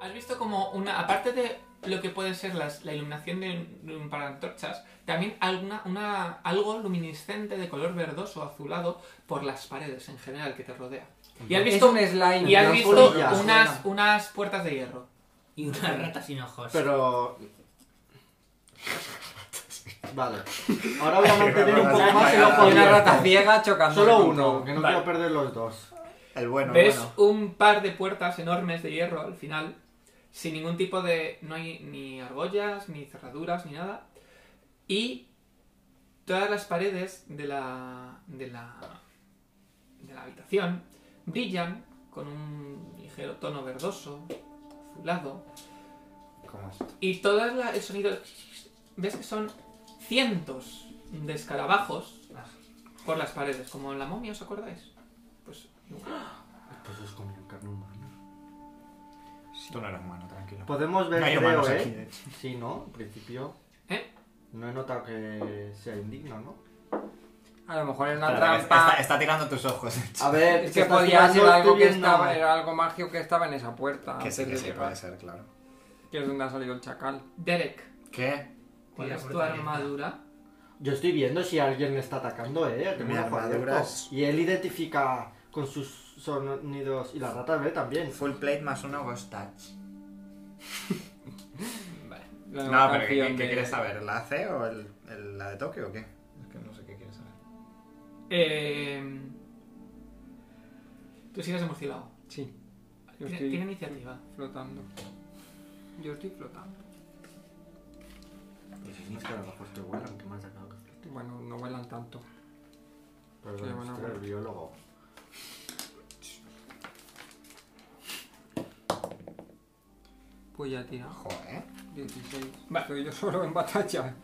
Has visto como una, aparte de lo que puede ser las- la iluminación de un, de un par de antorchas, también alguna, una, algo luminiscente de color verdoso azulado por las paredes en general que te rodea. Y has Es visto, un slime. y has las visto bolillas. unas, unas puertas de hierro. Y una rata sin ojos. Pero. Vale. Ahora voy a mantener un poco Vaya, más el ojo vaya, abierto. una rata ciega chocando. Solo con uno, todo. que no Vale. quiero perder los dos. El bueno, el Ves bueno. un par de puertas enormes de hierro al final, sin ningún tipo de... No hay ni argollas, ni cerraduras, ni nada. Y todas las paredes de la... de la... de la habitación brillan con un ligero tono verdoso, azulado. ¿Cómo es? Y todas la- el sonido... Ves que son cientos de escarabajos por las paredes, como en la momia, ¿os acordáis? Pues Pues es como carne humana. Tú no eres humano, tranquilo. Podemos ver, No hay creo, humanos ¿eh? aquí, de hecho. Sí, ¿no? En principio. ¿Eh? No he notado que sea indigno, ¿no? A lo mejor era una Espera, trampa. Está, está tirando tus ojos. A ver, Es se que está podía ser fumando, algo estoy que viendo- estaba, era algo mágico que estaba en esa puerta. Que sí, que antes de sí, llegar, pues. puede ser, claro. que es donde ha salido el chacal. Derek. ¿Qué? ¿Cuál Tira es por tu tarjeta. armadura? Yo estoy viendo si alguien me está atacando, ¿eh? Tengo Mi un ojo armadura abierto. es- Y él identifica con sus sonidos. Y la rata ve también. Full plate más uno Ghost Touch. Vale. La No, nueva pero ¿qué, canción qué- qué de- quieres saber? ¿La AC o el- el- la de Tokio o qué? Es que no sé qué quieres saber. Eh, Tú sigues de murciélago. Sí. Yo Tiene, estoy tiene iniciativa. flotando. Yo estoy flotando. Pues es más que a lo mejor te vuelan, que me han sacado. Bueno, no vuelan tanto. Perdón, Sí, bueno, este era el bueno. biólogo. Pues ya tira. Joder. 16. Vale. Estoy yo solo en batalla.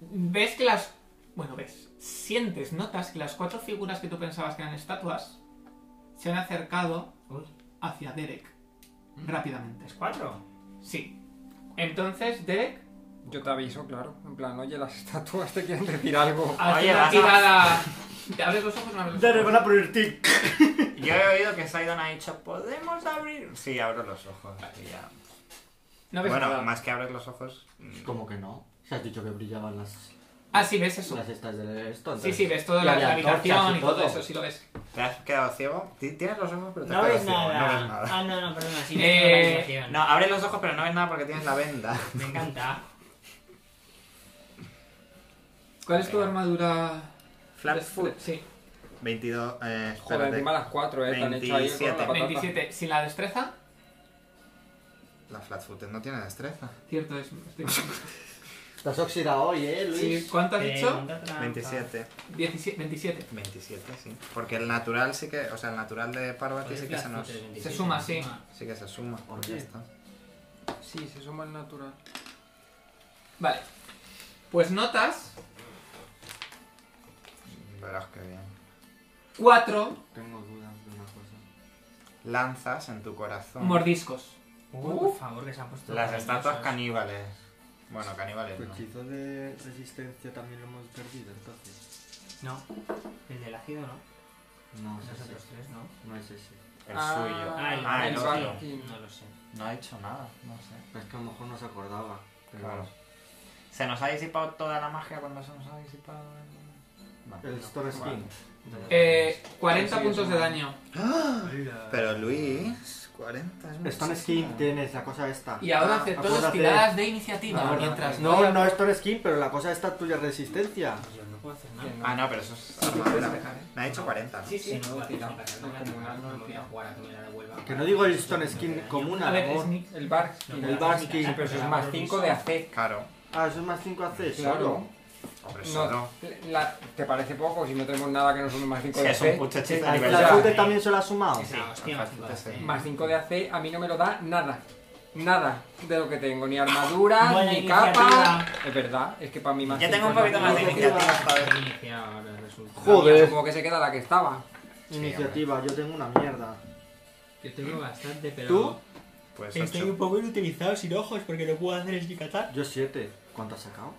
Ves que las. Bueno, ves. Sientes, notas que las cuatro figuras que tú pensabas que eran estatuas se han acercado Uy. hacia Derek rápidamente. ¿Es cuatro? Sí. Entonces, Derek, Yo te aviso, claro. En plan, oye, las estatuas te quieren decir algo. haz Oye, una vas a- tirada. ¿Te abres los ojos o no abres los ojos? van a abrir Yo he oído que Sidon ha dicho, ¿podemos abrir? Sí, abro los ojos. y ya. No ves Bueno, nada. más que abres los ojos. mm, ¿Cómo que no? Se has dicho que brillaban las, Ah, sí, ves eso. las estas de esto. Sí, entonces- sí, ves toda Y la, había la habitación antorchas y todo eso, sí lo ves. ¿Te has quedado ciego? Ti- Tienes los ojos, pero te No has ves quedado ciego. nada. No ves nada. Ah, no, no, perdona. Sí, Eh, eh... la No, abre los ojos, pero no ves nada porque tienes la venda. Me encanta. ¿Cuál es tu armadura? Flat foot. Sí. 22. Eh, Joder, espérate. encima las cuatro, eh. Te han hecho ahí con la 27. patata. 27. Sin la destreza. La flat foot no tiene destreza. Cierto es. estoy- Estás oxidado hoy, ¿eh, Luis? Sí, ¿Cuánto has dicho? 27. 17, 27. 27, sí. Porque el natural sí que. O sea, el natural de Parvati sí que se nos. Se suma, sí. Sí que se suma. ¿Por Ya qué? está. Sí, se suma el natural. Ah, Vale. Pues notas Verás que bien. cuatro Tengo dudas de una cosa. Lanzas en tu corazón. mordiscos. por favor, que se han puesto. Las cariñosas. estatuas caníbales. Bueno, caníbales ¿Tu no. hechizo de resistencia también lo hemos perdido, entonces? No. El del ácido, ¿no? No, es Los ese. otros tres, ¿no? No es ese. El Ah, suyo. Ah, el, Ah, el el otro. otro. No lo sé. No ha hecho nada, no sé. Es que a lo mejor no se acordaba. pero- Claro. ¿Se nos ha disipado toda la magia cuando se nos ha disipado el- El No. Stone Skin. Eh, 40 Sí, puntos sí, de sí. daño. Pero Luis, 40 es Stone Skin tiene la cosa esta. Y ahora Ah, hace todos acuérdate. tiradas de Ah, iniciativa. verdad. Mientras No, no Stone Skin, pero la cosa esta tuya resistencia. Yo no puedo hacer Que nada. no. eh. Ah, no, pero eso es armadura. Me ha dicho 40. ¿no? Si no, voy a tirar. No No, como nada, no lo me voy a jugar a que me la devuelvan. Que no digo el Stone Skin común, A a ver, lo mejor. Sneak. El bar. No, El me la- Barsky. me la- Pero eso me es la más borro 5 mis- de AC. Claro. Ah, eso es más 5 AC, Claro. solo. Hombre, No, solo. la- ¿Te parece poco si no tenemos nada que nos sume más 5 Sí, de es un AC? puto hechizo ¿Al nivel la ya. Flat Flatfoot también se lo ha sumado? Esa hostia, Flat más foot cinco de es AC. el- Más 5 de AC a mí no me lo da nada. Nada de lo que tengo, ni armadura, Buena ni iniciativa. capa. Es verdad, es que para mí más Ya tengo un cinco es poquito más de nada. iniciativa esta vez. He iniciado ahora, resulta. Joder. Como que se queda la que estaba. Iniciativa, yo tengo una mierda. Yo tengo bastante, pero. ¿Tú? Pues Estoy 8. un poco inutilizado sin ojos porque no puedo hacer sneak attack. Yo 7. ¿Cuánto has sacado?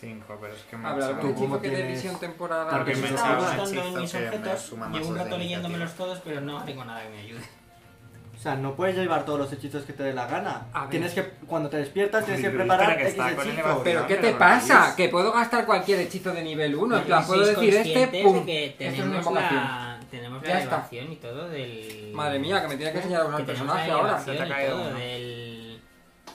5, pero es que me ha Habrá algún ¿Tú echado. cómo tipo que de tienes? visión temporal. Claro que Porque me me echaba Estaba un buscando en mis hechizo que me objetos. suma más Llevo un dos de rato iniciativa. leyéndomelos todos, pero no tengo nada que me ayude. O sea, no puedes llevar todos los hechizos que te dé la gana. A ver. Tienes que, cuando te despiertas, tienes que Pero preparar espera que X está con el hechizos. evasión. ¿Pero No, qué pero te no pasa? es. Que puedo gastar cualquier hechizo de nivel 1. En Pero plan, sois puedo decir este, conscientes de pum. que Esto es una tenemos invocación. la, tenemos Ya la está. elevación y todo del... Madre mía, que me tiene que enseñar a usar el tenemos la personaje ahora. elevación Se te ha y caído todo uno. del...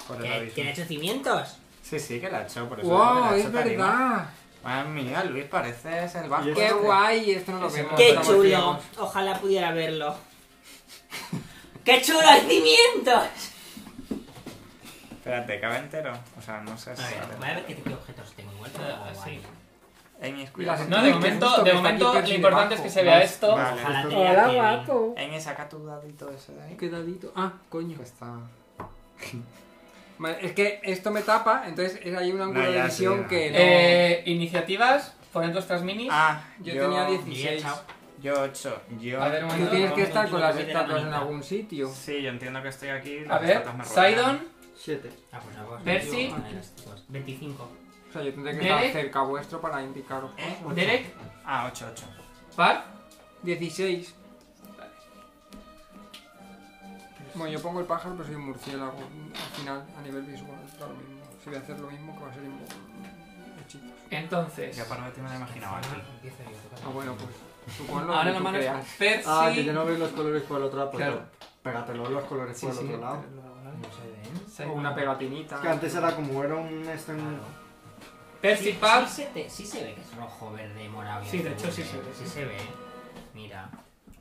Por el Que, aviso. que le ha hecho cimientos. Sí, sí, que la ha hecho, Pues por eso. digo que ¡Wow! la ha hecho Es tarima. verdad. Ah, Madre mía, Luis, pareces el vasco. ¿Y ¡Qué este. guay! Esto no lo vemos. ¡Qué estamos chulo! ciegos. Ojalá pudiera verlo. ¡Qué chulo hay cimientos! Espérate, cabe entero. O sea, no sé si. A ver, voy a ver qué, qué objetos tengo eh, igual. todo guay. sí. Amy, Y cuidado. las- No, de Qué gusto momento, que de está aquí momento lo Percy importante es debajo. que se vea esto. Vale. Ojalá Esto- tenga que- Amy, saca tu dadito ese de ahí. Qué dadito. Ah, coño. Que está. Vale, Es que esto me tapa, entonces es ahí un ángulo ya, de sí, visión ya. que no. Eh, iniciativas, poned vuestras minis. Ah, yo, tenía 16. chao. Yo 8. Yo. A ver, un Tú momento. tienes que estar con las Yo tenía estatuas en manita. algún sitio. Sí, yo entiendo que estoy aquí. A las ver, patas me rodean. Sidon, Siete. Ah, pues tampoco es Percy. negativo, vale, las dos. 25. O sea, yo tendré que estar Derek. cerca vuestro para indicaros. ¿Eh? ocho. Derek, Ah, 8, 8. Par. 16. Bueno, yo pongo el pájaro, pero soy un murciélago. mm, Al final, a nivel visual, es lo mismo. Si voy a hacer lo mismo, que va a ser invo- hechizos. Entonces, Ya para ver, te me lo Ah, imaginaba aquí. Empiezo yo, toca. Ah, bueno, pues. Tú ponlo ahora donde la tú mano es creas. Percy. Ah, que ya no ves los colores por el otro lado. Pues Claro. Pégatelo los colores Sí, por el sí, otro lado. No sé, ¿eh? Mm. O una Es que pegatinita. antes era como era un... Este, un- Percy, Par. Sí, se te- sí se ve que es rojo, verde, morado. y Sí, de azul, hecho, sí ¿eh? se ve, Sí sí. se ve. Mira,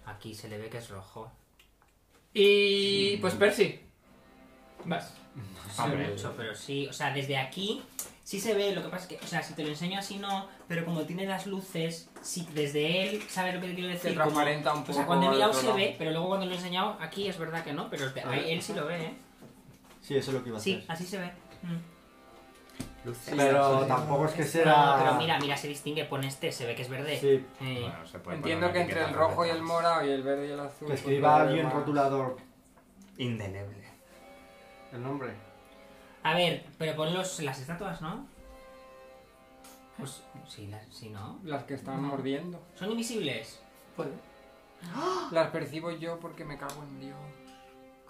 aquí se le ve que es rojo. Y pues Percy. Vas. Hombre, mucho, pero sí. O sea, desde aquí sí se ve. Lo que pasa es que, o sea, si te lo enseño así no, pero como tiene las luces, sí, desde él, ¿sabes lo que te quiero decir? Se Como- transparenta un O poco. sea, cuando he al mirado otro se lado. ve, pero luego cuando lo he enseñado aquí es verdad que no, pero de- A ver. ahí él sí lo ve, ¿eh? Sí, eso es lo que iba a Sí, hacer. así se ve. Mm. Luces. Pero tampoco pues, es que No, sea... pero mira, mira, se distingue, pon este, se ve que es verde. Sí, Eh, Bueno, se puede Entiendo poner que entre una el etiqueta rojo y el detrás. morado y el verde y el azul. que pues, escriba vale, bien más. rotulador Indeleble. el nombre. A ver, pero pon los, las estatuas, ¿no? Pues sí, las, sí, ¿no? Las que están mordiendo. Son invisibles. Puede. Las percibo yo porque me cago en Dios.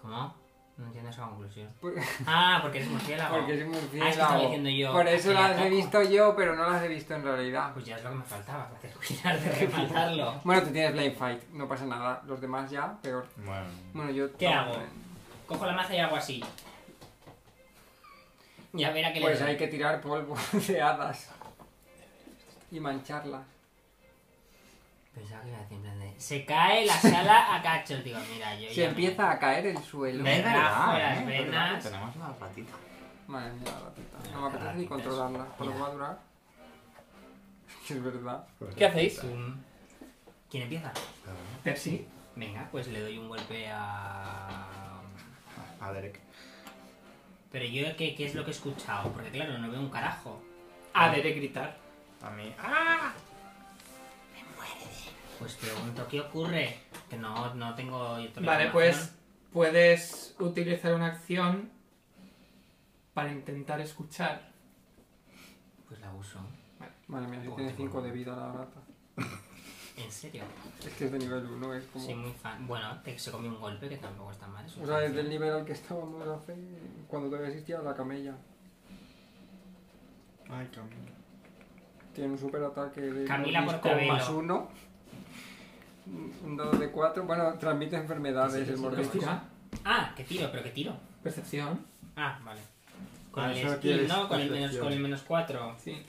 ¿Cómo? No entiendo esa conclusión. Por- Ah, porque eres murciélago. Porque es Ah, es que estaba murciélago. diciendo yo. Por eso hacía las he poco. visto yo, pero no las he visto en realidad. Pues ya es lo que me faltaba, para terminar de rematarlo. Bueno, tú tienes Blind Fight, no pasa nada. Los demás ya, peor. Bueno. Bueno, yo... ¿Qué hago? Cojo la maza y hago así. Y a ver a qué Pues le doy. hay que tirar polvo de hadas. Y mancharlas. Pensaba que iba a decir en plan de... Se cae la sala a cachos. Digo, mira, yo Se ya me- empieza a caer el suelo. Ven. Las ¿eh? venas. Tenemos una patita. Madre mía, la ratita. No me apetece ni controlarla. Por lo que va a durar. Es verdad. ¿Qué hacéis? Pum. ¿Quién empieza? Percy. Venga, pues le doy un golpe a... A Derek. Pero yo, ¿qué, qué es lo que he escuchado? Porque claro, no veo un carajo. A ver, gritar. A mí. ¡Ah! Pues pregunto, ¿qué ocurre? Que no, no tengo... otra Vale, información. pues puedes utilizar una acción para intentar escuchar. Pues la uso. Madre mía, si tiene 5 de vida la rata. ¿En serio? Es que es de nivel 1, es como... Soy muy fan. Bueno, te, se comió un golpe que tampoco está mal. es O sea, desde sustancia. el nivel al que estábamos hace... Cuando todavía existía la camella. Ay, Camila. Tiene un super ataque de Camila mordisco Portavelo. más uno. Un dado de cuatro. Bueno, transmite enfermedades Sí, sí, el sí, mordisco. Respira. Ah, que tiro, pero que tiro. Percepción. Ah, vale. Con Ah, el eso skill, quieres ¿no? Con el, menos, percepción. con el menos 4. Sí.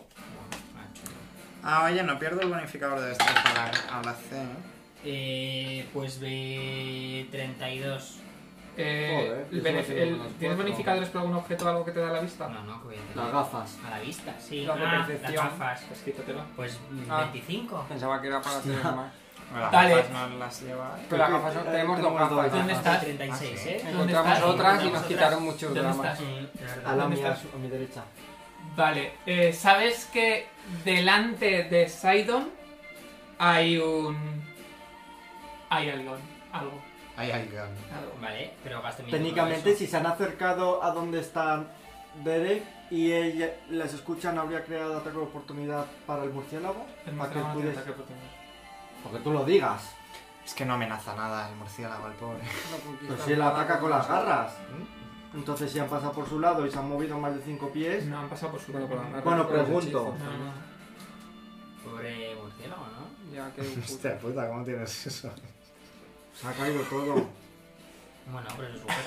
Ah, oye, no pierdo el bonificador de estrés a la, a la C, ¿eh? Eh, pues ve 32. Eh, Joder, el eso va a benef- ser el- unos ¿Tienes cuatro. bonificadores por algún objeto o algo que te da la vista? No, no, que voy a Las tener. gafas. A la vista, sí. Las de Ah, las percepción. gafas. Pues quítatelo. Pues mm, Ah. 25. Pensaba que era para hacer más. Las Dale. gafas no las lleva. Pero las gafas son- Eh, tenemos dos tenemos dos gafas. ¿Dónde estás? 36, Ah, sí. ¿eh? ¿Dónde Encontramos estás? otras y Encontramos nos otras. quitaron muchos ¿Dónde estás? dramas. Mm, de verdad. A la ¿Dónde mía, estás? a mi derecha. Vale, eh, sabes que delante de Sidon hay un. Hay algo. Algo. Ah, Ay, ay, ay. algo. Vale, pero gasto mi Técnicamente, turno si se han acercado a donde están Derek y ella, les escuchan, habría creado ataque de oportunidad para el murciélago. El Para que murciélago no tú tiene des- ataque oportunidad. Porque tú lo digas. Es que no amenaza nada el murciélago, el pobre. No conquista Pero si él nada ataca con las garras. ¿Mm? Entonces, si han pasado por su lado y se han movido más de 5 pies, No, han pasado por su Bueno, por las garras, Bueno, por los pregunto. hechizos, No, también. no. Pobre murciélago, ¿no? Ya que puta. puta, ¿cómo tienes eso? se ha caído todo. Bueno, pues pero se supera.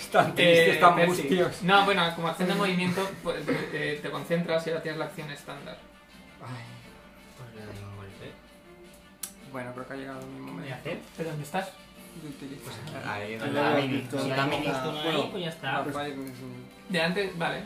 Están Eh, tristes, están Percy. mustios. No, bueno, como acción de movimiento, pues, eh, te concentras y ahora tienes la acción estándar. Pues le doy un golpe. Bueno, creo que ha llegado mi ¿Qué voy a momento hacer? ¿Pero dónde estás? de utilizar Ahí, Ahí donde lo la habéis mini. visto. Si la la mini puta- esto no bueno, ahí, pues ya está. la falla con ese niño. De antes, vale.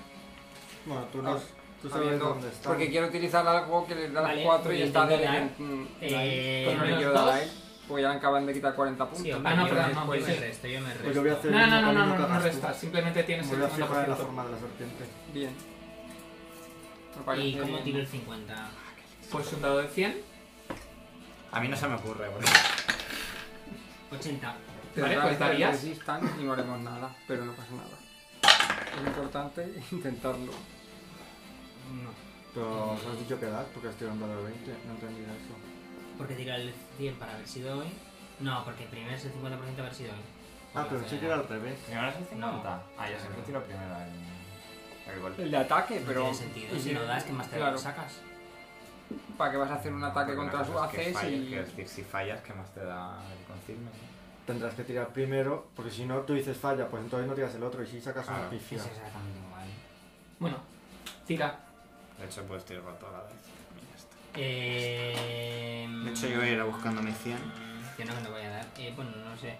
Bueno, tú, no, tú sabes Habiendo- dónde está. Porque quiero utilizar algo que les da Vale, las 4 y pues está de intento dar. Mm, Eh, Pues no le menos quiero dar a dos. él. Pues ya acaban de quitar 40 puntos. Sí, hombre, Ah, no, yo perdón, me- yo no, me pues sí. resto, yo me resto. Pues yo voy a hacer No, el no, no, no, mismo no, camino que no hagas tú. restas, simplemente tienes el Voy a fijar en la 50%. forma de la serpiente. Bien. Me ¿Y parece cómo bien. tiro el 50? Pues un dado de 100, A mí no se me ocurre, porque 80. Tendrá Vale, pues que hacer darías. que resistan y no haremos nada, pero no pasa nada. Es importante intentarlo. No. Pero os has dicho que das porque has tirado un dado de 20. No entendía eso. Porque tirar el 100 para haber sido hoy. No, porque primero es el 50% de haber sido hoy. Ah, pero sí que era al revés. primero es el 50. Ah, yo siempre No. tiro primero el, el golpe. El de ataque, No pero. tiene sentido. y Si no das, que más te Claro. sacas. ¿Para qué vas a hacer un ataque Porque una contra su cosa es que ACS falles, y. que es decir, si fallas, ¿qué más te da el confirme? Tendrás que tirar primero, porque si no tú dices falla, pues entonces no tiras el otro y si sacas una Claro. pifia. Es exactamente igual. bueno, tira. De hecho, puedes tirarlo toda la vez. Y ya está. Eh, Em, De hecho, yo era buscando mi 100. Yo no me lo voy a dar. Eh, bueno, no sé.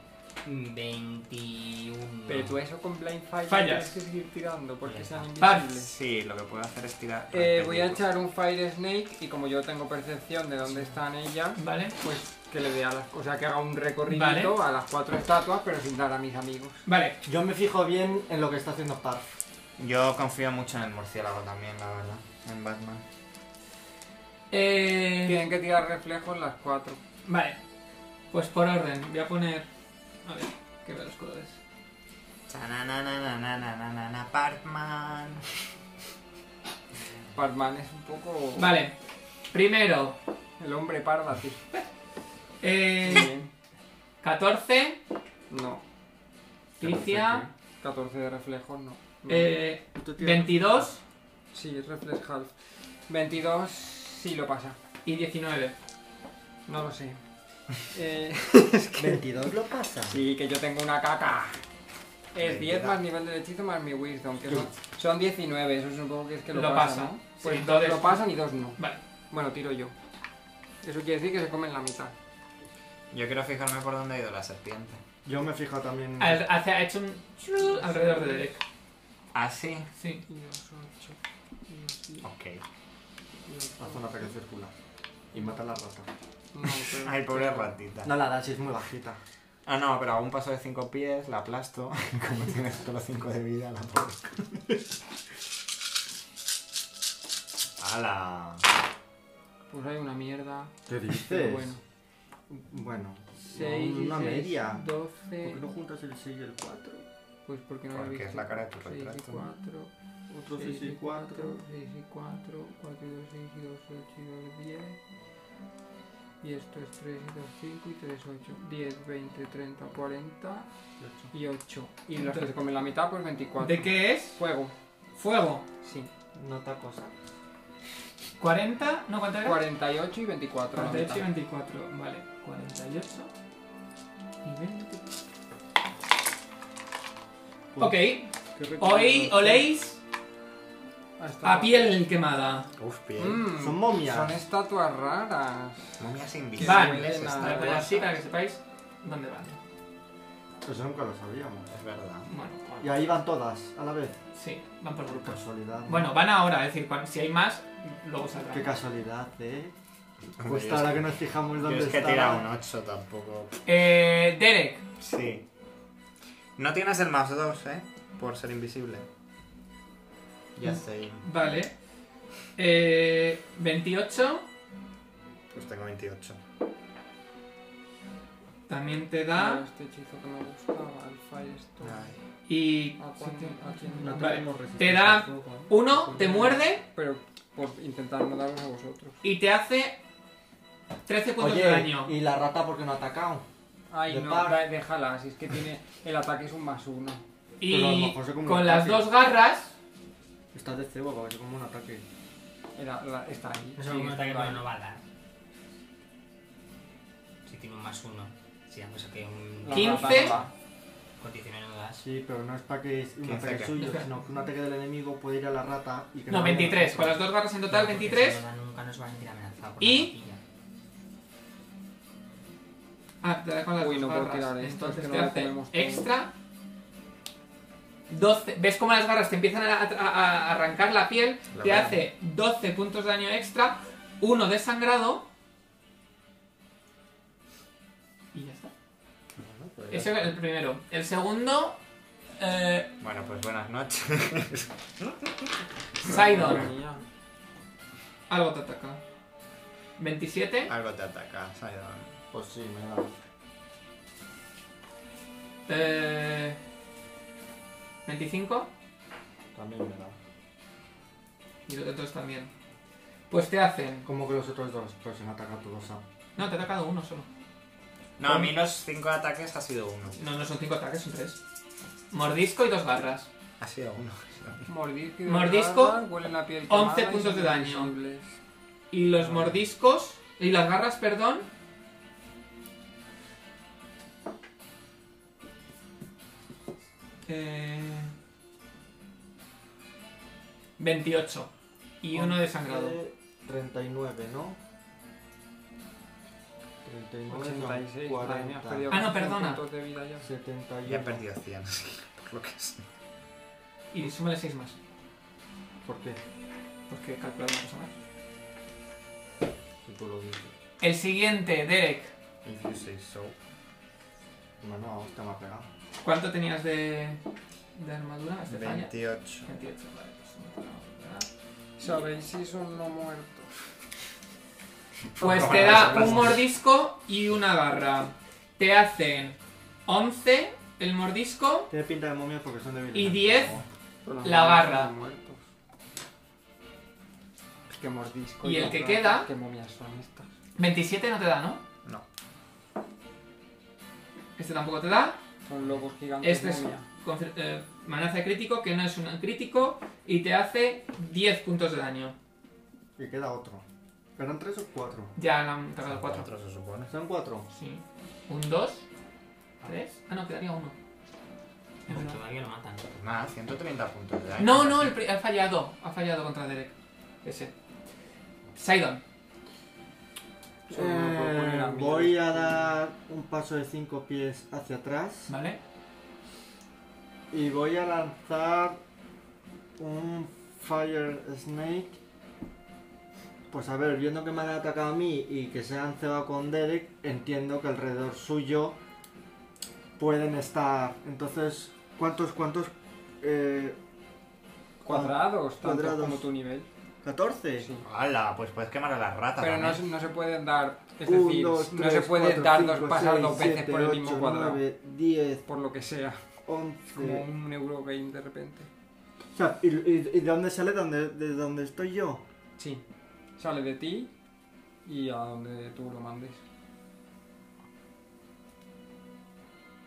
21. Pero tú eso con Blind Fire Fallas. tienes que seguir tirando porque Ya sean está. invisibles. Sí, lo que puedo hacer es tirar. Eh, voy a repetir. echar un Fire Snake y como yo tengo percepción de dónde están ellas, Vale, pues que le dé a las. O sea, que haga un recorrido Vale. a las cuatro estatuas, pero sin dar a mis amigos. vale. Yo me fijo bien en lo que está haciendo Parf. Yo confío mucho en el murciélago también, la verdad. En Batman. Eh, Tienen que tirar reflejos las cuatro. vale, pues por orden, voy a poner... A ver, que veo los colores. Chanananananananana, Batman. Parman es un poco. Vale, primero, El hombre parda, tío. eh, Bien. 14, No. Ticia, 14 de reflejos, no. No. eh, ¿Tú tienes- 22 Sí, es reflex half. 22, sí lo pasa. y 19. No lo sé. Eh, 22 lo pasa. sí, que yo tengo una caca. Es Venga. 10 más nivel del hechizo más mi wisdom, que son, son 19, eso supongo que es que lo, Lo pasa, pasa. ¿no? Sí, Pues dos entonces- lo pasan y dos no. Vale, Bueno, tiro yo. Eso quiere decir que se comen la mitad. Yo quiero fijarme por dónde ha ido la serpiente. Yo me fijo también. Al- hace- ha hecho un... churru alrededor de Derek. Ah, sí. Sí. Y dos, ocho, y dos, y- Ok. y dos. Haz una pequeña circular. Y mata a la rata. No, pero- Ay, pobre ratita. No la das, es muy bajita. Ah, no, pero a un paso de 5 pies la aplasto. Como tienes solo 5 de vida, la pobre. ¡Hala! Pues hay una mierda. ¿Qué Pero dices? bueno. Bueno, 6, una media. 12. ¿Por qué no juntas el 6 y el 4? Pues porque no había Porque visto. es la cara de tu 6 y retrato. 4, Otro 6 y 4, 4. 6 y 4, 4 y 2, 6 y 2, 8 y 2, 10. Y esto es 3 y 2, 5 y 3, 8. 10, 20, 30, 40 y 8. Y los que se comen la mitad, pues 24. ¿De qué es? Fuego, Fuego. sí. No te cosa. 40, no, ¿cuánto era? 48 y 24. la 48 y mitad. 24, vale. 48 y 24. Ok, Pues, hoy oléis Hasta pues, a piel quemada. Uf, piel. Mm, Son momias. Son estatuas raras. Momias Vale, invisibles. nada. están. Para que así, para que sepáis dónde van. Eso nunca lo sabíamos. Es verdad. Y Bueno, ahí van todas, a la vez. sí, van por Qué grupos. casualidad. ¿no? Bueno, van ahora, es decir, cuando- si hay más, luego Qué saldrán. casualidad, ¿eh? Hombre, Justo yo es- ahora que nos fijamos Yo dónde es que he está. tirado un 8 tampoco. Eh, Derek, Sí. No tienes el más 2, ¿eh? Por ser invisible. Ya sé. vale. Eh, 28, Pues tengo 28. también te Mira, Ah. da. Este hechizo que me gustaba, el Firestone. Ay. Y Ah, ¿A cuán- a quién- No Vale. tenemos Te resistencia da al fuego, ¿eh? uno te muerde Pero por intentar no darlos a vosotros. y te hace 13 puntos de Oye, daño. ¿y la rata por qué no ha atacado? Ay, De no, par. da- déjala, si es que tiene. El ataque es un más uno. Y Pero a lo mejor se come con un las ataque. dos garras, Está de cebo, para que como un ataque. Era- la- está ahí. No sé sí, cómo ataque, vale. pero no va a dar. Si tiene un más uno. Si ya me saqué un. La 15. rata va. Con 19 no das. Sí, pero no es para que es un Que ataque ataque. suyo, sino que un ataque del enemigo puede ir a la rata y que no, vaya a 23. nosotros. Con las dos garras en total, No, porque 23. si no da Nunca nos va a sentir amenazado. por Y- la plantilla. Ah, te da con las Uy, dos no puedo garras. tirar esto, Entonces es que te no lo hace tenemos todo. extra. 12. ¿Ves cómo las garras te empiezan a, a- a arrancar la piel? La te verdad. hace 12 puntos de daño extra, uno de sangrado. Y ya está. Bueno, pues ya Ese es está. el primero. El segundo. Eh, Bueno, pues buenas noches. Sidon. Madre mía. Algo te ataca. 27. Algo te ataca, Sidon. Pues sí, me da. Eh, 25. También me da. Y los otros también. Pues te hacen. Como que los otros dos, pues se me ataca todos a. No, te ha atacado uno solo. No, a mí los cinco ataques ha sido uno. No, no son cinco ataques, son tres. Mordisco y dos garras. Ha sido uno. Mordisco. y Mordisco, desgarra, huelen la piel 11 quemada y puntos de son daño. invisibles. Y los mordiscos. Y las garras, perdón. Eh, 28. Y uno de sangrado. 39, ¿no? 39, son 86. madre mía, has 40. perdido Ah, no, 15 perdona. puntos de vida ya. 71. Ya he perdido 100, así que, por lo que sé. Y súmale 6 más. ¿Por qué? Porque calcular una cosa más. Si tú lo dices. El siguiente, Derek. If you say so. Bueno, te me ha pegado. ¿Cuánto tenías de, de armadura? Estefanía? 28. 28, vale, pues no te la voy a dar. Sabéis si son no muertos. Pues te da un mordisco y una garra. Te hacen 11 el mordisco. Tiene pinta de momias porque son débiles. Y 10. Pero La no, barra. no muertos. Es que mordisco. Y el las que ratas, queda- ¿Qué momias son estas? 27 no te da, ¿no? No. Este tampoco te da. Son lobos gigantes. Este es momia. confir- eh, manaza crítico, que no es un crítico. Y te hace 10 puntos de daño. Y queda otro. ¿Eran tres o cuatro? Ya le han tocado 4. se supone. Son cuatro. Sí. Un 2. 3. Ah, no, quedaría uno. Es Pues verdad. Todavía lo matan. Pues nada, 130 puntos de daño. No, no, el pri- ha fallado. Ha fallado contra Derek. Ese. Sidon. Solo me puedo poner a Eh, mí. voy a dar un paso de cinco pies hacia atrás. ¿Vale? Y voy a lanzar un Fire Snake. Pues a ver, viendo que me han atacado a mí y que se han cebado con Derek, entiendo que alrededor suyo pueden estar. Entonces, ¿cuántos, cuántos? Eh, Cuadrados, tanto Cuadrados. como tu nivel. 14. Sí. ¡Hala! Pues puedes quemar a la rata. Pero no, también. se- no se pueden dar, es Un, decir, dos, no tres, se puede cuatro, dar cinco, dos pasar seis, dos veces siete, por el mismo ocho, cuadrado. nueve, 10, Por lo que sea, 11. como un Eurogame de repente. O sea, ¿y, y, y de dónde sale? ¿Dónde- ¿De dónde estoy yo? Sí, sale de ti y a donde tú lo mandes.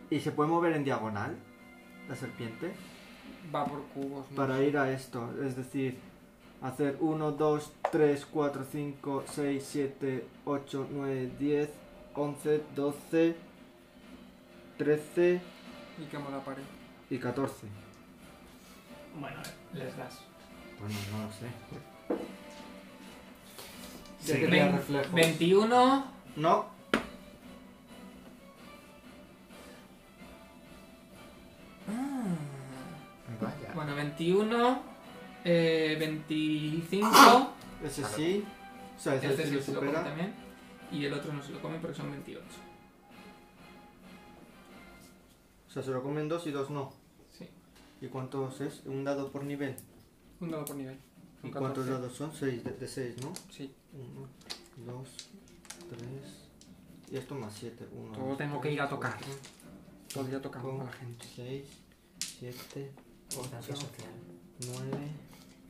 ¿Y se puede mover en diagonal la serpiente? Va por cubos. ¿no? para ir a esto. Es decir, hacer 1, 2, 3, 4, 5, 6, 7, 8, 9, 10, 11, 12, 13 Y quemo la pared. y 14. Bueno, les das. Bueno, Pues no lo sé. Sí, Ya que vein- tenía reflejos. 21. No, Vaya. Bueno, 21. Eh, 25. ese sí. O sea, Ah, ese Este sí sí lo se lo come supera. también. Y el otro no se lo come porque son 28. O sea, se lo comen dos y dos no. Sí. ¿Y cuántos es? Un dado por nivel. Un dado por nivel. ¿Y Un cuántos 14. dados son? Seis, de, de seis, ¿no? Sí, 1, 2, 3. Y esto más 7. 1, todo tengo que ir a tocar. Todo el día tocando a la gente. 6, 7, Distancia 8, social. 9.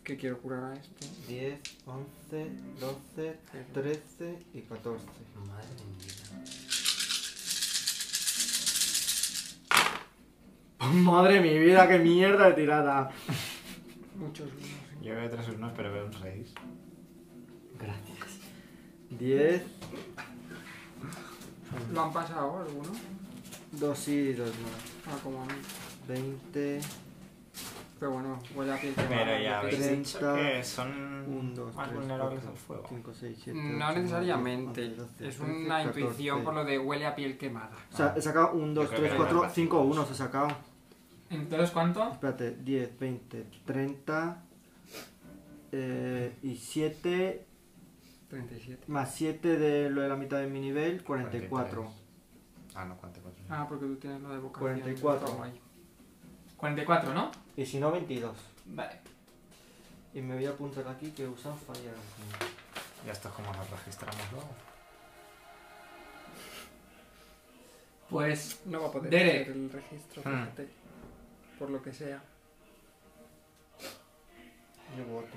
que quiero curar a este. 10, 11, 12, 13 y 14. Madre mía. Madre mi vida, qué mierda de tirada. Muchos unos. Yo veo tres unos, pero veo un 6. Gracias. 10, ¿Lo han pasado alguno? 2 y 2 más. Ah, como a mí. 20, Pero bueno, huele a piel quemada, Pero ya ¿no? habéis dicho 30, que son 1, 2, más 3, vulnerables al fuego. 5, 6, 7. No necesariamente. Es una intuición por lo de huele a piel quemada. O sea, he sacado 1, 2, creo 3, que 4, era 5, 1. Se ha sacado. Entonces, ¿cuánto? Espérate, 10, 20, 30. Eh, y 7 37. más 7 de lo de la mitad de mi nivel, 44. 43. Ah, no, 44. Ah, porque tú tienes lo de vocación. 44. está guay. 44, ¿no? Y si no, 22. Vale. Y me voy a apuntar aquí que usan fire. Ya esto es como lo registramos luego. Pues No va a poder Derek. hacer el registro, Hmm. fíjate. Por lo que sea. Yo voto.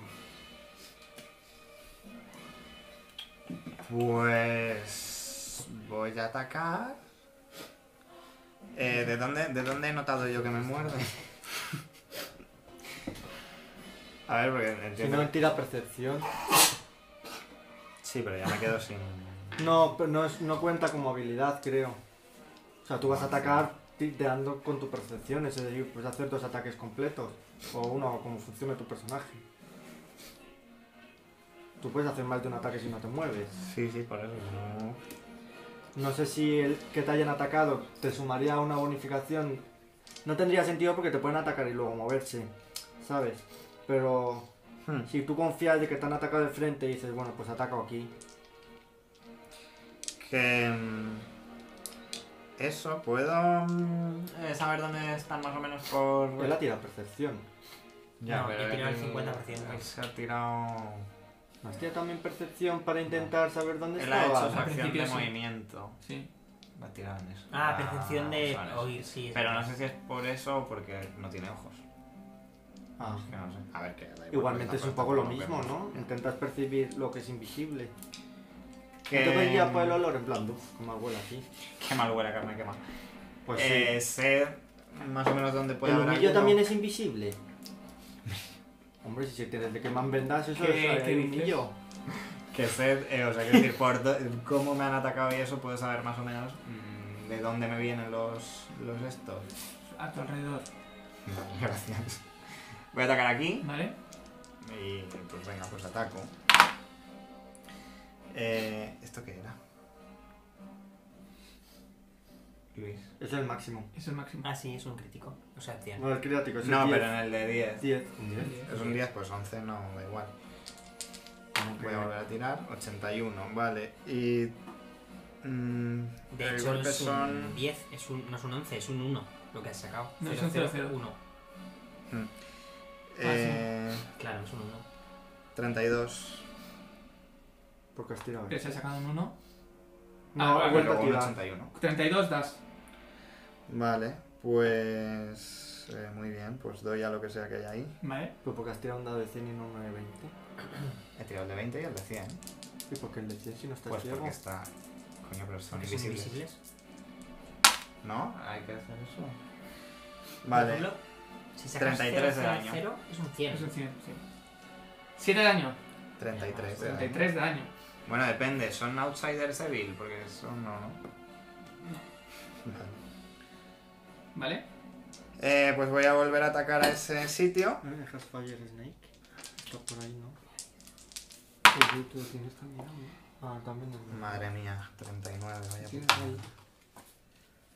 Pues voy a atacar. Eh, ¿de, dónde, ¿De dónde he notado yo que me muerde? A ver, porque Si no, entiendo. mentira percepción. Sí, pero ya me quedo sin. No, pero no, es, no cuenta como habilidad, creo. O sea, tú vas a atacar tilteando con tu percepción, es decir, puedes hacer dos ataques completos, o uno, o como funcione tu personaje. Tú puedes hacer más de un ataque si no te mueves. Sí, sí, por eso. No. No sé si el que te hayan atacado te sumaría a una bonificación. No tendría sentido porque te pueden atacar y luego moverse, ¿sabes? Pero Hmm. si tú confías de que te han atacado de frente y dices, bueno, pues ataco aquí. Que. mm, Eso, puedo. mm, eh, saber dónde están más o menos por. Él ha tirado percepción. No, he tirado el 50%. él Se ha tirado. ¿No has tirado también percepción para intentar saber dónde Él ha hecho estaba? su acción principio de sí. movimiento. Sí. Va a tirar en eso. Ah, percepción de vale. oír, sí. es Pero verdad. no sé si es por eso o porque no tiene ojos. Ah. Es que no sé. A ver, que da igual, Igualmente porque es un tampoco poco lo nos mismo, vemos. ¿no? Intentas percibir lo que es invisible. Que... No te puedes guiar por el olor en plan, "Uf, como abuela aquí. Qué mal huele a carne quemada. Pues eh, Sé más o menos dónde sí. puede ¿El haber humillo alguno. también es invisible? Hombre, si se te le queman vendas, eso ¿Qué- es eh, qué el dices? humillo. Que sé, eh, o sea, quiero decir, por do- cómo me han atacado y eso, puedo saber más o menos mm, de dónde me vienen los, los estos. A tu alrededor, Gracias. Voy a atacar aquí. ¿vale? Y pues venga, pues ataco. Eh, ¿Esto qué era? Luis. Es el máximo. Es el máximo. Ah, sí, es un crítico. O sea, acción. No, el criático es el No, 10. pero en Pues el de 10. 10. Es un 10, pues 11 no, da igual. Voy a volver a tirar. 81, vale. Y. mm, De el hecho, no golpe es un son. 10, es un, no es un 11, es un 1 lo que has sacado. No, es Cero, un cero, cero, cero. uno. Ah, eh, Claro, es un 1. 32. Porque has tirado. Que se ha sacado un 1. No, Ah, vale, he Bueno, vuelto a luego un tirar. 81. 32 das. Vale, pues. eh, muy bien, pues doy a lo que sea que haya ahí. Vale. Pues porque has tirado un dado de 100 y no uno de 20. He tirado el de 20 y el de 100. ¿Y por qué el de 100 si no estás Pues ciego? porque está. Coño, pero son ¿Por qué son invisibles. invisibles? ¿No? Hay que hacer eso. Por Vale. ejemplo, si sacas 33 33 de 0, daño. 0, es un 100. Es un 100, sí. 7 de daño. 33. de daño. 33 de daño. Bueno, depende, ¿son outsiders evil? Porque son no, ¿no? Vale. ¿Vale? Eh, pues voy a volver a atacar a ese sitio. ¿No me dejas Fire Snake? Está por ahí, ¿no? Pues tú lo tienes también, ¿no? Ah, también no. Madre mía, 39, vaya Tienes puta. ahí.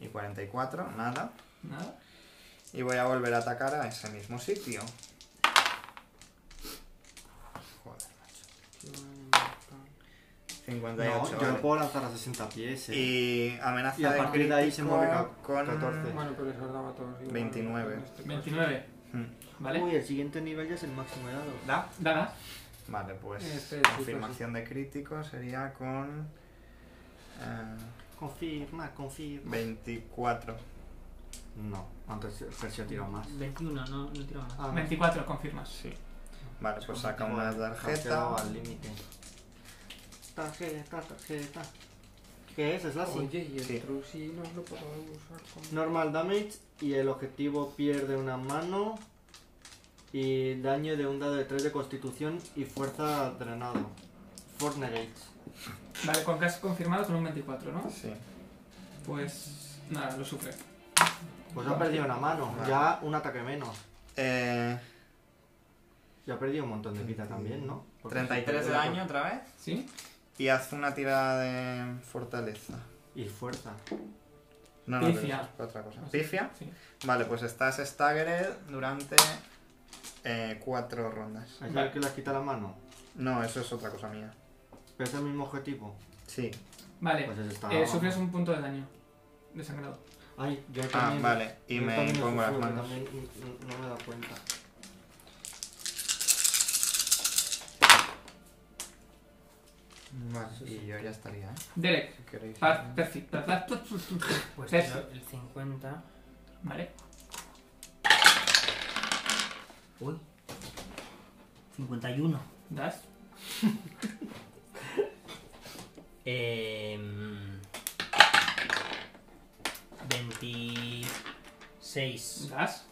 Y 44, nada. Nada. Y voy a volver a atacar a ese mismo sitio. Joder, macho. No, 58. yo vale. lo puedo lanzar a 60 pies. eh. Y amenaza Y a de partir de ahí se crítico mueve ca- con 14. Bueno, pero eso daba todos. igual, 29. en este caso. 29. Hmm. ¿Vale? Uy, el siguiente nivel ya es el máximo de dados. ¿Da? Dadas. Vale, pues Este, sí, confirmación de crítico sería con eh, Confirma, confirma. 24. No, antes Sergio ha tirado más. 21, no, no tiro más. Ah, no. 24, confirmas. Sí. Vale, pues saca una Has tarjeta. quedado al límite. Tarjeta, tarjeta. ¿Qué es? ¿Es la sí? Oye, y el Sí. Trusi no lo podemos usar como... Normal damage y el objetivo pierde una mano y daño de un dado de 3 de constitución y fuerza drenado. Fortnite. Vale, con que has confirmado con un 24, ¿no? Sí. Pues nada, lo sufre. Pues ha perdido una mano, Vale. ya un ataque menos. Eh, Y ha perdido un montón de vida también, ¿no? Porque se 33 de perdió la daño otra vez. ¿Sí? Y haz una tirada de fortaleza. fuer- Y fuerza. No, no, pero Pifia. eso es para otra cosa. Ah, Así. Pifia. Sí. Vale, pues estás staggered durante eh, cuatro rondas. ¿Hay Vale. que le quita la mano? No, eso es otra cosa mía. ¿Pero es el mismo objetivo? Sí. Vale, Pues ese está... eh, sufres un punto de daño. Desangrado. Ay, yo Ah, también... vale. Y yo también me lo pongo las sufro, que manos. también no no me he dado cuenta. Vale, y yo ya estaría, ¿eh? Derek, Si queréis. par- perfil, par- par- tu- tu- tu- Pues Pez. tiro el 50. Vale, Uy. 51. das. Eh, mm, 26. Das.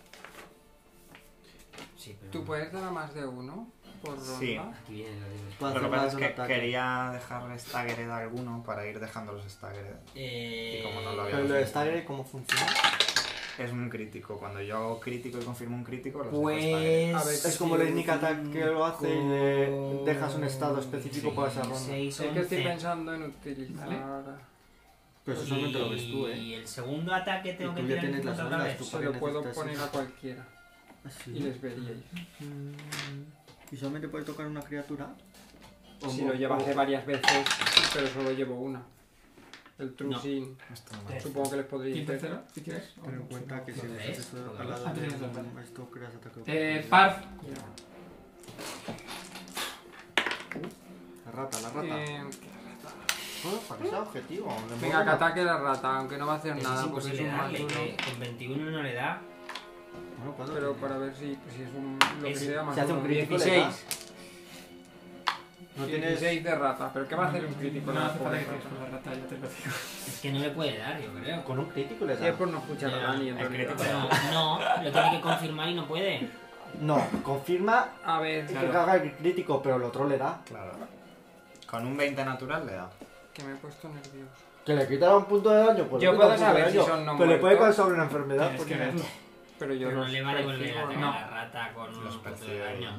Sí, pero Tú puedes dar a más de uno por ronda. Sí. Aquí viene la libre. Para Lo que hacer pasa más es un que ataque. quería dejarle staggered alguno para ir dejándolos staggered. Eh, Y como no lo había- Pero lo de Stagger, ¿cómo funciona? Es un crítico. Cuando yo hago crítico y confirmo un crítico, los dejo staggered. Pues. A ver, Es como el Nick Attack que lo hace y le dejas un estado específico para esa ronda. Es que estoy pensando en utilizar... Pero Pues eso solamente lo ves tú, ¿eh? Y el segundo ataque tengo Y que tú ya tirar en tienes las contra otra ondas, vez. tú Se lo Porque puedo necesitas poner eso. a cualquiera y les veríais. ¿Y solamente puede tocar una criatura? ¿O Si mo- lo o- llevaste varias veces, pero solo llevo una. El Trusin, Esto no Este. me- supongo que les Y podría el hacer. tercero, si quieres. Ten en cuenta que si ¿Lo le ves? haces eso ¿Lo al lado ves? Ah, de tienes razón. esto creas ataque. Eh, oportunidad. Parf, La rata, la rata. Eh, Joder, para ese objetivo. le venga, muevo que la- ataque la rata, aunque no va a hacer Eso pues es nada, porque es imposible un más darle, uno. eh. que con 21 no le da. Bueno, ¿cuándo Pero tiene? para ver si, si es un, lo que Es- sea más se hace uno. un crítico, le da. 16. No tienes... 16 de rata, pero ¿qué va a hacer un crítico? No Nada, hace falta pobre que tires rata. con la rata, ya te lo digo. Es que no le puede dar, yo creo. Con un crítico le Sí, es da. por no escuchar a Dani, en el realidad. crítico- Pero no, lo tiene que confirmar y no puede. No, confirma A ver, que caga el crítico, pero el otro le da. Claro. Con un 20 natural le da. que me he puesto nervioso. Que le quitará un punto de daño, pues Yo le quita puedo un punto saber de si daño, son no Pero le puede muertos. causar una enfermedad Tienes porque que verlo. Pero yo Pero no los le va a devolver ¿eh? percibo, a ¿no? la rata con Los un punto de percibe ahí. daño.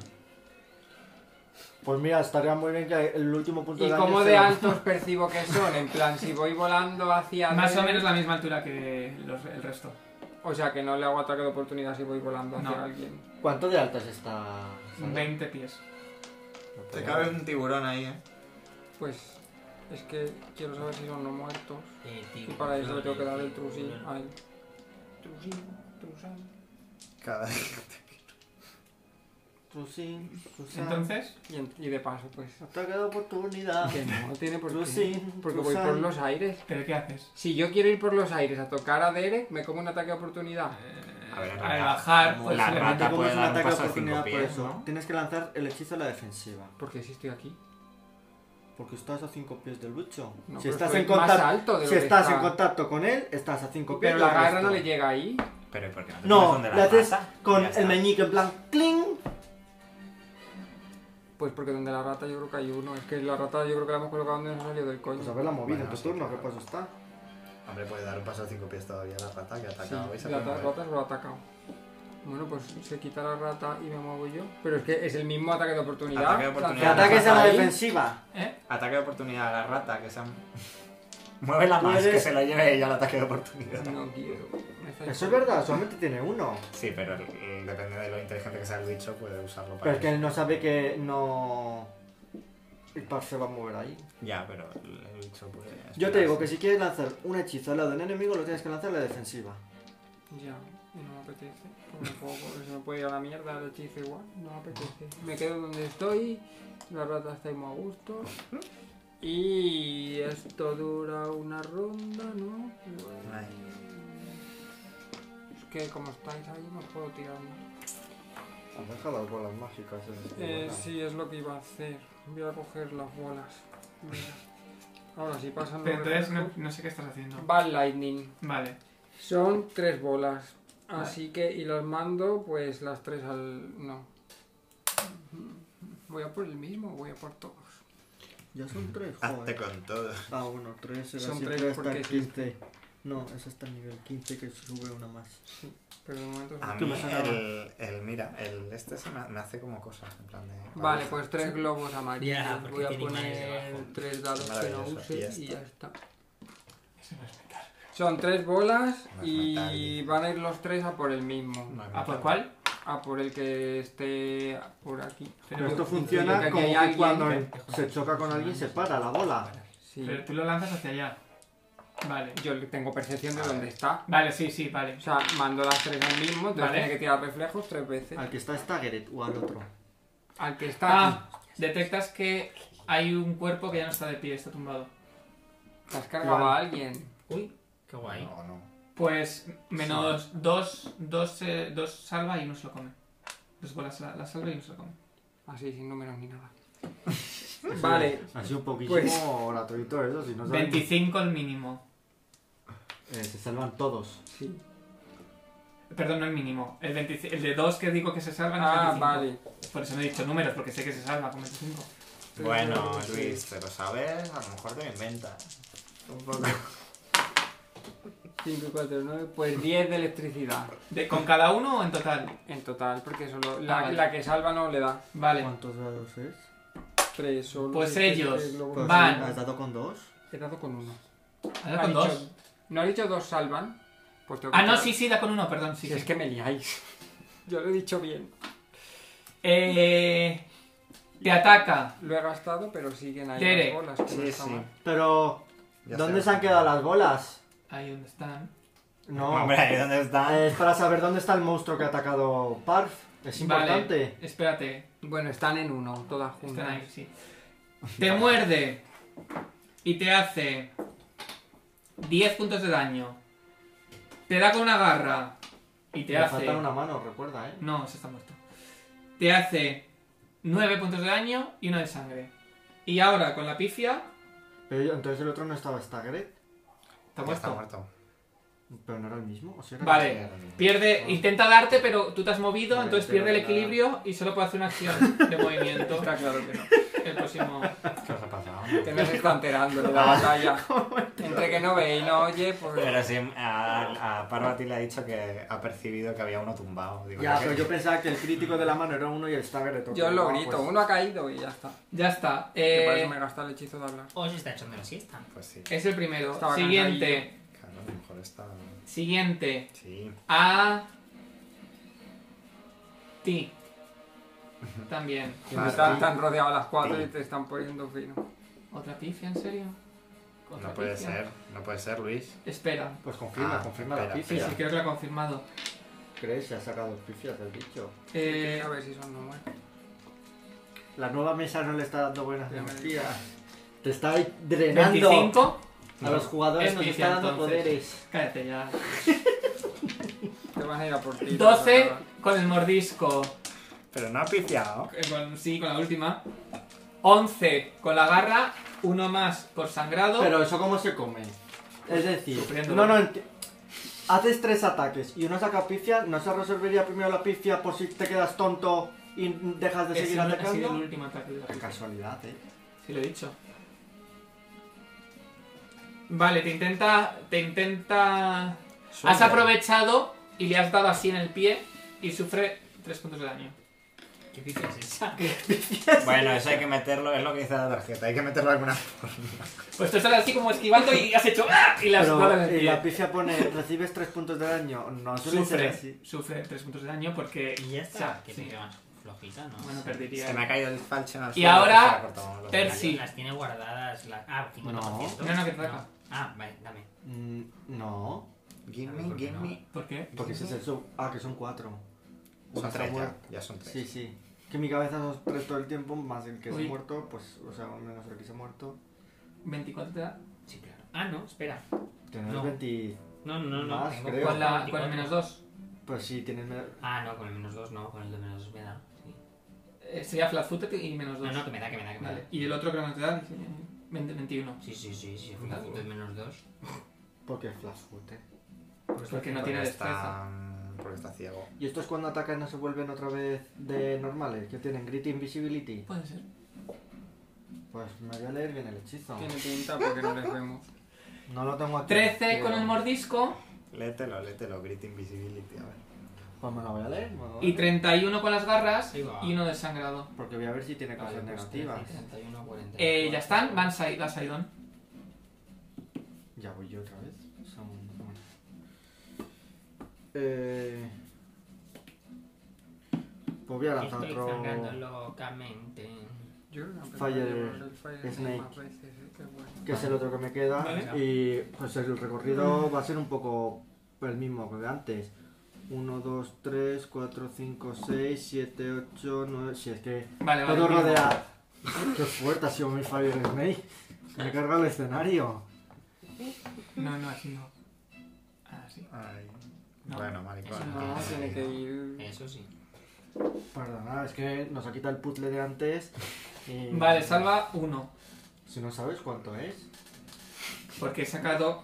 Pues mira, estaría muy bien que el último punto de ¿Y daño cómo de sea- altos percibo que son? En plan, si voy volando hacia... Más o él, menos la misma altura que los- el resto. O sea, que no le hago ataque de oportunidad si voy volando hacia No. alguien. ¿Cuánto de altas está? Sara? 20 pies. No puedo. Te cabe un tiburón ahí, ¿eh? Pues es que quiero saber si son no muertos. Eh, Y tío, para eso no, le tengo que dar el tío, trusil no. a él. Trusil, trusil. Cada Tú sí, tú sí. Entonces, Y, en- y de paso, pues. Ataque de oportunidad. Que no tiene por qué. Trusil, Porque voy por trusil. los aires. ¿pero qué haces? Si yo quiero ir por los aires a tocar a Derek, me como un ataque de oportunidad. A ver, en Al realidad, bajar, como pues la le rata metes- Te comes puede un dar un ataque de paso de cinco oportunidad por pies, eso. ¿no? Tienes que lanzar el hechizo a la defensiva. Porque si estoy aquí. Porque estás a 5 pies del bicho. No, si pero estás estoy en más contacto, alto de lo si que estás está. en contacto con él, estás a 5 pies. Pero la del garra no resto. le llega ahí. Pero ¿y por qué no te pones No, donde le la haces rata? con Ya está. el meñique en plan cling. Pues porque donde la rata yo creo que hay uno. Es que la rata yo creo que la hemos colocado donde nos salió del coño. Pues haberla movido en Bueno, tu sí, turno, ¿qué claro. paso está? Hombre, puede dar un paso de cinco pies todavía la rata que Sí, ataca. hoy se la puede ta- mover. rata se lo ha atacado. Bueno, pues se quita la rata y me muevo yo. Pero es que es el mismo ataque de oportunidad. Ataque de Lanzar- oportunidad. Que Ya, ataques pasa a la ahí. defensiva. ¿Eh? Ataque de oportunidad a la rata que se han... Mueve la más, Puedes- que se la lleve ella el ataque de oportunidad. No quiero. Me está- Eso es verdad, solamente tiene uno. Sí, pero mm, depende de lo inteligente que sea el bicho, puede usarlo Pero para es que eso. él no sabe que no. El par se va a mover ahí. Ya, pero el el bicho puede... Yo te digo que si quieres lanzar un hechizo al lado del enemigo, lo tienes que lanzar a la defensiva. Ya, y no me apetece. Porque me puedo- porque se me puede ir a la mierda el hechizo igual. No me apetece. Me quedo donde estoy. La rata está ahí muy a gusto. Y esto dura una ronda, ¿no? Ay. Es que como estáis ahí no puedo tirar más. Han dejado las bolas mágicas. esas que Eh, vuelan. sí, es lo que iba a hacer. Voy a coger las bolas. Mira. Ahora sí, pasan los Pero entonces no, reflejos. no sé qué estás haciendo. Bad Lightning. Vale. Son tres bolas. Así que, y las mando, pues las tres al. No. Voy a por el mismo, voy a por todos. Ya son tres, Hazte joder. con todo. Ah, bueno, tres era Son siempre tres hasta porque el es 15. No, es hasta el nivel 15 que sube una más. Pero de momento. son- A Tú mí me sacabas. el, el- mira, el este se me, me hace como cosas, en plan de... Vale, pues tres globos amarillos. Ya, porque voy a tiene imanes poner debajo. tres dados que no Maravilloso, use y ya y está. ya está. Son tres bolas No es y metal. van a ir los tres a por el mismo. No, no, ¿A pues, por no. cuál? Ah, por el que esté por aquí. Pero Pero, yo esto creo que funciona aquí como hay que alguien cuando que- se choca con alguien se para la bola. Sí. pero tú lo lanzas hacia allá. Vale. Yo tengo percepción de dónde está. Vale, sí, sí, vale. O sea, mando las tres al mismo, entonces Vale. tiene que tirar reflejos tres veces. Al que está Staggered o al otro. Al que está aquí. Ah, detectas que hay un cuerpo que ya no está de pie, está tumbado. Te has cargado a alguien. Uy, qué guay. No, no. Pues menos dos, dos, eh, dos salva y uno se lo come. Dos bolas la, la salva y uno se lo come. Así, sin números ni nada. vale. Así un poquísimo Pues- gratuito eso, si no saben. 25 el mínimo. Eh, se salvan todos. Sí. Perdón, no el mínimo. El, 25 el de dos que digo que se salvan es Ah, 25. vale. Por eso no he dicho números, porque sé que se salva con 25. Bueno, sí. Luis, pero sabes, a lo mejor te lo inventas. Un poco. 5, 4, 9, pues 10 de electricidad De- ¿Con cada uno o en total? en total, porque solo la, Ah, vale. la que salva no le da Vale. ¿Cuántos dados es? 3 solo. Pues si es que ellos el globo- Pues, Van. ¿Has dado con dos? He dado con uno. ¿Ha dado con Ha dicho- dos? No he dicho dos salvan. Pues tengo que Ah, no, tirar- sí, sí, da con uno, perdón. Sí, Si es sí. que me liáis. Yo lo he dicho bien. Eh, te ataca. Lo he gastado, pero siguen ahí Derek. las bolas. que Pues no Sí, está sí. mal. Pero, Ya ¿dónde sé. se han quedado las bolas? Ahí donde están. No, Ah, Hombre, ¿y dónde está? es para saber dónde está el monstruo que ha atacado Parf. Es importante. Vale, espérate. Bueno, están en uno, todas Están ahí, juntas. sí. Te muerde. Y te hace 10 puntos de daño. Te da con una garra. Y te Le hace. falta una mano, recuerda, ¿eh? No, se está muerto. Te hace 9 puntos de daño y uno de sangre. Y ahora con la pifia. Pero yo- entonces el otro no estaba Staggered, Está Ya Está muerto. muerto. pero no era el mismo. ¿O sí era el Vale. mismo? Pierde, intenta darte, pero tú te has movido, Vale, entonces pero pierde el nada. equilibrio y solo puede hacer una acción de movimiento. Está claro que no. El próximo. ¿Qué os ha pasado? Que no se está enterando de la batalla. Entre que no ve y no oye, Pero pues. sí, a, a Parvati le ha dicho que ha percibido que había uno tumbado. Digo, Ya, ¿qué? pero yo pensaba que el crítico de la mano era uno y el Staggered otro. Yo lo Ah, grito, pues, uno ha caído y ya está. Ya está. Que eh, para eso me gasta el hechizo de hablar. O se está echando la siesta. Pues sí, es el primero. Estaba siguiente. claro, a lo mejor está... Siguiente. Sí. A. Ti. También. Que Claro. me están, están rodeados las cuatro y te están poniendo fino. ¿Otra pifia, en serio? ¿Otra No puede pifia? ser, no puede ser, Luis. Espera. Pues confirma, Ah, confirma la espera, Sí, pifia. sí, creo que lo ha confirmado. ¿Crees? Se ha sacado pifias, has dicho. Eh, a ver si son no muertos. La nueva mesa no le está dando buenas Ya me energías. Te está drenando. 25. A los jugadores Es nos pifia, está dando entonces. poderes. Cállate ya. Te van a ir a por ti. 12 vas a acabar. con el mordisco. Pero no ha pifiado. Eh, con- sí, con la última. 11 con la garra, uno más por sangrado. Pero eso cómo se come. Es decir, Sufriendo. no, no, enti- haces tres ataques y uno saca pifia, ¿no se resolvería primero la pifia por si te quedas tonto y dejas de Ese seguir no ha sido el atacando? último ataque de la Qué pifia. casualidad, eh. Sí, lo he dicho. Vale, te intenta. Te intenta. Has Suerte. aprovechado y le has dado así en el pie y sufre 3 puntos de daño. ¿Qué pifia es esa? Bueno, eso hay que meterlo, es lo que dice la tarjeta, hay que meterlo de alguna forma. Pues tú estás así como esquivando y has hecho. ¡ah! Y le has dado en Pero el eh, pie. la pifia pone, recibes tres puntos de daño. No suele ser Sufre, así. sufre 3 puntos de daño porque. Y ya o sea, está. Que sí. te queda más flojita, ¿no? Bueno, Se me ha perdería. caído el falche en el Y suelo, ahora, se la cortamos los Percy. Las- sí. Las tiene guardadas. La... Ah, 50%. No, no, que te ataca. Ah, vale, dame. Mm, no, dedos. Give me, give me. ¿Por qué? porque ese es el sub. Ah, que son cuatro. Son Está tres muerto. ya, ya son tres. Sí, sí. Que mi cabeza son tres todo el tiempo, más el que se Uy. ha muerto, pues, o sea, menos el que se ha muerto. 24 te da. Sí, claro. Ah, no, espera. Tenemos No. 20. No, no, no. Más, tengo creo. Con, la, cuatro, con el menos 2. Pues sí, tienes. me- Ah, no, con el menos 2 no, con el de menos 2 me da. sí. Eh, sería flat footed y menos 2. No, no, que me da, que me da, que me Vale. da. Y el otro que no te da, dice, 20, 21. Sí, sí, sí, sí, fue un de menos 2. Porque es flash foot, eh. Pues Porque no tiene destreza. está, porque está ciego. ¿Y estos cuando atacan no se vuelven otra vez de normales? ¿Que tienen Grit Invisibility? Puede ser. Pues me voy a leer bien el hechizo. Tiene pinta porque no les vemos. No lo tengo aquí. 13 Pero- con el mordisco Léetelo, léetelo, Grit Invisibility, a ver. Pues me lo voy a leer. me lo voy a y leer. 31 con las garras Ahí va. y uno desangrado. Porque voy a ver si tiene cosas negativas. 31, 40. Eh, ya están, van Sai- va Saidon. Ya voy yo otra vez. Un segundo. bueno. Eh... Pues voy a lanzar Estoy otro... sangrando locamente. Yo creo que Fire voy a poner el Fire Snake. más veces, eh, que bueno. Que es el otro que me queda. Vale. Y pues el recorrido va a ser un poco el mismo que de antes. 1, 2, 3, 4, 5, 6, 7, 8, 9... Si es que... Vale, vale. Todo mismo. rodea. Qué fuerte ha sido mi Fire Snake. Me carga el escenario. No, no, así no. Ah, sí. Ay. No. Bueno, Eso maricón. no No, tiene que ir. Eso sí. Perdona, es que nos ha quitado el puzzle de antes. y- Vale, salva 1. Si no sabes cuánto es. Porque he sacado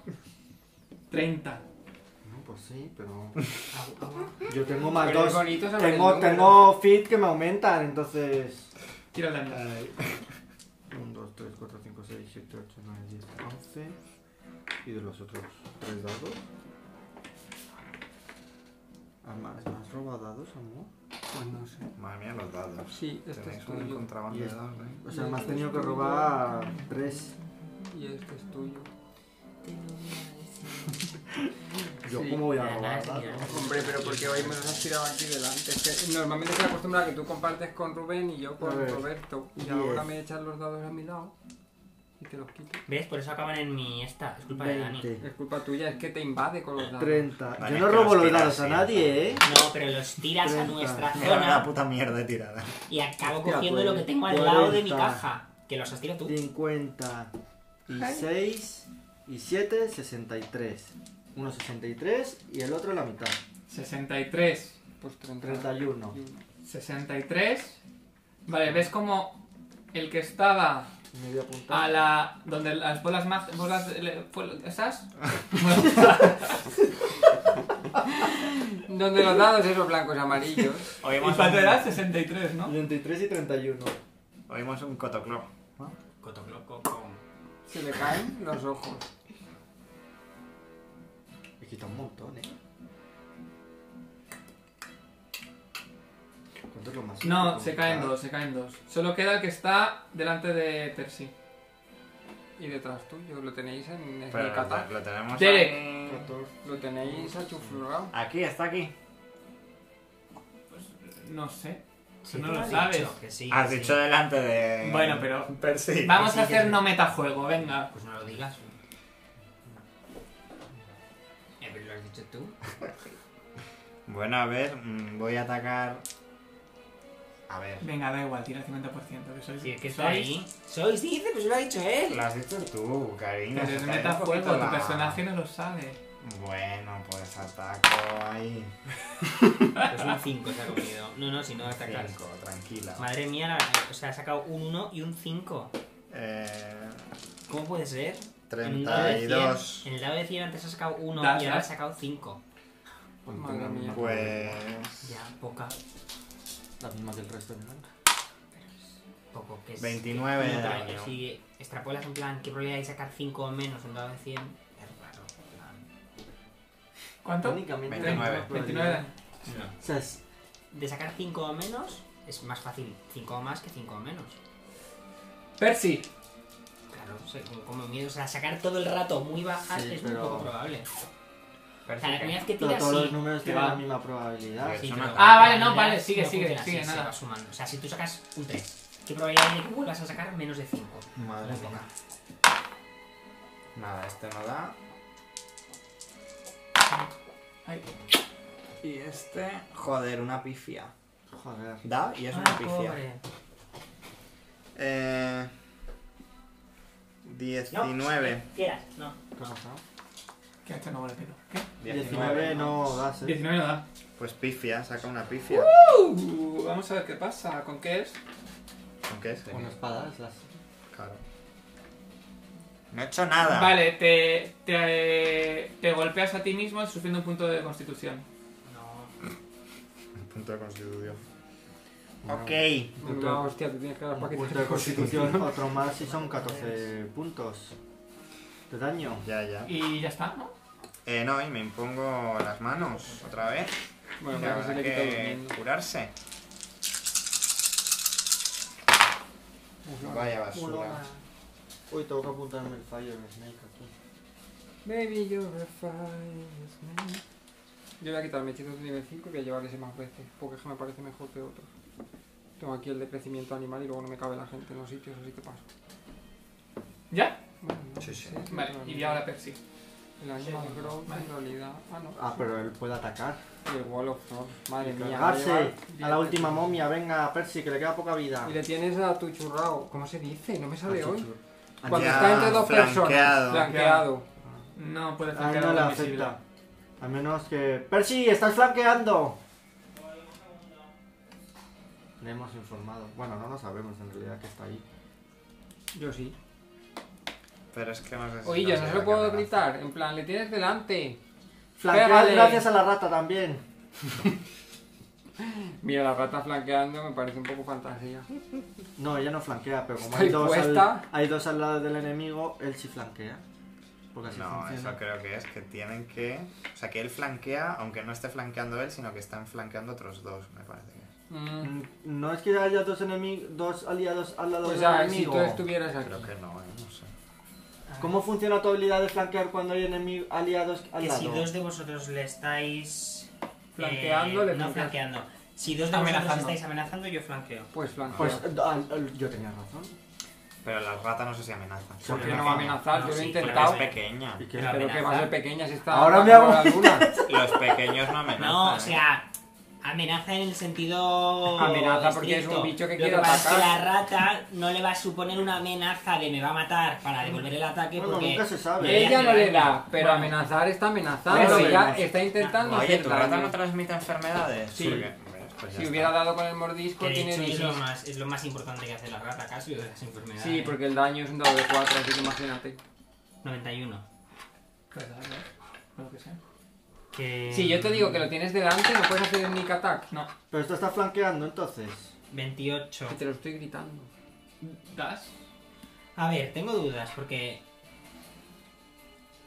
30. No, pues sí, pero. Au, au. Yo tengo más Pero es dos. bonito saber el Tengo, número. tengo fit que me aumentan, entonces. Tira el daño. 1, 2, 3, 4, 5, 6, 7, 8, 9, 10, 11. Y de los otros 3 dados. Ah, más, ¿me has robado dados, amor? Pues no sé. Madre mía, los dados. Sí, este es Tenéis un tuyo. contrabando Y de este- dados, ¿eh? O sea, me has tenido que robar 3. Y este es tuyo. Yo, Sí. ¿cómo voy a Nada, robar nada, dados? Hombre, pero porque hoy me los has tirado aquí delante. Es que normalmente se acostumbra a que tú compartes con Rubén y yo A con ver. Roberto. Y Diez. ahora me echan los dados a mi lado y te los quito. ¿Ves? Por eso acaban en mi esta. Es culpa de Dani. 20. Es culpa tuya, es que te invade con los dados. 30. Vale, Yo no que robo los los tiras, dados a sí. nadie, ¿eh? No, pero los tiras a Treinta. nuestra Mira la zona puta mierda de tirada. y acabo Hostia, cogiendo pues, lo que tengo al cuarenta. lado de mi caja. Que los has tirado tú. 50 y 6 y 7, 63. Uno 63 y el otro la mitad. 63. Pues 30. 31. 63. Vale, ves como el que estaba Me voy a apuntar. a la. donde las bolas más. bolas. le- fue- ¿Esas? Bueno, Donde los dados esos blancos y amarillos. Hoy ¿Y cuánto era? 63, ¿no? 33 y 31. Oímos un cotoclo. Cotocloco con. Se le caen los ojos. Me quita un montón, ¿eh? ¿Cuánto es lo más? No, se caen dos, se caen dos. Solo queda el que está delante de Percy. Y detrás tuyo. Lo tenéis en el Pero catar. lo, lo tenemos. Derek. ahí. 14. Lo tenéis achuflurado. Aquí, está aquí. No sé. Sí, no tú lo has sabes. dicho que sí, Has que dicho sí. delante de. Bueno, pero- Percy. Vamos sí, a que hacer sí. no metajuego, venga. Pues no lo digas. Eh, pero lo has dicho tú. Bueno, a ver, mm, voy a atacar. A ver. Venga, da igual, tira el 50%, que sois. Si es que está sois- ahí. Sois, dice, pues lo ha dicho él. Lo has dicho tú, cariño. Pero se es te ha ido un metajuego, poquito tu la- personaje no lo sabe. Bueno, pues ataco ahí. Pues un 5 se ha comido. No, no, si no atacas. Cinco, tranquila. Madre mía, la- o sea, ha sacado un 1 y un 5. Eh, ¿Cómo puede ser? En un dado de 100, 32. En el lado de 100 antes has sacado 1 Das, y ahora das. has sacado 5. Madre mía. Pues. Ya, poca. Las mismas del resto, ¿no? Poco que es. 29 no de trae- daño. Si extrapolas en plan, ¿qué probabilidad hay de sacar 5 o menos en un dado de 100? Es raro. en plan. ¿Cuánto? Únicamente. 29. 29 de daño. O sea, es- De sacar 5 o menos es más fácil 5 o más que 5 o menos. Percy, Claro, o sea, como, como miedo. O sea, sacar todo el rato muy bajas Sí, es pero- muy poco probable. O sea, la primera vez que pero tiras, todos los sí. números que tienen va. la misma probabilidad. Sí. Sí, Son pero- una- Ah, vale, no, la vale, realidad sigue, no sigue, funciona sigue, así, nada. Se va sumando. O sea, si tú sacas un 3, ¿qué probabilidad hay de que vuelvas a sacar menos de 5? Madre mía. Nada, este no da. Ay. Y este. Joder, una pifia. Joder. Da y es Ah, una pifia. pobre. Eh. 19. No, eh, quieras, no. pues, eh, ¿Qué ha pasado? ¿Qué Que esto no vale pelo. ¿Qué? 19 no das, eh. 19 no da. Pues pifia, saca una pifia. Uh, vamos a ver qué pasa. ¿Con qué es? ¿Con qué es? Con espadas las. Claro. No he hecho nada. Vale, te, te, te golpeas a ti mismo sufriendo un punto de constitución. No. Punto de constitución. Ok. No, hostia, tú tienes que dar Un paquetes. punto de constitución, Ah, otro más y son 14 puntos de daño. Ya, ya. Y ya está, ¿no? Eh, no, y me impongo las manos otra vez. Bueno, Ya mira, se le habrá quita que durmiendo. curarse. Vaya basura. Uy, tengo que apuntarme el Fire Snake aquí. Baby, you're a fine, yes, man. Yo voy a quitarme hechizo de nivel 5 y voy a llevar ese más veces, porque es que me parece mejor que otro. Tengo aquí el de crecimiento animal y luego no me cabe la gente en los sitios, así que paso. ¿Ya? Bueno, no Sí, sí. sé, Vale, pero y ya ahora Percy. El animal growth en realidad. Ah, no. Ah, pero él puede atacar. Y el wall of thorn. Madre Y mía. cargarse va a, llevar la diez última veces. momia. Venga, Percy, que le queda poca vida. Y le tienes a tu churrao. ¿Cómo se dice? No me Ah, sale hoy. Cuando Ya, está entre dos flanqueado. personas. Flanqueado. No puede A él hacer Ah, no le algo invisible. afecta. A menos que... ¡Percy, estás flanqueando! Le hemos informado. Bueno, no lo sabemos en realidad que está ahí. Yo sí. Pero es que no sé si. Oye, yo sé no se la lo puedo cámara. gritar. En plan, le tienes delante. Flanquear Pégale. gracias a la rata también. Mira, la rata flanqueando me parece un poco fantasía. No, ella no flanquea, pero como Está hay dos, al, dispuesta. hay dos al lado del enemigo, él sí flanquea. Porque así No, funciona. eso creo que es que tienen que. O sea, que él flanquea, aunque no esté flanqueando él, sino que están flanqueando otros dos, me parece que es. Mm. Mm, No es que haya dos enemigos, dos aliados al lado O del sea, Pues si enemigo. tú estuvieras aquí. Creo que no, eh, no sé. Ah. ¿Cómo funciona tu habilidad de flanquear cuando hay enemi- aliados al Que lado? si dos de vosotros le estáis. eh, Flanqueando, le No flanqueas. flanqueando. Si dos de vosotros Amenazando. estáis amenazando, yo flanqueo. Pues flanqueo. Pues eh, al- al- yo tenía razón. Pero la rata no sé si amenaza. ¿Por qué Porque no va a amenazar? No, yo lo he sí, intentado. Es pequeña. ¿Y qué? Pero Pero que va a amenaza. ser pequeña si está. Ahora me bajo hago- la luna. Los pequeños no amenazan. No, ¿eh? o sea, amenaza en el sentido. Amenaza porque estricto. es un bicho que Lo quiere pasa es que atacar. la rata no le va a suponer una amenaza de me va a matar para devolver el ataque Bueno, porque. nunca se sabe. Ella no le da, pero Bueno. amenazar está Pues Bueno, amenazando. Ella veremos. está intentando Oye, hacer ¿tu rata daño. no transmite enfermedades? Sí. Porque, hombre, pues ya Si está. hubiera dado con el mordisco, Que de tiene hecho es lo, 16. más, es lo más importante que hace la rata casi de las enfermedades. Sí, porque el daño es un dado de 4, así que imagínate. 91. Pues nada, ¿no? Lo que sea. Que... Si yo te digo que lo tienes delante, no puedes hacer nick attack. No. Pero esto está flanqueando entonces. 28. Que te lo estoy gritando. ¿Das? A ver, tengo dudas porque.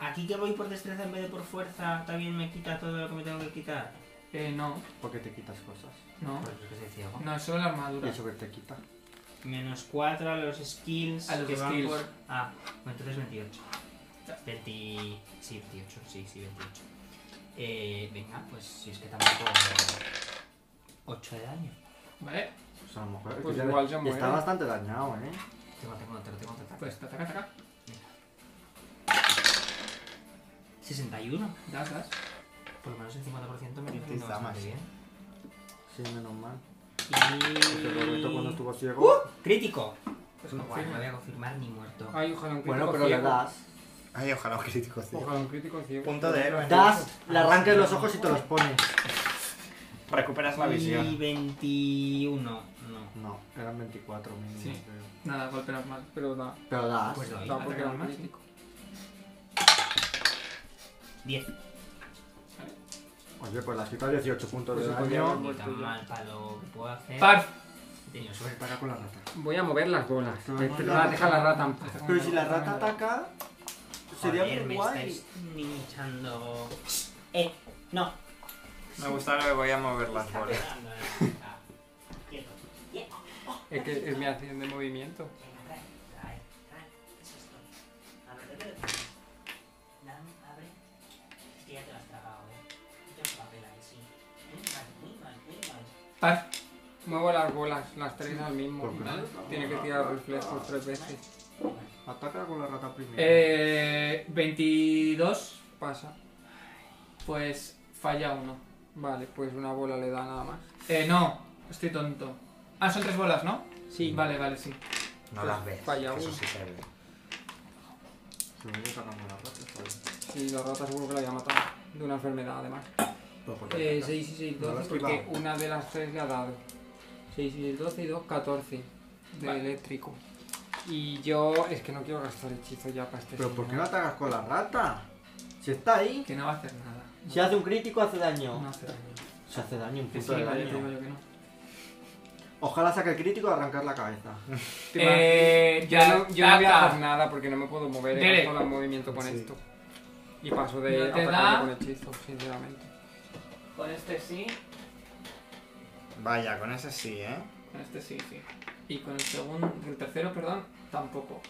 Aquí que voy por destreza en vez de por fuerza, también me quita todo lo que me tengo que quitar. Eh, no. Porque te quitas cosas. No. Por eso que soy ciego. No, es solo la ¿Y armadura. eso que te quita? Menos 4 a los skills A los que skills. van por. Ah, bueno, entonces 28. 20. Sí, 28, sí, sí, 28. Eh, venga, pues si es que tampoco. 8 de daño. Vale. Pues a lo mejor. Pues ya- igual se y muere. Está bastante dañado, ¿eh? Tengo, tengo, otro, tengo otro ataque. Pues ataca, ataca. 61. Das, das. Por lo menos el 50% me está haciendo Quizá bastante más. bien. Sí, menos mal. Porque Roberto cuando Y... estuvo ciego. Uh, Crítico. Pues Guau, no confirma. voy a confirmar ni muerto. Ay, ojalá un crítico bueno, pero le ciego. das. Ay, ojalá un crítico ciego. Ojalá un crítico ciego. Punto de héroe. Das, le arrancas los ojos y te los pones. Recuperas la Y visión. 21. No. No, eran 24 mínimo, Sí. creo. Nada, golpe normal. Pero da. Pero das. Pues doy. Da porque era un Ataca crítico. 10. Oye, pues las quitas 18 puntos Pues de se podía haber daño. Ni muerto tan ya. mal para lo que puedo hacer. Parf. He tenido suerte. Para con la rata. Voy a mover las bolas. No, Pero no, pero no, la no. deja la rata en paz. Pero si la rata ataca, sería Joder, muy me guay. estáis ninchando. Eh, no. Me gusta lo que voy a mover las bolas. Pegando en la boca. Quieto. Es que es mi acción de movimiento. Venga, trae, trae, trae. Eso es todo. Ábrete, pero- Dame, abre. Es que ya te lo has tragado, eh. Mucho papel ahí, sí. Muy mal, muy mal, muy mal. Parf. Muevo las bolas, las tres al mismo. ¿Por qué? ¿vale? Tiene que tirar reflejos tres veces. Ataca con la rata primero. Eh, 22. Pasa. Pues falla uno. Vale, pues una bola le da nada más. Eh, no. Estoy tonto. Ah, son tres bolas, ¿no? Sí. Vale, vale, sí. No las ves. Falla que Eso uno. sí se ve. Te voy a cargar una rata, joder. Y la rata seguro que la había matado. De una enfermedad, además. Pues porque- Eh, 6 y 6, No la 12, has porque quitado. una de las tres le ha dado. 6 y 6, 12 y 2, 14 de Vale. eléctrico. Y yo es que no quiero gastar hechizo ya para este. Pero señor. ¿por qué no atagas con la rata? Si está ahí. Que no va a hacer nada. Si hace un crítico hace daño. No hace daño. Se hace daño, un Que sí, puto de vale, te digo daño. yo que no. Ojalá saque el crítico y arrancar la cabeza. Eh, Ya no, yo no voy a Yaka, hacer nada porque no me puedo mover, he Dele. gastado el movimiento con Sí. esto. Y paso de No te atacarme da. con hechizo, sinceramente. Con este sí, Vaya, con ese sí, ¿eh? con este sí, sí. Y con el segundo, el tercero, perdón, tampoco.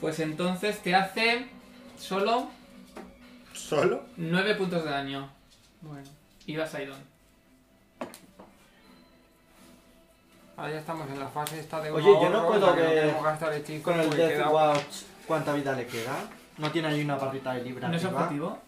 Pues entonces te hace solo ¿Solo? 9 puntos de daño. Bueno, Y vas a Iron. ahora ya estamos en la fase esta de Oye, yo no ahorro, ya que... puedo que- no queremos gastar hechizo Con el porque Death Pues queda- Watch, ¿cuánta vida le queda? ¿No tiene ahí una barrita de libra ¿No es arriba? objetivo?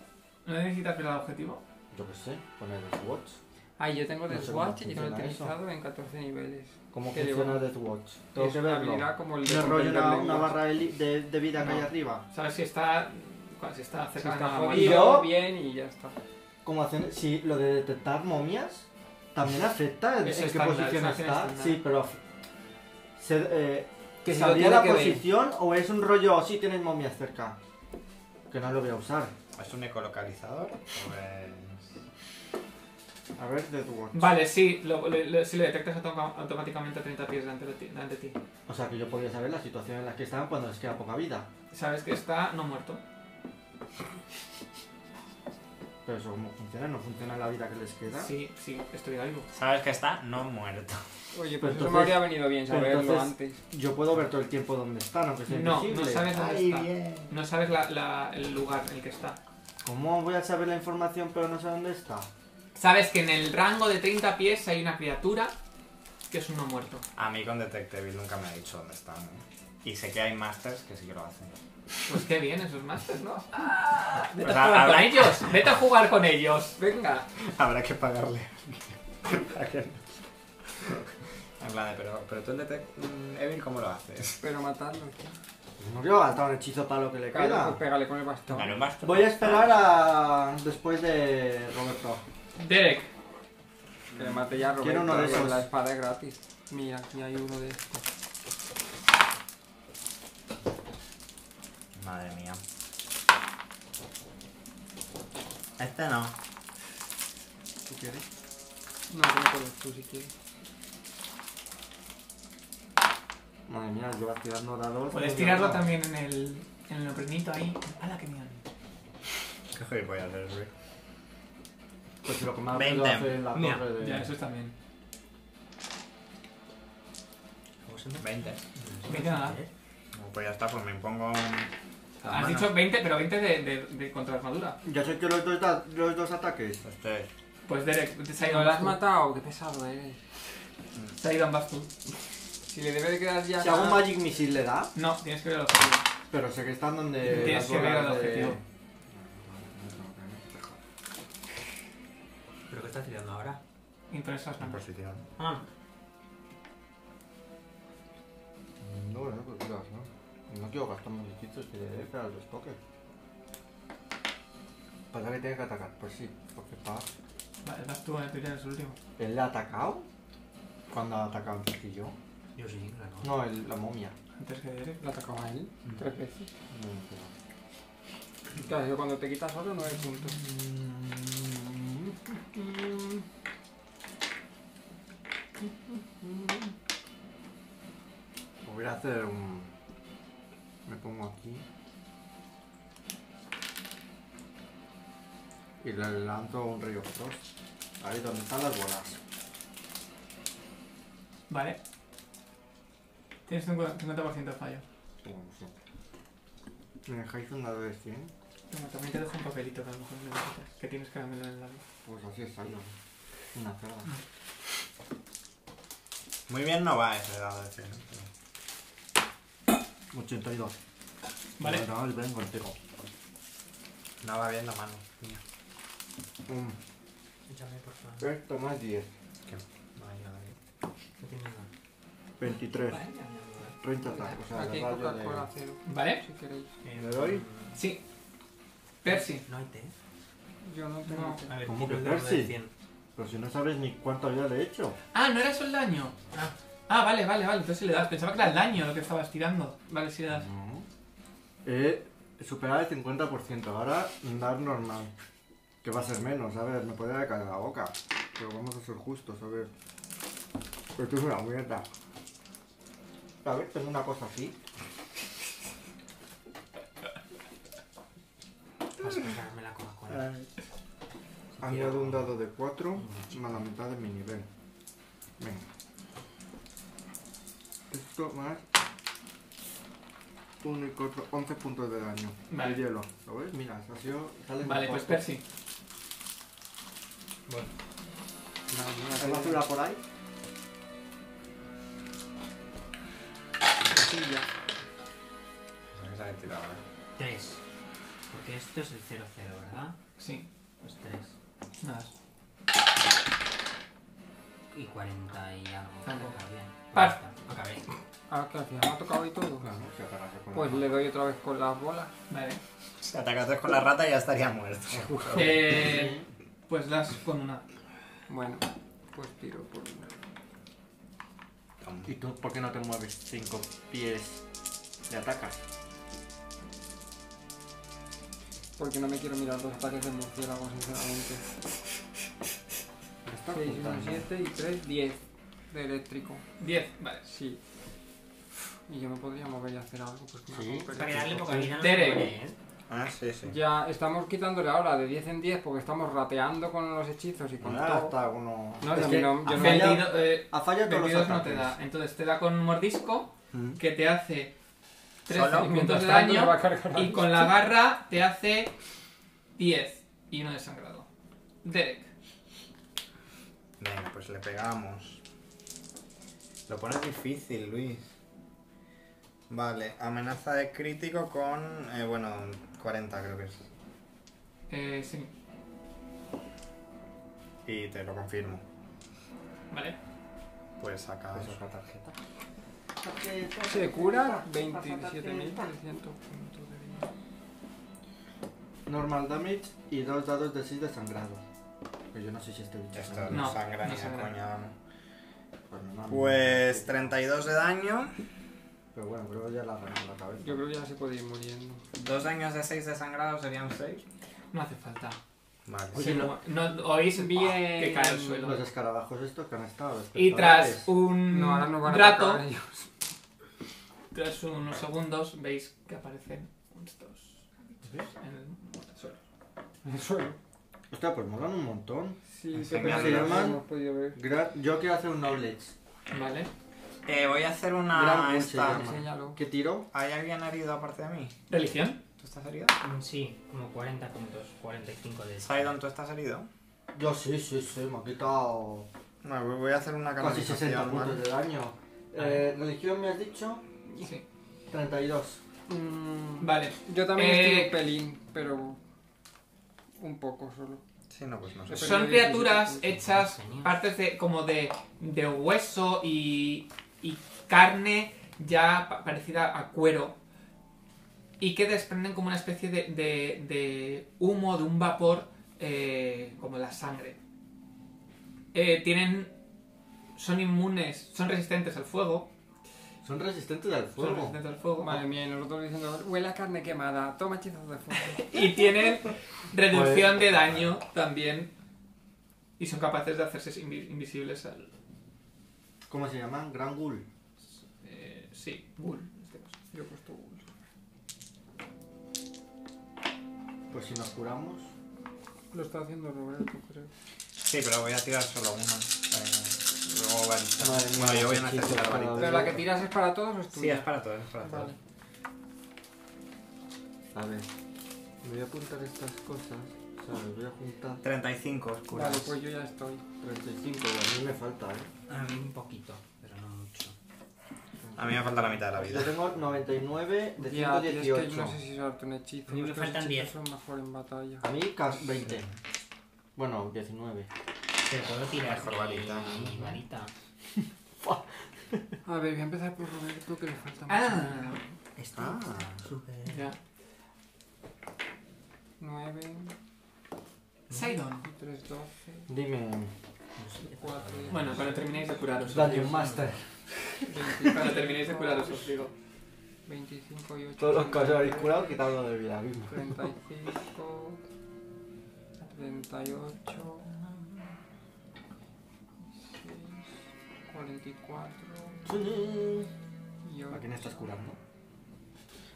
¿No necesitas ver el objetivo? Yo qué sé, con el Death Watch. Ah, yo tengo No de sé cómo Swatch y lo he funciona eso. utilizado en 14 niveles. ¿Cómo Que funciona llevo- Death Watch? Tengo Es que una verlo. habilidad como el de ¿No es rollo comprender una, una lenguas. barra de, li- de- de vida que hay No. arriba? ¿Sabes si está, cuál- si está Si cerca de está la jodido, yo- bien y ya está. ¿Cómo hacen? Sí, lo de detectar momias también afecta en, Es en qué estándar, posición es está. acción estándar. Sí, pero... af- se- eh, Que si lo ¿Sabría tiene la que ver. posición o es un rollo si tienen momias cerca? Que no lo voy a usar. ¿Es un ecolocalizador? Pues... A ver, Death Watch. Vale, sí, lo, lo- lo- si lo detectas automa- automáticamente a 30 pies delante de ti. delante de ti. O sea que yo podría saber la situación en la que estaban cuando les queda poca vida. Sabes que está no muerto. Pero eso cómo funciona, no funciona la vida que les queda. Sí, sí, estoy vivo. Sabes que está no muerto. Oye, pues Pero eso entonces- me habría venido bien pero saberlo entonces- antes. Yo puedo ver todo el tiempo dónde están, aunque sea No, no invisible. sabes dónde ¡Ay, está. bien! No sabes la- la- el lugar en el que está. ¿Cómo voy a saber la información pero no sé dónde está? Sabes que en el rango de 30 pies hay una criatura que es un no muerto. A mí con Detective nunca me ha dicho dónde están, ¿eh? Y sé que hay masters que sí que lo hacen. Pues qué bien esos masters, ¿no? Ah, Vete Pues a ha- jugar con habrá- ellos. Vete a jugar con ellos. Venga. Habrá que pagarle. a que- en plan de, pero, pero tú el Detective Evil, ¿cómo lo haces? Pero matarlo, tío. Pues No quiero gastar un hechizo para lo que le Claro, pues queda. pégale con el bastón. Claro, un bastón. Voy a esperar a... después de Roberto. Derek, Pues Que le mate ya a Roberto. Quiero uno de con esos. La espada es gratis. Mira, aquí hay uno de estos. Madre mía. Este no. Si quieres. No, que no puedes tú si quieres. Madre mía, yo voy a tirar no dados. puedes no tirarlo dados. también en el, en el oprenito ahí. ¡Hala, qué miedo! Qué gilipollas eres, Rick. Pues lo que más Veinte. puedo hacer en la Mira, torre de... ya, eso también. 20. Venga, nada. ¿eh? Pues ya está, pues me Ah, impongo. la Ah, Has mano. dicho 20, pero 20 de, de, de contraarmadura. Ya sé que los dos, da- los dos ataques. Pues tres. Pues Derek, te se ha ido ¿No en lo has Bastul. matado? Qué pesado eres. Se ha ido en Bastul. Si le debe de quedar ya... Si hago un Magic Missile le da, No, tienes que ver el objetivo. pero sé que están donde... Tienes las que ver bolas al de- objetivo. ¿Pero qué estás tirando ahora? Impresas En no. posición. Ah, No, bueno, pues tiras, ¿no? No quiero gastar más hechizos que le para los toques. Pasa que tiene que atacar, pues sí, porque pa. Vale, vas tú, eh, tú ya eres el último. ¿Él le ha atacado? ¿Cuándo ha atacado antes que yo? yo sí, claro. No, el- la momia. Antes que Derek. ¿Lo atacaba a él? Tres veces. No, no, Claro, yo cuando te quitas solo no hay puntos. no. Voy a hacer un. Me pongo aquí. Y le lanzo un río frost. Ahí donde están las bolas. Vale. Tienes un 50% de fallo. Como siempre. ¿Me dejáis un dado de 100? Toma, también te dejo un papelito que a lo mejor necesitas. Que tienes que dármelo en el labio. Pues así es algo. Una cerda. Muy bien no va ese dado de cien. 82. Vale. Bueno, ven contigo. No va bien la mano. Mira. Mm. Escúchame, por favor. Esto más 10. No ayuda, ¿eh? No tiene nada. 23. Vaya, mi amor. 30 attack, o sea, Aquí de hay rayo de... Coca-Cola cero, ¿Vale? si queréis. ¿Le doy? Sí. Percy. No hay té. Yo no tengo. No. que- A ver, ¿Cómo tiro que el dado Percy? de 100. Pero si no sabes ni cuánto vida le he hecho. Ah, no era eso el daño. Ah. Ah, vale, vale, vale. Entonces sí le das. Pensaba que era el daño lo que estabas tirando. Vale, sí le das. No. He superado el 50%, ahora dar normal. Que va a ser menos, a ver, me podría haber caído la boca. Pero vamos a ser justos, a ver. Esto es una mierda. A ver, tengo una cosa así. Vas a pegarme la Coca-Cola. Eh, añado un dado de 4 más la mitad de mi nivel. Venga. Esto más 1 y 4, 11 puntos de daño. Vale. De hielo. ¿Lo ves? Mira, ha sido. sale Vale, mejor. pues Percy. Ah, ¿Hay basura por ahí? Pues que se ha tirado, ¿eh? 3. Porque esto es el 0-0, ¿verdad? Sí. Pues 3. Nada. Y 40 y algo. Tampoco. Acabé. Par. Ya está, Acabé. Ah, ¿qué hacía? ¿Me ha tocado y todo? Claro, Ah, se atarrase con Pues la- le doy otra vez con las bolas. Vale. Si atacases con la rata ya estaría muerto. Eh, pues das con una. Bueno, pues tiro por una. ¿Y tú por qué no te mueves 5 pies? Le atacas. Porque no me quiero mirar los ataques de murciélago, sinceramente. Me está 6, 1, apuntando. 7 y 3, 10 de eléctrico. 10. Vale. Sí. Y yo me podría mover y hacer algo. Pues me Sí. hago, pero- Para que darle poca vida no Tere. se muere, ¿eh? Ah, sí, sí. Ya estamos quitándole ahora de 10 en 10 porque estamos rateando con los hechizos y con Ah, todo. está uno. No, Es a mí que no- yo ha no- fallado- 22, eh, ha fallado todos los 22 no ataques. te da. Entonces te da con un mordisco Mm. que te hace 3 Solo, puntos de tanto, me va daño a cargar y a- con la garra te hace 10 y uno desangrado. Derek. Venga, pues le pegamos. Lo pones difícil, Luis. Vale, amenaza de crítico con. eh, bueno, 40 creo que es. Eh, sí. Y te lo confirmo. Vale. Pues saca Pues eso. otra tarjeta. Se cura 27.300 puntos de vida. Normal damage y dos dados de 6 de sangrado. Pues yo no sé si este bicho Esto sangra. no No, no sangra ni de sangra. coña, vamos. Pues, no, Pues 32 de daño, Pero bueno, creo que ya la arranco la cabeza. Yo creo que ya se puede ir muriendo. dos daños de 6 de sangrado serían 6. No hace falta. Vale. Oye, Sí, no, no- oís bien que cae al Los suelo. escarabajos estos que han estado. Y tras espectadores. un No, ahora no van a Mm. rato, atacar ellos. tras unos segundos, veis que aparecen estos bichos en el suelo. Eso es. Hostia, pues molan un montón. Sí, Enseñadle. qué pena que no Llaman- hemos podido ver. Gra- yo quiero hacer un knowledge. Vale. Eh, voy a hacer Gran una. buche, Esta. llama. Enséñalo. ¿Qué tiro? ¿Hay alguien herido aparte de mí? Religión. ¿Tú estás herido? Mm, Sí, como 40 puntos. 45 de Sidon, ¿tú estás herido? Yo sí, sí, sí, me ha quitado Bueno, pues voy a hacer una casi 60 canonización, ¿vale? puntos de daño. Eh, religión me has dicho Sí. 32. Mm, Vale. Yo también Eh, estoy un pelín, pero un poco solo. Sí, no, pues no sé. Eso- Son criaturas hechas Genial. partes de, como de, de hueso y, y carne ya pa- parecida a cuero y que desprenden como una especie de, de- de humo, de un vapor eh, como la sangre. Eh, tienen, son inmunes, son resistentes al fuego. Son resistentes al Son fuego. resistentes al fuego. Madre mía, y nosotros diciendo, huele a carne quemada, toma hechizos de fuego. Y tienen reducción de daño también. Y son capaces de hacerse invi- invisibles al, ¿Cómo se llaman? Gran Ghoul. Eh, sí, bull. en este caso. Yo he puesto uno. Pues si nos curamos. Lo está haciendo Roberto, creo. Sí, pero voy a tirar solo una. eh, luego varita. Madre mía, bueno, yo voy a qué necesitar chiste, varita. joder. Pero la que tiras es para todos o es Sí, tuya. es para todos, es para todos. Vale. A ver. Me voy a apuntar estas cosas. O sea, les voy a juntar 35 oscuras. Vale, pues yo ya estoy. 35. A mí me falta, ¿eh? A mí un poquito, pero no mucho. A mí me falta la mitad de la vida. Yo tengo 99 de Ya, tío, es que 118. yo no sé si salto un hechizo. A mí me es que los faltan 10. hechizos Son mejor en batalla. A mí casi 20. Bueno, 19. Pero puedo tirar Mejor mi- varita, mi ¿no? varita. A ver, voy a empezar por Roberto, que le falta mucho. Ah, Estoy Ah, súper. Ya. 9, Sidon. 3, 12, Dime. No sé qué 4, pasa. Bueno, cuando terminéis de curaros. os digo. Dungeon Master. Cuando terminéis de curaros os digo. 25 y 8. Todos los que os habéis curado, quitadlo de vida mismo. 35, 38, 6, 44 y ¿A 8. quién estás curando?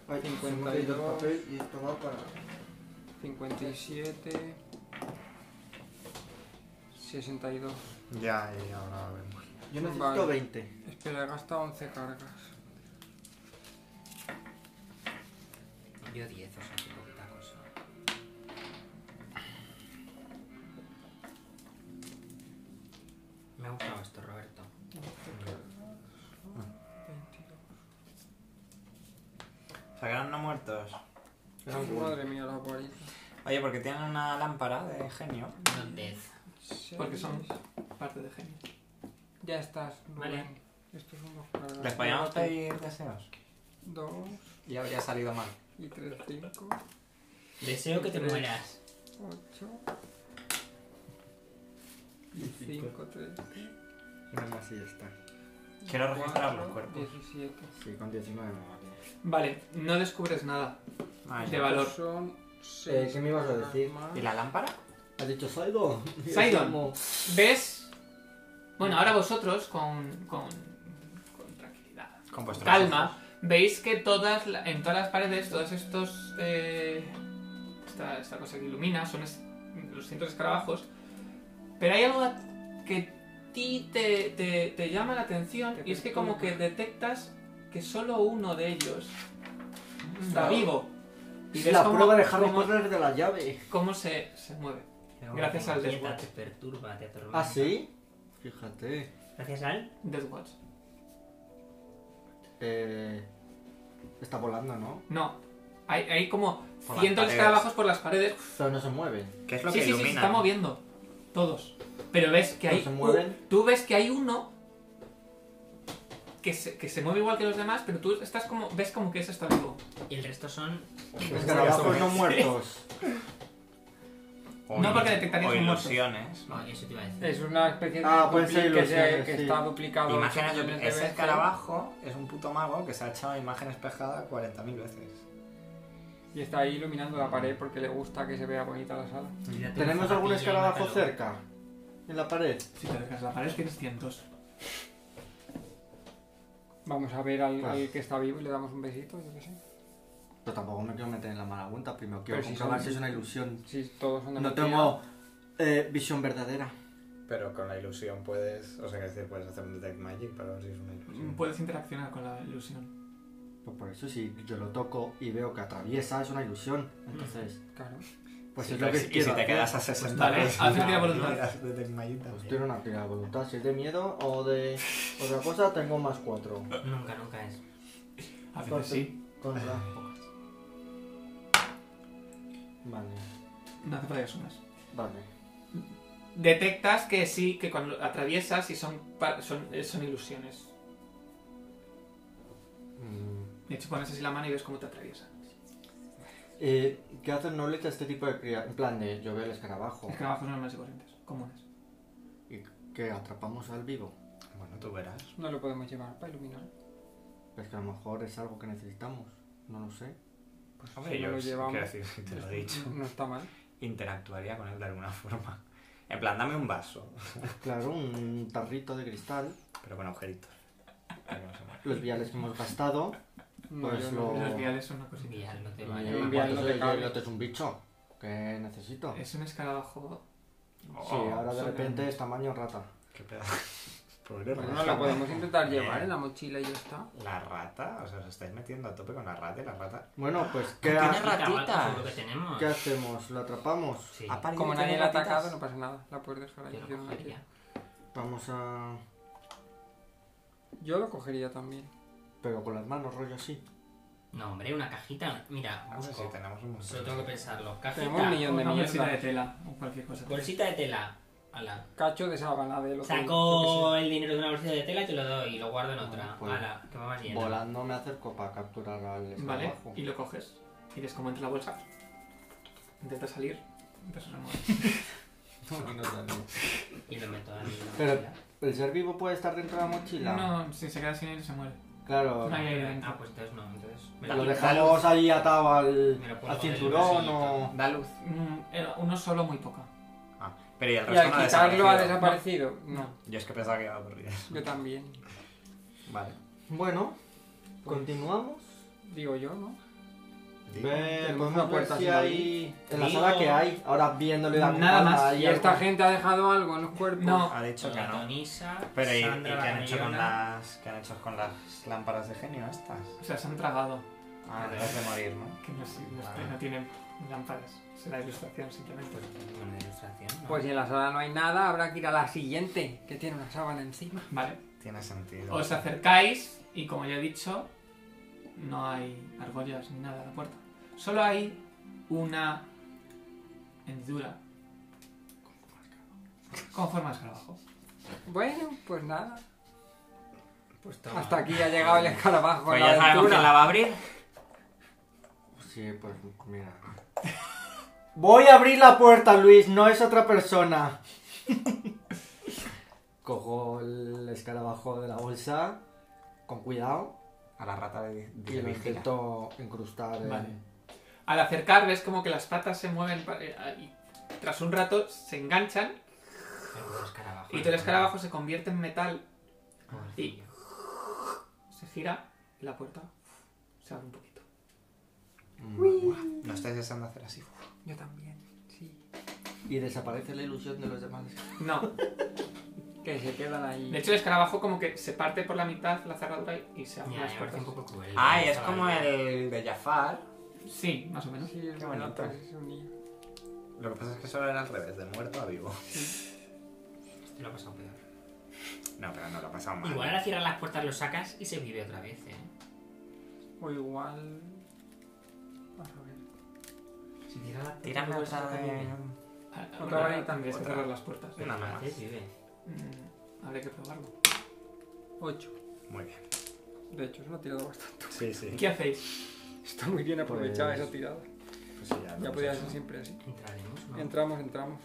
Ay, 52. se me ha caído el papel y esto va para. 57, 62. ya, y ahora vemos. Yo necesito Vale. 20. Espera, he gastado 11 cargas. Yo 10, o sea, qué poquita cosa. Me ha gustado esto, Roberto. 11 cargas. Ah. 22. Sacaron no muertos. Madre mía, la guarita. Oye, porque tienen una lámpara de genio. No death. Porque son parte de genio. Ya estás, Rubén. Vale. Esto es un dos Ah, cargas. ¿Les podíamos pedir deseos? Dos Y habría salido mal. y tres, cinco, Deseo que te Tres. mueras. ocho. Y cinco, tres. Una más y ya está. Quiero registrar cuatro, los cuerpos. Diecisiete. Sí, con 19 me vale. Vale, no descubres nada de valor. Son Eh, seis. ¿Qué me ibas a cargas decir? más. Ah, ¿Y la lámpara? ¿Has dicho Saidon? Sidon. ¿Ves? Bueno, ahora vosotros con, con, con tranquilidad. Con vuestros calma, veis que todas la- en todas las paredes, todos estos. eh, esta, esta cosa que ilumina son es- los cientos de escarabajos. Pero hay algo que a ti te, te- te llama la atención Te y es que, como que perturba. detectas que solo uno de ellos está vivo. Y Mm, Es ves la cómo- prueba de Harry cómo- Potter de la llave. cómo se, se mueve. Pero Gracias te al inquieta, desguace. Te perturba, te atormenta. ¿Ah, sí? Fíjate. Gracias al. Death Watch. Eh, está volando, ¿no? No. Hay, hay como Por las cientos de paredes. escarabajos por las paredes. Pero no se mueve. ¿Qué es lo sí, que sí, sí, ilumina? se está moviendo. Todos. Pero ves que Pero hay. se mueven. u- Tú ves que hay uno que se, que se mueve igual que los demás, pero tú estás como. ves como que ese está vivo. Y el resto son. Escarabajos no muertos. O No, il- porque detectarías O un muerto. ilusiones. No, eso te iba a decir. Es una especie de Ah, pueden dupli- ser que, se, ilusiones, que sí. está duplicado. Imágenes, ocho yo- millones de ese veces. escarabajo es un puto mago que se ha echado imagen espejada 40.000 veces. Y está ahí iluminando la pared porque le gusta que se vea bonita la sala. Mira, tiene ¿Tenemos zapatilla algún y escarabajo mátalo. cerca? En la pared. Si te dejas la pared, tienes cientos. Vamos a ver al, Pues- al que está vivo y le damos un besito, yo qué sé. Pero tampoco me quiero meter en la mala cuenta. Primero quiero Pero si comprobar son- si es una ilusión. Si todos son de No mentira. tengo eh, visión verdadera. Pero con la ilusión puedes, o sea, es decir, puedes hacer un detect magic para ver si es una ilusión. Puedes interaccionar con la ilusión. Pues por eso si yo lo toco y veo que atraviesa, es una ilusión. Entonces, Claro. pues Sí, es lo pero que si- y quiero si te hacer. quedas a 60 Vale, veces, pues haz un tiro de no, voluntad. no le das detect magic también. Pues tiene una tirada de voluntad. Si es de miedo o de otra cosa, tengo más cuatro. Nunca, nunca es. A veces Corte. sí. Contra. Vale, No hace falta que sumas. vale. Detectas que sí, que cuando lo atraviesas y son, pa- son, eh, son ilusiones. Mm. De hecho, pones así la mano y ves cómo te atraviesa. Eh, ¿Qué hacen nobles a este tipo de criaturas? En plan de yo veo el escarabajo Escarabajos normales y corrientes, comunes. y que atrapamos al vivo. Bueno, tú verás. No lo podemos llevar para iluminar. Pues que a lo mejor es algo que necesitamos. No lo sé. Pues Hombre, si no yo lo sí, llevamos. quiero decir, si te lo he dicho. No está mal. Interactuaría con él de alguna forma. En plan, dame un vaso, Claro, un tarrito de cristal. pero con agujeritos. Para que no se muera. Los viales que hemos gastado. No, Pues yo lo- no. Los viales son una cosita. Enviar, pues no te Y vaya. en vial cuanto no se te le- cabe. el otro es un bicho. ¿Qué necesito? Es un escarabajo. Sí, ahora de son repente grandes. es tamaño rata. ¿Qué pedazo? Pobre Bueno, Pues No rata. lo podemos intentar llevar en la mochila y ya está. La rata, o sea, os estáis metiendo a tope con la rata y la rata. Bueno, pues ¿qué, ha- Tiene ratita. ratitas. que tenemos. qué hacemos? ¿Lo atrapamos? Sí. Ha parido Como tres nadie la ha ratitas. atacado, no pasa nada. La puedes dejar ahí. Yo yo lo no la cogería. Vamos a... quiero. Yo lo cogería también. Pero con las manos, rollo así. No, hombre, una cajita. Mira, Pues No sé si busco. tenemos un montón. Solo tengo que pensarlo. Cajita. Tenemos un millón de Una bolsita mierda. de tela o cualquier cosa. Bolsita de tela. Ala. Cacho de sábana de lo que- Saco el dinero de una bolsa de tela y te lo doy y lo guardo en otra. Bueno, pues, Ala, que me vas lleno. Volando me acerco para capturar al Vale, escarabajo. y lo coges. Y ves cómo entra en la bolsa. Intenta salir. Empiezas a mover. No, no sale. Y lo meto Ah, en la Pero- mochila. ¿El ser vivo puede estar dentro de la mochila? No, si se queda sin aire se muere. Claro. No hay aire dentro. Ah, pues entonces no, entonces. Me Lo quito. dejamos ahí atado Me al, lo pongo al en el cinturón o... bolsillito. Da luz. Mm, era uno solo, muy poca. Ah, pero y el Y resto al no ha quitarlo ha desaparecido. desaparecido. No, Yo es que pensaba que iba a ocurrir. yo también. Pues Vale. Bueno, Pues, continuamos. Digo yo, ¿no? Ver, tenemos pues una una puerta puerta si sin abrir. hay... En la sala que hay, ahora viéndole la Nada más. calma, hay ¿Y esta algo. gente ha dejado algo en los cuerpos? No, Ha dicho que La no. Tonisa, Pero ¿y, y Sandra, qué han la hecho con Mariona. las qué han hecho con las lámparas de genio estas? o sea, se han tragado. Ah, debes de morir, ¿no? Que no, es- no, es- Ah. no tienen lámparas. Será ilustración simplemente. Pues Bueno, ilustración, ¿no? Pues si en la sala no hay nada, habrá que ir a la siguiente, que tiene una sábana encima. Vale. Tiene sentido. Os acercáis y como ya he dicho, no hay argollas ni nada a la puerta. Solo hay una hendidura. Con forma de escarabajo. Bueno, pues nada. Pues toma. Hasta aquí ha llegado el escarabajo. Pues la ya sabemos aventura. quién la va a abrir. Sí, pues mira. Voy a abrir la puerta, Luis, no es otra persona. Cojo el escarabajo de la bolsa con cuidado A la rata de, y de lo vigila. intento incrustar. en- Vale. Al acercar ves como que las patas se mueven pa- eh, y tras un rato se enganchan Seguro escarabajo. y todo el escarabajo se convierte en metal, Y- se gira y la puerta se abre un poquito. No estáis deseando hacer así. Yo también, sí. Y desaparece la ilusión de los demás. No, Que se quedan ahí. de hecho el escarabajo como que se parte por la mitad la cerradura y- y se abren Ya, pues las me parece puertas. un poco cruel. Ay, ¿no? Ah, es como el de Jafar. Sí, más o menos. Sí, es Qué verdad, bonito. pues es un niño. Lo que pasa es que solo era al revés, de muerto a vivo. Te lo he pasado peor. No, pero no lo ha pasado mal. Igual ahora cierras las puertas, lo sacas y se vive otra vez, ¿eh? O igual. A ver. Si cierras las Tírame puertas, otra luego se de... vive. Ahora Otra varita. Ah, tendrías que Otra. cerrar las puertas. Una más. Haces, vive. Mm, habría que probarlo. 8. Muy bien. De hecho, es una tirada bastante. Sí, sí. ¿Qué hacéis? Está muy bien aprovechada Pues- esa tirada. Pues sí, ya lo Ya hemos podía hecho. ser siempre así. Entraremos, ¿no? Entramos, entramos.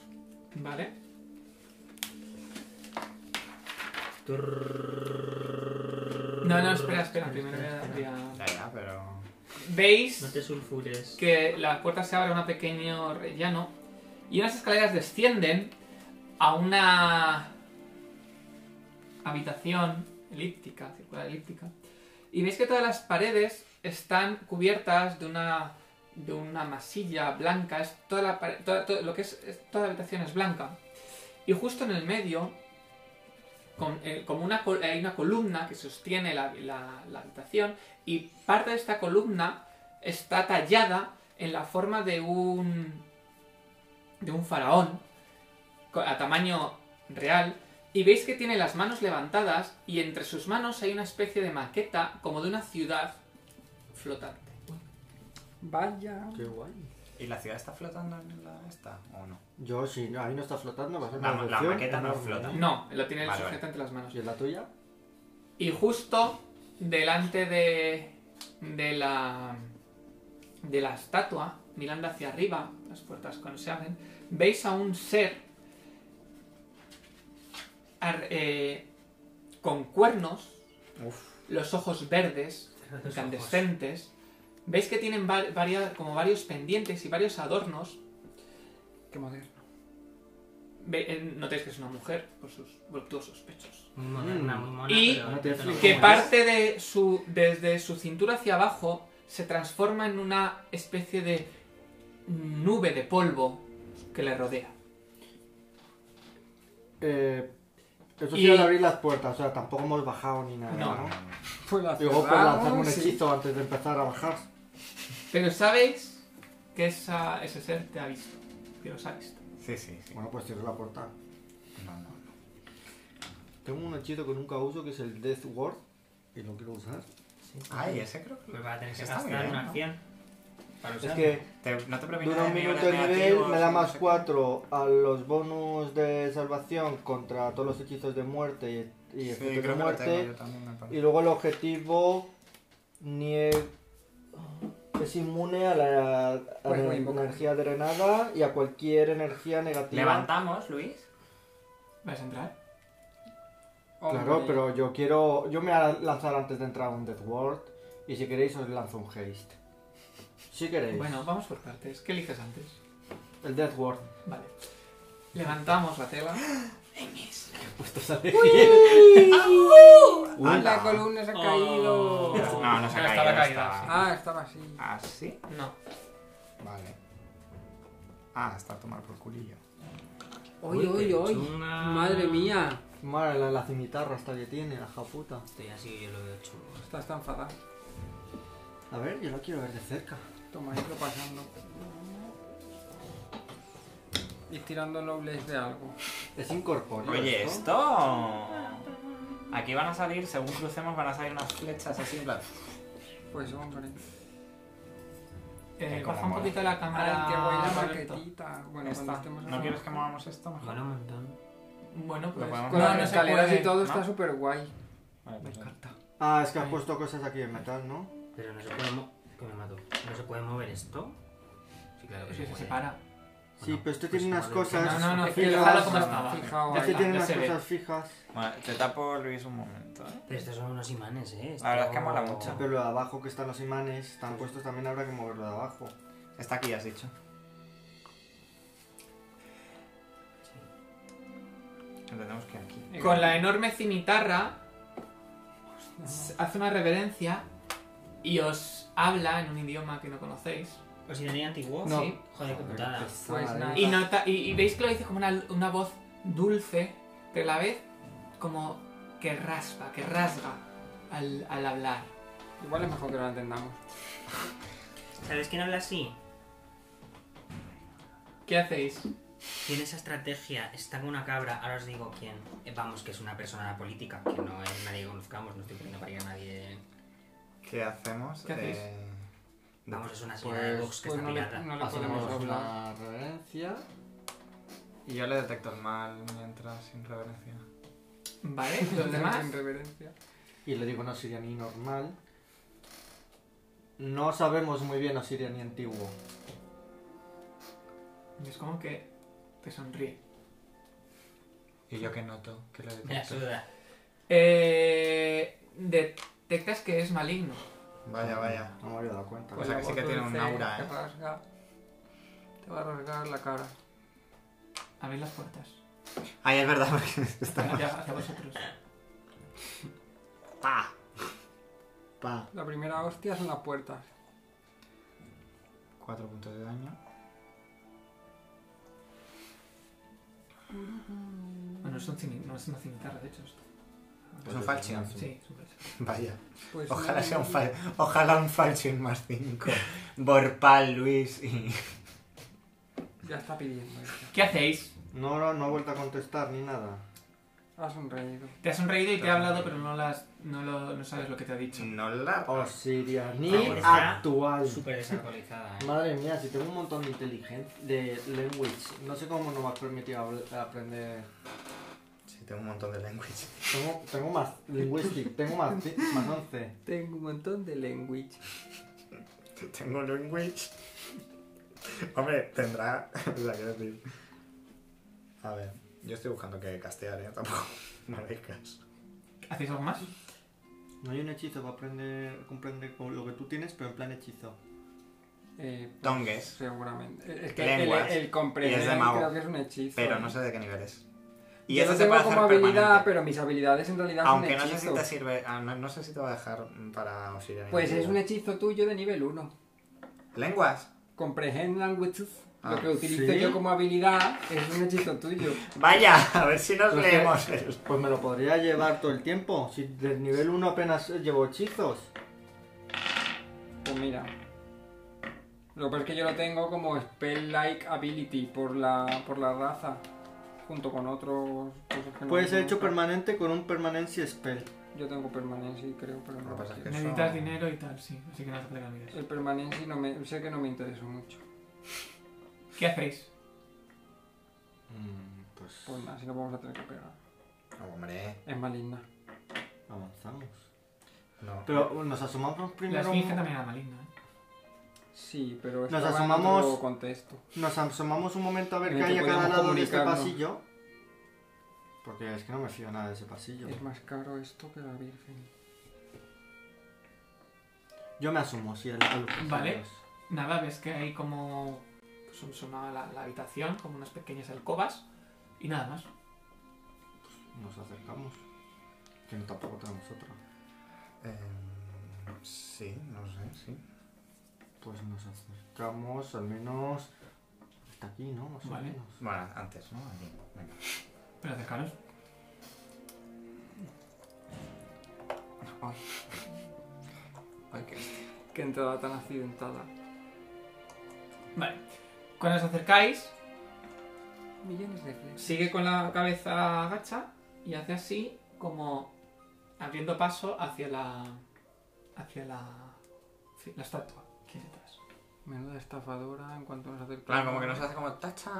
Vale. No, no, espera, espera. Primero voy a- voy a- Ya, ya, pero... No Veis te sulfures. que la puerta se abre a un pequeño rellano y unas escaleras descienden a una habitación elíptica, circular elíptica. Y veis que todas las paredes están cubiertas de una de una masilla blanca, es toda la pare- toda- todo lo que es, es- toda la habitación es blanca. Y justo en el medio con- eh, como una col- hay una columna que sostiene la- la- la habitación y parte de esta columna está tallada en la forma de un de un faraón co- a tamaño real y veis que tiene las manos levantadas y entre sus manos hay una especie de maqueta como de una ciudad flotante. Vaya. Qué guay. ¿Y la ciudad está flotando en la esta o no? Yo, si no- ahí no está flotando, va a ser La- una la decepción maqueta no enorme. flota. No, lo tiene el Ah. Vale, sujeto vale. entre las manos. ¿Y es la tuya? Y justo delante de de la de la estatua, mirando hacia arriba, las puertas cuando se abren, veis a un ser ar- eh, con cuernos, Uf. los ojos verdes, Cierra los incandescentes. Veis que tienen va- varia- como varios pendientes y varios adornos. Qué moderno. Ve- eh, notáis que es una mujer por sus voluptuosos pechos. ojos. Muy moderna, muy mona, Y- pero- No te pero- Que ¿Cómo parte de su desde su cintura hacia abajo se transforma en una especie de nube de polvo que le rodea. Eh, eso Y- sí, al abrir las puertas, o sea, tampoco hemos bajado ni nada, No. ¿no? Pues la Digo, pues lanzarme un cerramos, sí. hechizo antes de empezar a bajar. Pero sabéis que esa- ese ser te ha visto. Que os ha visto. Sí, sí, sí. Bueno, pues cierro la puerta. No, no, no. Tengo un hechizo que nunca uso, que es el Death Ward, y lo quiero usar. Ay, ese creo que... Pues va a tener que Está muy gastar bien, una ¿no? acción. Para Es usar. que Te- no te proviene dura un de niveles minuto de nivel, negativos, me da no más sé qué. 4 a los bonus de salvación contra todos los hechizos de muerte y, y Sí, efectos creo que de lo tengo muerte. yo también, me parece. Y luego el objetivo nie- es inmune a la, a Pues la voy a invocar. energía drenada y a cualquier energía negativa. Levantamos, Luis. ¿Vas a entrar? Claro, pero yo quiero. Yo me voy a lanzar antes de entrar un Death Ward. Y si queréis, os lanzo un Haste. Si queréis. Bueno, vamos por partes. ¿Qué eliges antes? El Death Ward. Vale. Levantamos la tela. Puestos a elegir. ¡Ah, la ¡Hala! columna se ha Ah. caído! No, no se ha Oh, Ya caído. estaba Estaba caída, Ah, estaba así. ¿Así? No. Vale. Ah, está a tomar por culillo. ¡Oy, oy, oy! Chunga. ¡Madre mía! Madre, la, la cimitarra hasta que tiene, la japuta. Estoy así, yo lo veo chulo. Estás tan enfadada. A ver, yo la quiero ver de cerca. Toma, irlo pasando. Y tirando nobles de algo. Es incorpóreo. Oye, esto. esto. Aquí van a salir, según crucemos, van a salir unas flechas así en plan. Pues hombre. Eh, Eh, baja un como poquito la cámara. Ahora que voy la Roberto. maquetita. Bueno, cuando Ah, Está. estemos ¿No quieres que movamos esto mejor? Mola un montón. Bueno, pues. podemos Con No, las no se escaleras puede, y todo ¿no? está súper guay. Vale, Me pues venga. encanta. Ah, es que has puesto cosas aquí de metal, ¿no? Pero no se puede mover. Que me mató. ¿No se puede mover esto? Sí, claro que Es que se se puede. separa. Sí, pero esto pues tiene unas como lo- No, cosas. no, no, fijas. fíjalo como estaba. Fijaos. Es que ahí. tiene Ya unas se ve. cosas fijas. Bueno, te tapo, Luis, un momento, ¿eh? Pero estos son unos imanes, ¿eh? La verdad es Esto- que mola mucho. Pero lo de abajo que están los imanes, están puestos también, habrá que moverlo de abajo. Está aquí, has dicho. Lo tenemos que ir aquí. Con la enorme cimitarra s- hace una reverencia y os habla en un idioma que no conocéis. ¿Os iría antiguo? No. Sí. Joder, qué putada. Pues Madre. nada. Y, nota, y, y veis que lo dice como una, una voz dulce, pero a la vez como que raspa, que rasga al, al hablar. Igual es mejor que lo entendamos. ¿Sabes quién habla así? ¿Qué hacéis? Tiene esa estrategia, está con una cabra, ahora os digo quién. Eh, Vamos, que es una persona política, que no es nadie que conozcamos, no estoy poniendo para ir a nadie. ¿Qué hacemos? ¿Qué hacéis? Eh, Vamos, es una señora de Pues- Vox que Pues está no le, pirata. no le podemos Hacemos hablar. una reverencia. Y yo le detecto el mal mientras, sin reverencia. ¿Vale? ¿Los demás? Sin reverencia. Y le digo un osirianí normal. No sabemos muy bien osirianí antiguo. Y Es como que te sonríe. ¿Y yo qué noto? ¿Qué le Me la detecto? suda. Eh, detectas que es maligno. Vaya, vaya. No me había dado cuenta. Pues- sea, que sí que tiene un aura, Te ¿eh? rasga. Te va a rasgar la cara. Abrid las puertas. Ay, es verdad, porque estamos... Hacia, hacia vosotros. ¡Pa! ¡Pa! La primera hostia son las puertas. Cuatro puntos de daño. Bueno, es, un cimi- no, es una cimitarra, de hecho. esto. Es un falchion. Sí, es un falchion. Vaya. Pues Ojalá no, sea un no, fal... Ojalá un falchion más cinco. Borpal, Luis y... Ya está pidiendo. esto. ¿Qué hacéis? No, no, no ha vuelto a contestar ni nada. Ha sonreído. Te has sonreído y te ha hablado, pero no, las, no, lo- no sabes lo que te ha Mm. dicho. No la... Osirianí Vamos, está actual. Súper desactualizada, ¿eh? Madre mía, si tengo un montón de inteligencia, de language, no sé cómo no me has permitido habl- aprender. Sí, tengo un montón de language. Tengo, tengo más linguistic, tengo más, ci- más 11. Tengo un montón de language. Tengo language. Hombre, tendrá... O sea, quiero decir... A ver, yo estoy buscando que castear, ¿eh? Tampoco me hagáis caso. ¿Hacéis algo más? No hay un hechizo para aprender, comprender con lo que tú tienes, pero en plan hechizo. Eh, pues, Tongues. Seguramente. Eh, Es que el, Lenguas. el Y comprender es de mago. creo que es un hechizo. Pero no sé de qué nivel es. Y Yo eso lo se tengo puede hacer como habilidad, permanente. pero mis habilidades en realidad Aunque son no sé hechizos. si te sirve, ah, no, no sé si te va a dejar para auxiliar. Pues ningún es un tipo. hechizo tuyo de nivel 1. ¿Lenguas? Comprehend Languages, Ah, lo que utilizo ¿sí? yo como habilidad, es un hechizo tuyo. Vaya, a ver si nos Lo que- leemos el... Pues me lo podría llevar todo el tiempo, si del nivel 1 apenas llevo hechizos. Pues mira. Lo que pasa es que yo lo tengo como Spell-like Ability por la, por la raza, junto con otros. cosas que no Puede ser tengo. hecho permanente con un permanency spell. Yo tengo permanency, creo, pero no. Lo que pasa es que Necesitas eso- dinero y tal, sí. Así que no hace falta que lo mires. El permanency no me, sé que no me interesó mucho. ¿Qué hacéis? Mm, pues Pues nada, si no vamos a tener que pegar. Hombre, Es maligna. avanzamos. no. Pero uh, nos asomamos La primero. esfinge también era maligna. ¿eh? Sí, pero Nos estaba en asomamos- otro contexto. Nos asomamos un momento a ver En qué el que hay a cada podemos lado de este comunicarnos. pasillo. Porque es que no me fío nada de ese pasillo. Es más caro esto que la Virgen. Yo me asumo, sí, a los pasillos. Vale. Nada, ves que hay como... Pues son- sonaba la, la habitación, como unas pequeñas alcobas. Y nada más. Nos acercamos. Que no tampoco tenemos otra. Eh, sí, no sé, sí. Pues nos acercamos al menos hasta aquí, ¿no? Más Vale. o menos. Bueno, antes, ¿no? Aquí, venga. Pero acercaros. Ay, qué, qué entrada tan accidentada. Vale. Cuando os acercáis, Millones de flex. sigue con la cabeza agacha y hace así como abriendo paso hacia la hacia la la estatua que hay detrás. Menuda estafadora en cuanto nos acercamos. Claro, como que nos hace como tacha.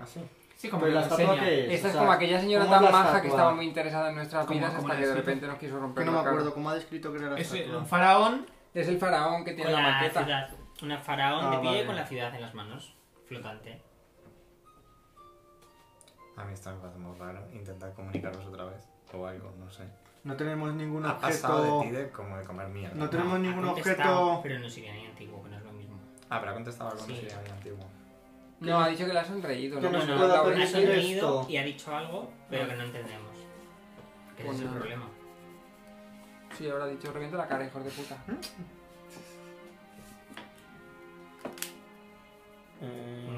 Así. Sí, como Pero que os la estatua enseña. que es. Esta O es sea, como aquella señora ¿cómo es tan la maja que estatua? estaba muy interesada en nuestras ¿Cómo- vidas cómo hasta la que de describe? repente nos quiso Que romper no me la cara. acuerdo cómo ha descrito que era la Es estatua. un faraón Es el faraón que tiene Con la la maqueta. ciudad. Una faraón de Ah, pie vale. con la ciudad en las manos. Flotante. A mí esto me parece muy raro. Intentar comunicarnos otra vez. O algo, no sé. No tenemos ningún Ha pasado objeto. de ti de como de comer mierda. No tenemos ha ningún contestado, objeto. Pero no sería ni antiguo, que no es lo mismo. Ah, pero ha contestado algo, no Sí. sería muy antiguo. No, ha dicho que le ha sonreído. Que ¿no? nos Bueno, pueda la ha permitir verdad es que- sonreído esto. y ha dicho algo, pero que no entendemos. Que ese es el Coño. problema. Sí, ahora ha dicho, revienta la cara, hijos de puta.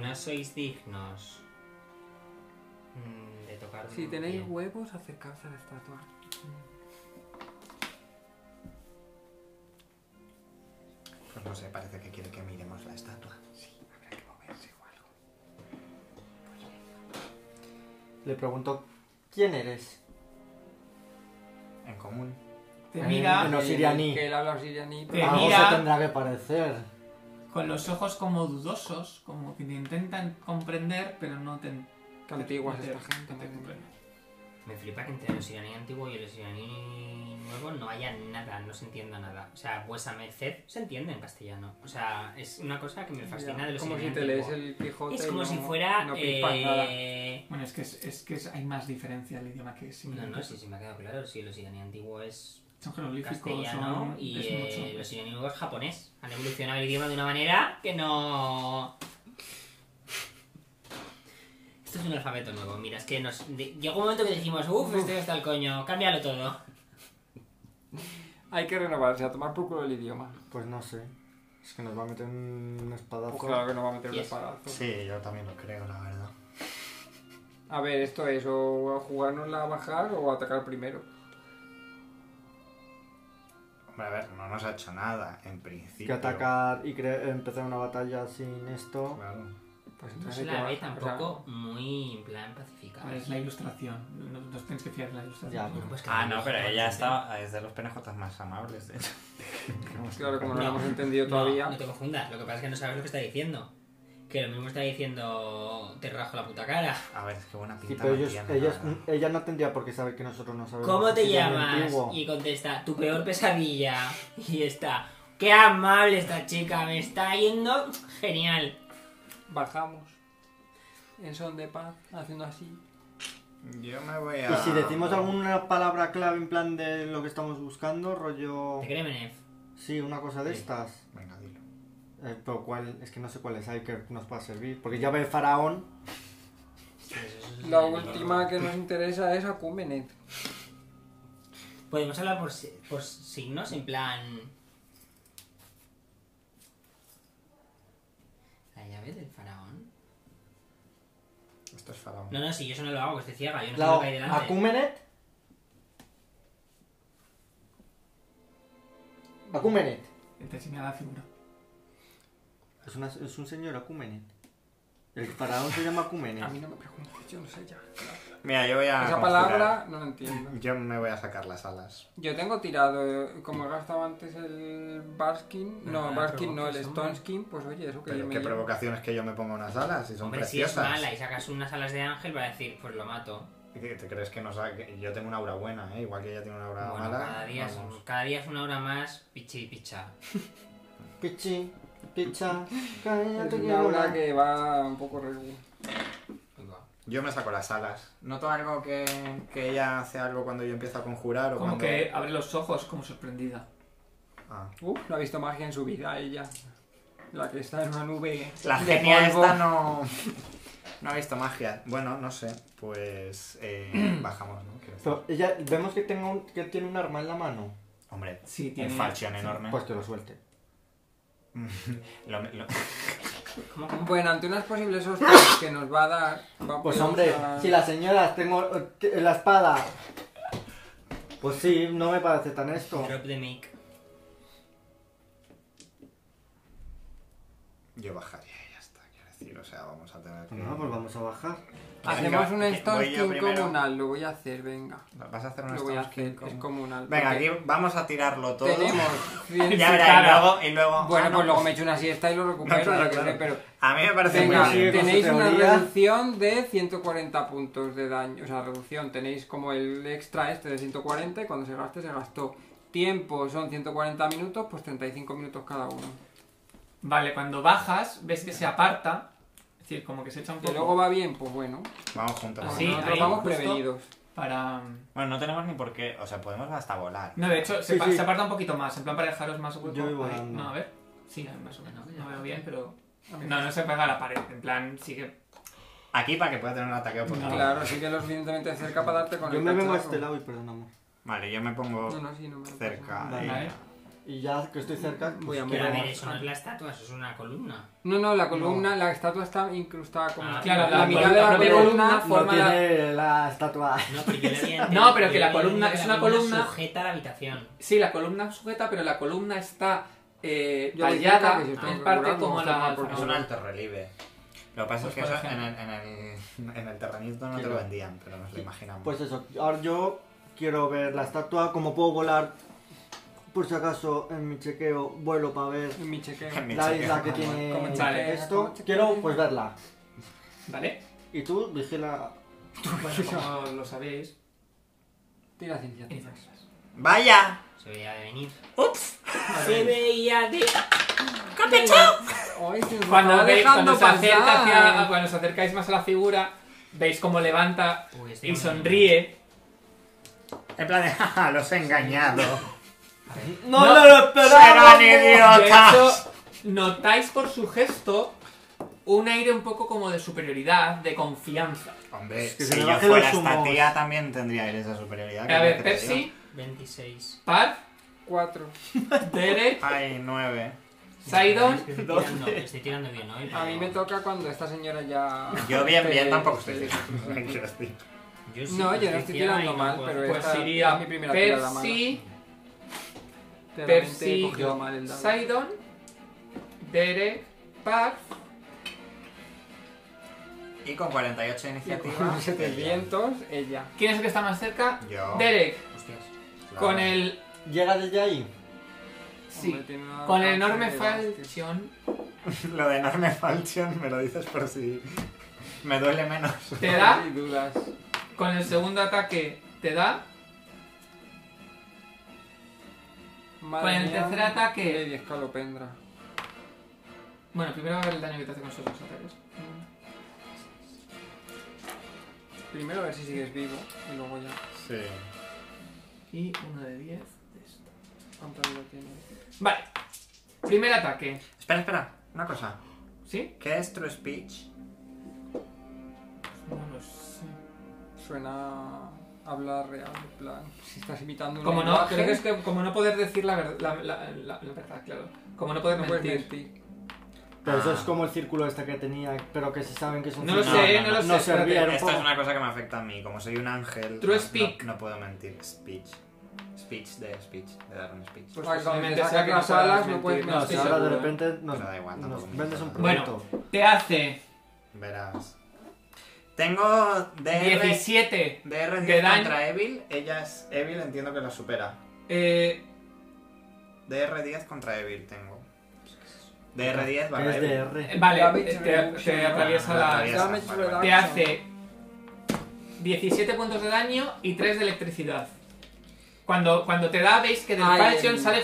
No sois dignos mm, de tocar un Si tenéis pie. huevos, acercaos a la estatua. Pues no sé, parece que quiere que miremos la estatua. Habrá que moverse o algo. Le pregunto, ¿quién eres? En común. te Eh, mira no, sirianí. Que él habla Eh. sirianí. Te Algo mira. se tendrá que parecer. con los ojos como dudosos, como que te intentan comprender, pero no te Qué antiguas no te- esta gente, no te madre mía. comprenden. Me flipa que entre el siraní antiguo y el siraní nuevo no haya nada, no se entienda nada. O sea, vuesa merced se entiende en castellano. O sea, es una cosa que me fascina de los como si sirianí te lees antiguo. el Quijote. Es y como no- si fuera... No pispas nada. eh, Bueno, es que es, es que es- hay más diferencia al idioma que es No, no, sí, sí, me ha quedado claro. Sí, el siraní antiguo es son jeroglíficos, castellano son y es eh, mucho. los sirianí nuevos japonés. Han evolucionado el idioma de una manera que no... Esto es un alfabeto nuevo, mira, es que nos... de- Llegó un momento que dijimos, uff, esto está el coño, cámbialo todo. Hay que renovarse, a tomar por culo el idioma. Pues no sé. Es que nos va a meter un espadazo. Pues claro que no va a meter un Yes. espadazo. Sí, yo también lo creo, la verdad. A ver, esto es o jugárnosla a bajar o atacar primero. Hombre, a ver, no nos ha hecho nada, en principio. que atacar y cre- empezar una batalla sin esto. Claro. Pues No entonces se hay que la ve bajar, o sea, tampoco muy en plan A pacificada. ver, es la ilustración. No, no os tenéis que fiar de la ilustración. Ya, pero- Pues que Ah, no, pero ella gente. estaba. Es de los penejotas más amables, de hecho. Claro, como no, No. lo hemos entendido No, todavía. No te confundas, lo que pasa es que no sabes lo que está diciendo. Que lo mismo está diciendo, te rajo la puta cara. A ver, es que buena pinta. Sí, pero no ellos, tiene, ellos, la verdad. ella no tendría por qué saber que nosotros no sabemos. ¿Cómo te si ella Pues es llamas? antiguo. Y contesta, tu peor pesadilla. Y está, qué amable esta chica, me está yendo genial. Bajamos. En son de paz, haciendo así. Yo me voy a. Y si decimos alguna palabra clave en plan de lo que estamos buscando, rollo... Te Kremenev. Sí, una cosa de Sí. estas. Venga, dilo. Eh, pero cuál, es que no sé cuáles hay que nos pueda servir. Porque ya ve faraón. Sí, eso- eso es La genial. última que nos interesa es Acumenet. Podemos hablar por, si- por signos, en plan. La llave del faraón. Esto es faraón. No, no, si yo eso no lo hago, que estoy ciega, yo no sé La lo que hay ¿eh? delante. Acúmenet. Acúmenet. Te enseña la figura. Es, una- es un señor Acúmenet. El faraón se llama A mí Acúmenet. no me preguntes, yo no sé ya. Mira, yo voy Ah, a. Esa conjurar. palabra no la entiendo. Yo me voy a sacar las alas. Yo tengo tirado, eh, como he gastado antes el Barskin, no, Ah, Barskin no, el provocas, hombre. Stoneskin, pues oye, eso que yo Pero me qué llevo. provocaciones que yo me ponga unas alas si son Hombre, si es preciosas. mala y sacas unas alas de ángel, va a decir, pues lo mato. ¿Qué ¿Te crees que no sa- que Yo tengo una aura buena, ¿eh? igual que ella tiene una aura Bueno, mala. cada, día es, vamos. cada día es una hora más pichi y picha. Pichi, picha, cállate Es que una ahora hora que va un poco regu. Ahí va. Yo me saco las alas. Noto algo que, que ella hace algo cuando yo empiezo a conjurar o Como cuando. que abre los ojos como sorprendida. Ah. Uf, no ha visto magia en su vida ella. La que está en una nube. La de genia polvo. esta no. No ha visto magia. Bueno, no sé. Pues. eh, bajamos, ¿no? Quiero decir. Pero ella, vemos que, tengo un- que tiene un arma en la mano. Hombre, Sí, un tiene. falchion Ah. enorme. Pues que lo suelte. Lo- lo- ¿Cómo, cómo? Bueno, ante unas posibles hostias que nos va a dar. va- Pues vamos hombre, a- si las señoras tengo eh, que- la espada. Pues sí, no me parece tan Oh. esto. Drop the mic. yo bajaría y ya está. Quiero decir, o sea, vamos a tener que. No, pues vamos a bajar. Hacemos un Venga, voy yo Stoneskin primero. comunal, lo voy a hacer, venga. Vas a hacer un Lo voy a Stoneskin hacer, como- es comunal. Venga, porque aquí vamos a tirarlo todo. Tenemos. cien- Ya verá, y luego, y luego. Bueno, Ah, no, pues luego me echo una siesta y lo recupero, No, claro, yo qué sé, claro. pero A mí me parece Venga, muy bien. con tenéis su una teoría. reducción de 140 puntos de daño. O sea, reducción. Tenéis como el extra este de 140 y cuando se gaste, se gastó. Tiempo son 140 minutos, pues 35 minutos cada uno. Vale, cuando bajas, ves que se aparta. Es decir, como que se echa un Que poco luego va bien, pues bueno. Pues Vamos juntos. Así, vamos. nosotros Ah, ahí, vamos justo. prevenidos. para. Bueno, no tenemos ni por qué. O sea, podemos hasta volar. No, de hecho, se, Sí, pa- sí. se aparta un poquito más, en plan para dejaros más hueco. Yo voy Ahí. volando. No, a ver. Sí, ahí más o menos. No veo bien, pero. No, no se pega a la pared. En plan, sigue. Aquí para que pueda tener un ataque oportuno. Claro, sí que lo suficientemente cerca para darte con Yo el me vengo a cacharro. este lado y perdóname. Vale, yo me pongo No, no, sí, no me lo cerca. paso. Vale. ahí. Y ya que estoy cerca, Voy a pues, Pero a Vamos. ver, eso no es la estatua, eso es una columna. No, no, la columna, la estatua está incrustada como. Ah, Claro, la, la mitad col- de la la propia columna columna no forma la. tiene la estatua. No, pero yo le había No, pero que yo la le había columna- entendido es la una columna- sujeta a la habitación. Sí, la columna sujeta, pero la columna está eh, Yo le dije tallada que si estoy en parte curando, como estoy mal la. por Es un alto relieve. Lo que Pues pasa es que por eso en ejemplo. el, en, el, en el terrenito no te lo vendían, pero nos lo imaginamos. Pues eso, ahora yo quiero ver la estatua, como puedo volar, por si acaso en mi chequeo vuelo para ver en mi chequeo. Mi la chequeo. isla que tiene como chequea, esto. como chequea. Quiero pues verla. ¿Vale? Y tú vigila. Bueno, como lo sabéis. Tira ciencia. iniciativas. ¡Vaya! Se veía de venir. Ah, Se veía de. Hoy se nos Cuando, va veis, cuando, dejando se acerca pasar. hacia- cuando os acercáis más a la figura, veis cómo levanta Uy, estoy y muy- sonríe. En plan de, "Jaja, los he engañado. ¡No, No, lo ¡Serán De hecho, idiotas! notáis por su gesto un aire un poco como de superioridad, de confianza. Hombre, Es que se si le yo bajen los fuera esta humos. tía también tendría esa superioridad. Ah, que A no ver, te digo. Pepsi, 26. Parf, Cuatro. Derek, Ay, nueve. Saidon. Es que Estoy tirando, estoy tirando bien hoy. A mí me toca cuando esta señora ya. Yo bien, bien, Pero- tampoco estoy quiero decir. Yo sí, No, yo no estoy tirando tirando y no mal, puedo- pero Pues esta iría es mi primera tirada mala. Percy, Claramente he Percy, cogido mal el dado. Saidon, Derek, Parf. Y con 48 Y con iniciativas. pues 700, ella. ¿Quién es el que está más cerca? Yo. Derek, Hostias. Claro. con el. Llega desde ahí. Sí, Hombre, tiene una con el alcance enorme de hostias. falchion Lo de enorme falchion me lo dices por si me duele menos. te da. Hay dudas. Con el segundo ataque te da. Madre Con el mía, tercer ataque. qué Lady Escalopendra. Bueno, primero va a ver el daño que te hace con esos dos ataques. Primero a ver si sigues vivo y luego ya. Sí. Y uno de 10 de esto. ¿Cuánta vida tiene? Vale. Primer ataque. Espera, espera, una cosa. ¿Sí? ¿Qué es True Speech? No lo sé. Suena a hablar real, en plan. Si estás imitando un Como no, lenguaje, creo que es que como no poder decir la, ver- la, la- la- la verdad, claro. Como no poder no puedes mentir. mentir. Pero eso Ah. es como el círculo este que tenía, pero que se saben que es un No lo círculo. sé, no, no, lo no, sé. no espérate. servía, era- Esta es una cosa que me afecta a mí. Como soy un ángel, True no, speak. no- no puedo mentir. Speech. Speech de speech, de dar un speech. Pues posiblemente cuando te sea sacas que no las puedas alas, no mentir, puedes no, No, estoy si mentir. ahora de seguro. repente nos, Pero da igual, nos tampoco me vendes un importa. producto. Te hace. Verás. Tengo DR, 17. DR de 10 daño. contra Evil. Ella es Evil, entiendo que lo supera. Eh, DR 10 contra Evil tengo. DR 10 Que barra es Evil. de R. vale, eh, Damage te, te reduction. atraviesa Ah, la, atraviesa. Damage vale, vale. Te reduction. hace 17 puntos de daño y 3 de electricidad. Cuando, cuando te da, veis que del Ay, falchion ay, sale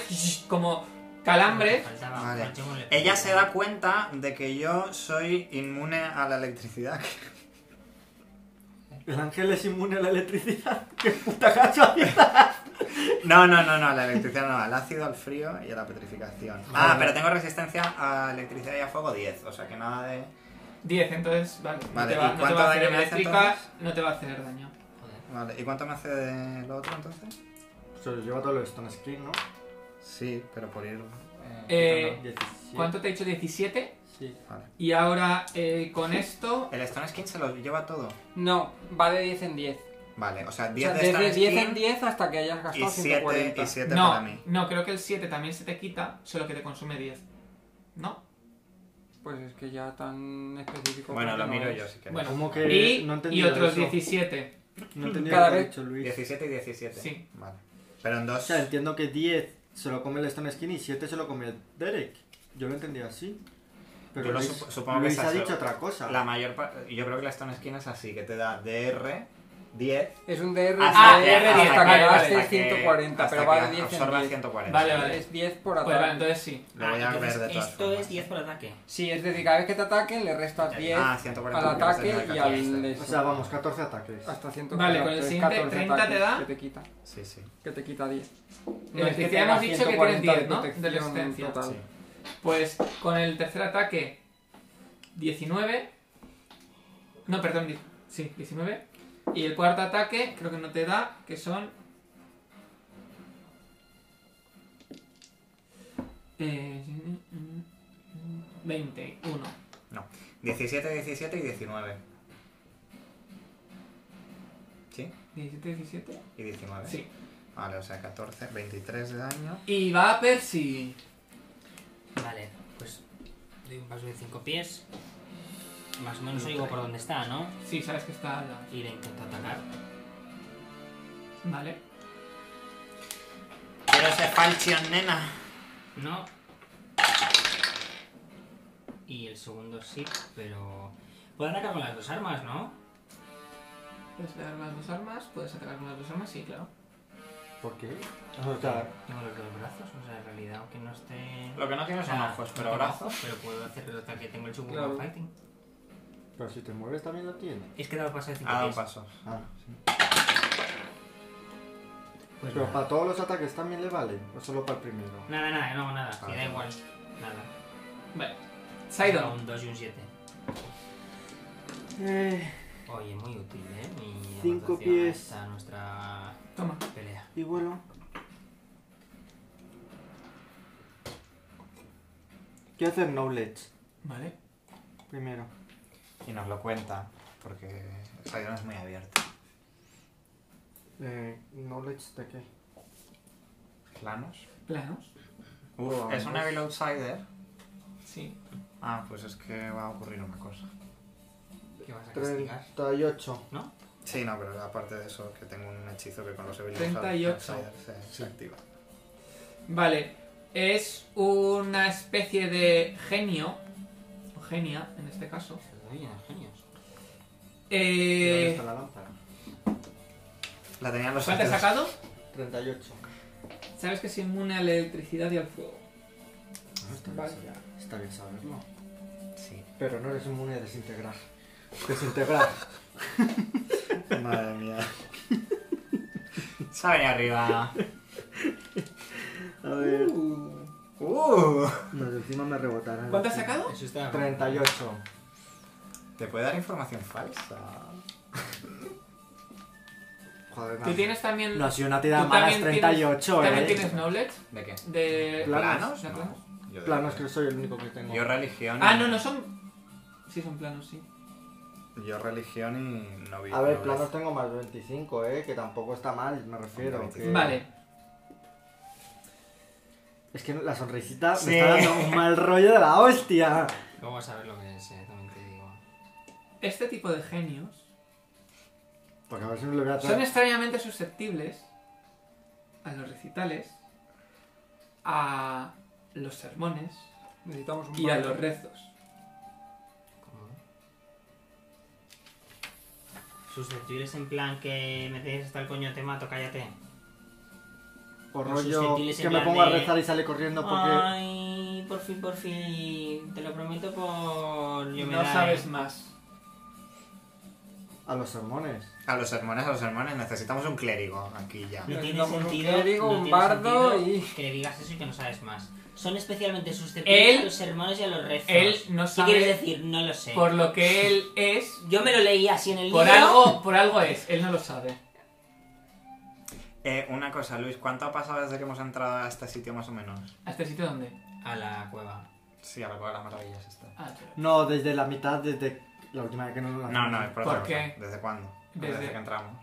como calambre. Faltaba Vale. un colchón eléctrico. Ella se da cuenta de que yo soy inmune a la electricidad. El ángel es inmune a la electricidad. ¡Qué puta casualidad! No, no, no, no, a la electricidad no, al ácido, al frío y a la petrificación. Ah, pero tengo resistencia a electricidad y a fuego 10, o sea que nada de... 10, entonces, vale. no Vale, te ¿y va, no te cuánto va a hacer daño me hace eléctrica, entonces? no te va a hacer daño. Joder. Vale, ¿y cuánto me hace de lo otro entonces? Se los lleva todos los Stone Screen, ¿no? Sí, pero por ir... Eh, quitando. 17. ¿Cuánto te he dicho? 17. Sí. Vale. Y ahora eh, con esto. El Stone Skin se lo lleva todo. No, va de 10 en 10. Vale, o sea, O 10 sea, de Stone desde 10 en Skin 10 hasta que hayas y gastado 7, 140. y 7 para No, mí. no, creo que el 7 también se te quita, solo que te consume 10. ¿No? Pues es que ya tan específico. Bueno, creo lo que no miro es. yo si quieres. Bueno, ¿Cómo que Y, Eh, no y he entendido otros eso? 17. No entendía Cada lo que ha vez- dicho Luis. 17 y 17. Sí. Vale. Pero en O 2... sea, entiendo que 10 se lo come el Stone Skin y 7 se lo come Derek. Yo lo entendía así. Pero Yo lo Luis, supo- supongo que Luis es ha así. dicho otra cosa. La mayor parte... Yo creo que la Stone Skin es así, que te da DR 10 Es un DR Ah, de- R10, hasta vale, vale, que gastes 140, pero va de 10 absorba en 10. 140. Vale, vale. Es 10 Ah, por Pues vale, ataque. entonces sí. Lo voy a Ah, ver entonces de todas Esto formas. es 10 por ataque. Sí, es decir, cada vez que te ataquen le restas 10 Ah, 140. al ataque y al... O sea, vamos, 14 ataques. Hasta 140. Vale, con el es siguiente 14 30 te ataques da. Que te quita, Sí, sí. que te quita 10. Electricidad es que hemos tenga dicho que 140 tienes 10, ¿no? De protección resistencia. total. sí. Pues con el tercer ataque, 19. No, perdón, die- sí, 19. Y el cuarto ataque, creo que no te da, que son. Eh, 21. 17, 17 y 19. ¿Sí? 17, 17. Y 19. Sí. Vale, o sea, 14, 23 de daño. Y va a Percy. Vale, pues doy un paso de 5 pies. Más o menos oigo por dónde está, ¿no? Sí, sabes que está al lado. Y le intento atacar. Vale. Quiero ser Falchion, nena. No. Y el segundo sí, pero... Puedo atacar con las dos armas, ¿no? Puedes pegar con las dos armas, puedes atacar con las dos armas, sí, claro. ¿Por qué? O sea, Tengo los dos brazos, o sea, en realidad, aunque no esté... Lo que no O tiene son sea, ojos, no pero tengo brazos. ojos, Pero puedo hacer el ataque, tengo el Chocobo Claro. Fighting. pero si te mueves también lo tienes. Es que dado paso de 5 Ha dado pies. pasos. Ah, sí. Pues Pero nada. para todos los ataques también le vale, o solo para el primero. nada, nada, no, nada. Sí, Ah, Vale. da igual. Nada. Vale. Saca Sidon. Un 2 y un 7. Eh, Oye, muy útil, ¿eh? Mi Cinco anotación pies. hasta nuestra Toma. pelea. y bueno. Quiero hacer knowledge Vale. primero. Y nos lo cuenta, porque Sayon es muy abierto. Eh, knowledge de qué? ¿Planos? Planos. Uf, Wow, es un pues- Evil Outsider. Sí. Ah, pues es que va a ocurrir una cosa. ¿Qué vas a castigar? 38. Sí, no, pero aparte de eso, que tengo un hechizo que con los Evil 38. Outsiders se, se activa. Vale, es una especie de genio, o genia en este caso, Se lo doy en genios. ¿Y dónde eh, está la lanza? La tenían los ¿Cuál te has otros. sacado? 38. Sabes que es inmune a la electricidad y al fuego. Ah, Está bien, Vaya. sa- está bien saberlo. Sí. Pero no eres inmune a desintegrar. Desintegrar. Madre mía. Sabe arriba. A ver. Uh. No, de encima me rebotarán. ¿Cuánto has sacado? Eso está. 38. Te puede dar información falsa. Joder, Tú tienes también... Ah. No, si una tú tirada mala es 38, tienes, También eh. tienes knowledge ¿De qué? de... ¿Planos? de No. planos. Yo de- Planos que soy el único que tengo. Yo religión. y- Ah, no, no son... Sí, son planos, sí. Yo religión y no vi. A ver, no planos vi- tengo más 25, eh, que tampoco está mal, me refiero. que- Vale, Es que la sonrisita Sí. me está dando un mal rollo de la hostia. Luego vas a ver lo que es, eh, también te digo. este tipo de genios Porque a ver si no le voy a Son traer. extrañamente susceptibles a los recitales, a los sermones Necesitamos un y a barco. los rezos. Susceptibles en plan que me tienes hasta el coño, te mato, cállate. O los rollo susceptibles en que me plan pongo a de- Ah. rezar y sale corriendo porque. Ay, por fin, por fin. Te lo prometo por. eh. Yo me No daré. sabes más. A los sermones. A los sermones, a los sermones, necesitamos un clérigo aquí ya. No tiene Necesitamos un sentido. clérigo, no un tiene bardo sentido y- Que le digas eso y que no sabes más. Son especialmente susceptibles Él- a los hermanos y a los rezos. Él no ¿Qué quieres sabe decir? No lo sé. por lo que él es, Yo me lo leí así en el por libro. algo, por algo es, él no lo sabe. Eh, una cosa, Luis, ¿cuánto ha pasado desde que hemos entrado a este sitio más o menos? ¿Hasta el sitio dónde? A la cueva. Sí, a la cual de las maravillas está. Ah, espera. No, desde la mitad, desde la última vez que nos lanzamos. No, no, es por, otra ¿Por cosa. qué? ¿Desde cuándo? Desde- Desde... que entramos.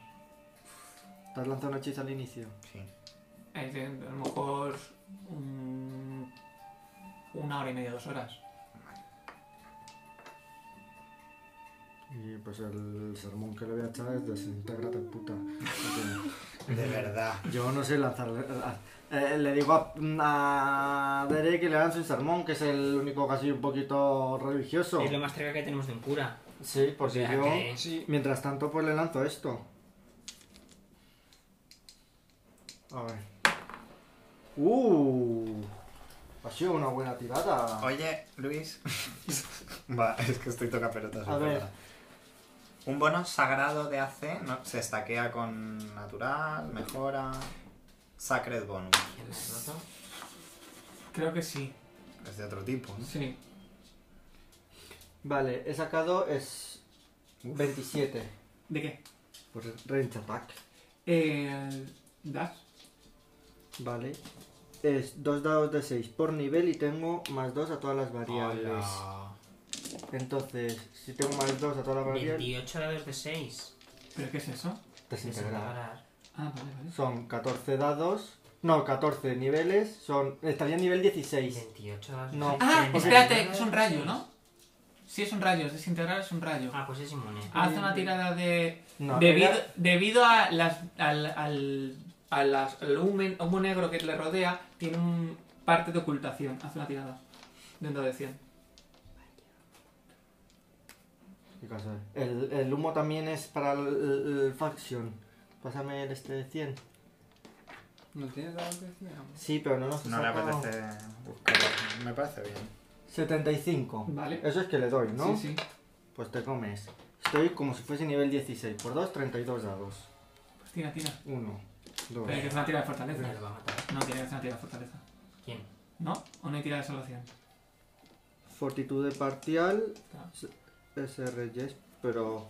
Te has lanzado un hechizo al inicio. Sí. Ahí tiene, a lo mejor mm, una hora y media, dos horas. Y pues el sermón que le voy a echar es desintégrate, puta. De verdad. Yo no sé lanzar. eh, le digo a, a Derek que le lance un sermón, que es el único casi un poquito religioso. Es lo más cerca que tenemos de un cura. Sí, O porque sea yo. que- Sí, Mientras tanto, pues le lanzo esto. A ver. ¡Uh! Ha sido una buena tirada. Oye, Luis. Va, es que estoy toca pelotas. A ver. Un bono sagrado de AC no, se estaquea con natural, mejora. Sacred bonus. Creo que sí, Es de otro tipo, ¿no? sí. Vale, he sacado es 27. ¿De qué? Pues range attack. Eh, ¿Das? Vale. Es dos dados de 6 por nivel y tengo más 2 a todas las variables. Hola. Entonces, si tengo más 2 a todas las variables, 28 dados de 6. ¿Pero qué es eso? desintegrar. Ah, vale, vale. Son 14 dados. No, 14 niveles. Son. Estaría nivel 16. 28 dados de No. 6. Ah, Porque- espérate, es un rayo, ¿no? Sí, es un rayo, es desintegrar es un rayo. Ah, pues es inmune. Haz una tirada de. No, debido, era- debido a las, al, al, a las- al humo, humo negro que le rodea, tiene un parte de ocultación. Haz una tirada. Dentro de 100. ¿Qué cosa? El, el humo también es para el, el- el faction. Pásame el este de 100. no tienes dados de cien, amor. Sí, pero no nos ha No le sacado. apetece buscarlo. Me parece bien. 75. Vale. Eso es que le doy, ¿no? Sí, sí. Pues te comes. Estoy como si fuese nivel 16. Por 2, 32 dados. Pues tira, tira. 1, 2. Pero que es una tirada de Me fortaleza. lo va a matar. No, tiene que ser una tirada de fortaleza. ¿Quién? ¿No? ¿O no hay tirada de salvación? Fortitud de parcial. Claro. SRJ, pero.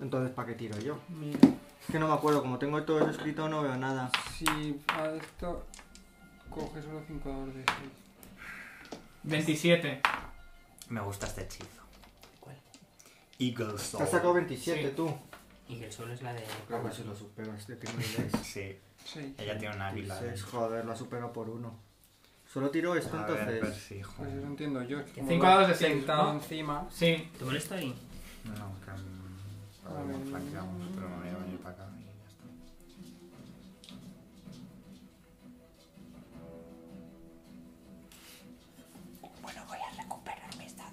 Entonces, ¿para qué tiro yo? Mira, Es que no me acuerdo. Como tengo todo eso escrito, no veo nada. pues. si a esto coge solo 5 dados de 6. 27. Me gusta este hechizo. ¿Cuál? Eagle Soul. Te has sacado 27 Sí. tú. Y que el sol es la de. A ver si lo superas. Yo tengo niveles. Sí, 6. ella tiene una águila. Dices, joder, la supero por uno. Solo tiro esto A ver, entonces. persijo. Pues eso entiendo yo. es que como Cinco lo he dados de seis, sentado ¿no? encima. Sí. ¿Te molesta ahí? No, que... mm, a ver, flanqueamos, pero me voy a venir para acá y ya está.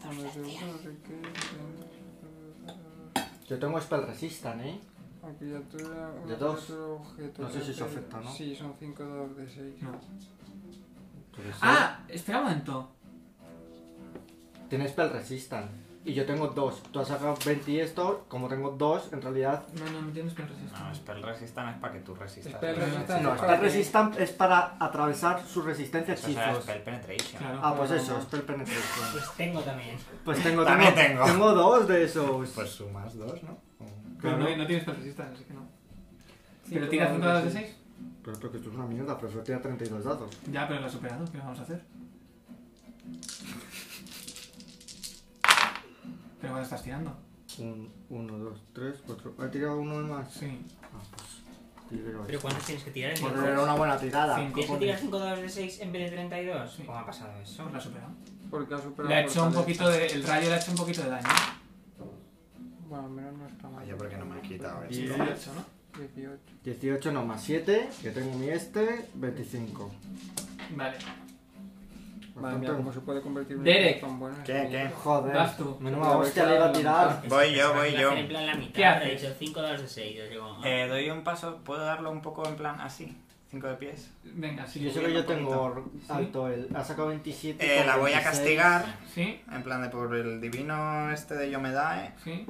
Bueno, seguro que qué. Yo tengo spell resistant, ¿eh? Una criatura. una De dos. criatura o objeto No sé que si eso hace- afecta, ¿no? Sí, son 5 dados de 6. No. Entonces, Ah, espera un momento. sí, Tiene spell resistant. Y yo tengo dos. Tú has sacado 20 y esto, como tengo dos, en realidad. No, no, no tienes que resistir. No, Spell Resistant es para que tú resistas. Spell la Resistant No, resistencia. para spell que- resistant es para atravesar su resistencia a Eso será hechizos. Spell Penetration. Claro. Ah, pues No, eso, no. spell penetration. Pues tengo también. Pues tengo, También tengo. tengo. Tengo dos de esos. Pues sumas dos, ¿no? Pero Claro. no, no tienes resistas, así que no. Cinco ¿Pero tira 5 dados de seis. 6? Pero porque tú es una mierda, pero solo tira 32 dados. Ya, pero lo has superado. ¿Qué vamos a hacer? ¿Pero cuánto estás tirando? 1, 2, 3, 4. He tirado uno de más. Sí. Ah, pues. Tiro ¿Pero cuántos tienes que tirar? Pues entonces? era una buena tirada. Cinco. ¿Tienes que tirar 5 dados de 6 en vez de 32? Sí. ¿Cómo ha pasado eso? Pues lo has superado. Porque ha superado. Le ha hecho un fortaleza. poquito de... El rayo le ha hecho un poquito de daño. Bueno, al menos no está mal. Oye, ¿por qué no me han quitado Y- esto? 18, ¿no? 18. 18 no, más 7, que tengo mi este, 25. Vale. Por Madre mía, tanto, cómo se puede convertir en Derek. tan bueno. ¿Qué, qué? Joder, Vas tú. menuda hostia le iba a tirar. Voy yo, voy yo. En plan la mitad, ¿Qué ¿Qué haces? haces? He dicho 5 dados de 6. Yo digo, ah, Eh, doy un paso, ¿puedo darlo un poco en plan así? Cinco de pies. Venga, Y sí. eso que yo tengo alto, el, ha sacado 27. Eh, con la voy a 26. castigar, Sí, en plan de por el divino este de Yomedae. sí.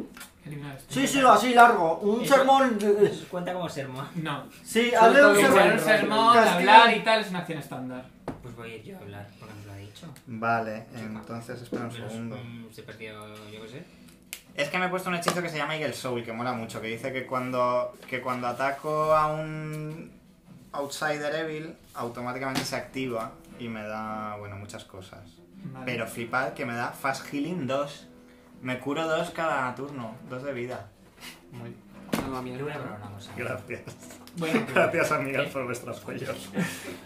Eliminar este. esto. Sí, sí, así largo, un Eso- sermón. eso cuenta como sermón. No. Sí, hazle un Soltar un sermón. sermón, Castiga- hablar y tal es una acción estándar. Pues voy a ir yo a hablar, porque me lo ha dicho. Vale, entonces espera un Menos, segundo. mm, se perdió, yo qué sé. Es que me he puesto un hechizo que se llama Eagle Soul, que mola mucho, que dice que cuando, que cuando ataco a un Outsider Evil, automáticamente se activa y me da, bueno, muchas cosas. Vale. Pero flipad que me da Fast Healing 2. Me curo 2 cada turno, 2 de vida. Muy No, mía, Yo voy a probar una cosa. gracias. Bueno, Gracias, amigas, por vuestro apoyo.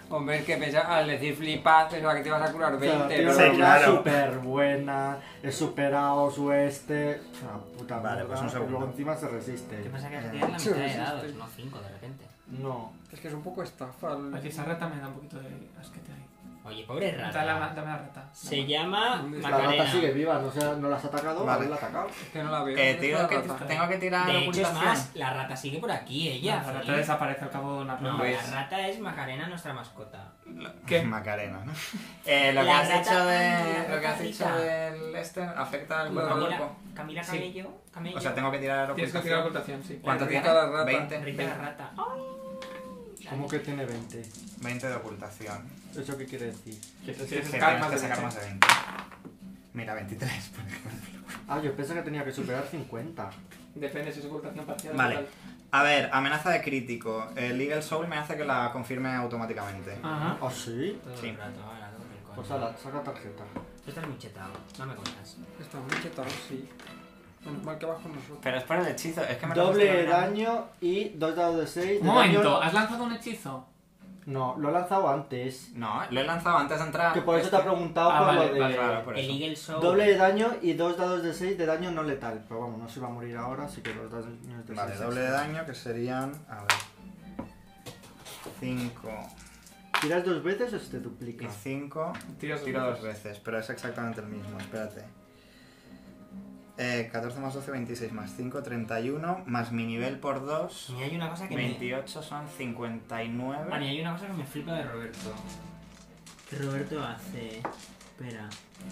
Hombre, es que pesa, al decir flipaz, es la que te vas a curar 20. tío, ¿no? Sí, claro. Súper buena, he superado su este. O sea, puta Vale, mierda, pues un y segundo. luego encima se resiste. ¿Qué pasa que has tirado la Sí, mitad de sí, dados? sí. No 5 de repente. No. Es que es un poco estafa. el- aquí esa rata me da un poquito de asquete ahí. Oye, pobre Dame la, rata. dame la rata. Se llama La La rata sigue Macarena. viva, no, se ha- no la has atacado, Vale. no la has atacado. Es que no la veo. Eh, ¿Dónde tengo está que, la rata? tengo que tirar De hecho, es ocultación. más, la rata sigue por aquí, ella. la rata feliz. desaparece al cabo de una No, ronda. Pues- la rata es Macarena, nuestra mascota. ¿Qué? Macarena, ¿no? Eh, lo, que La has rata- dicho la de, lo que has dicho ratita. del este afecta al cuerpo a Camila, cuerpo. Camila Sí. Cabello, Camello. O sea, tengo que tirar Tienes que tirar la ocultación. ocultación, sí. ¿Cuánto Rita tiene? la rata. 20. Rita la rata. Ay. ¿Cómo que tiene 20? 20 de ocultación. ¿Eso qué quiere decir? Tienes Sí, que sí, sacar tienes más que de sacar veinte. más de 20. Mira, 23, por ejemplo. Ah, yo pensé que tenía que superar 50. Depende si es ocultación parcial o Vale. total. A ver, amenaza de crítico. El Eagle Soul me hace que la confirme automáticamente. Ajá. ¿Ah, sí? Todo Sí. el rato, ahora, todo el coño. Pues ala, saca tarjeta. Tú estás muy chetado, no me contas. Está muy chetado, sí. Menos mal que va con nosotros. Pero es por el hechizo, es que me lo he Doble puesto en la- daño y dos dados de 6. Un momento, ¿has lanzado un hechizo? No, lo he lanzado antes. No, lo he lanzado antes de entrar. Que por eso te ha preguntado Ah, por vale, lo de. vale, Claro, por El eso. Eagle Soul. Doble de daño y dos dados de 6 de daño no letal. Pero vamos, no se va a morir ahora, así que los daños de este. 6. Vale, doble de daño que serían. A ver. 5 ¿Tiras dos veces o se te duplica? y 5. Tiras Tiro dos veces, pero es exactamente el mismo, espérate. Eh, 14 más 12, 26 más 5, 31. Más mi nivel por 2. Y hay una cosa que me. 28 son A mí 59. hay una cosa que me flipa de Roberto. Que Roberto hace. Espera,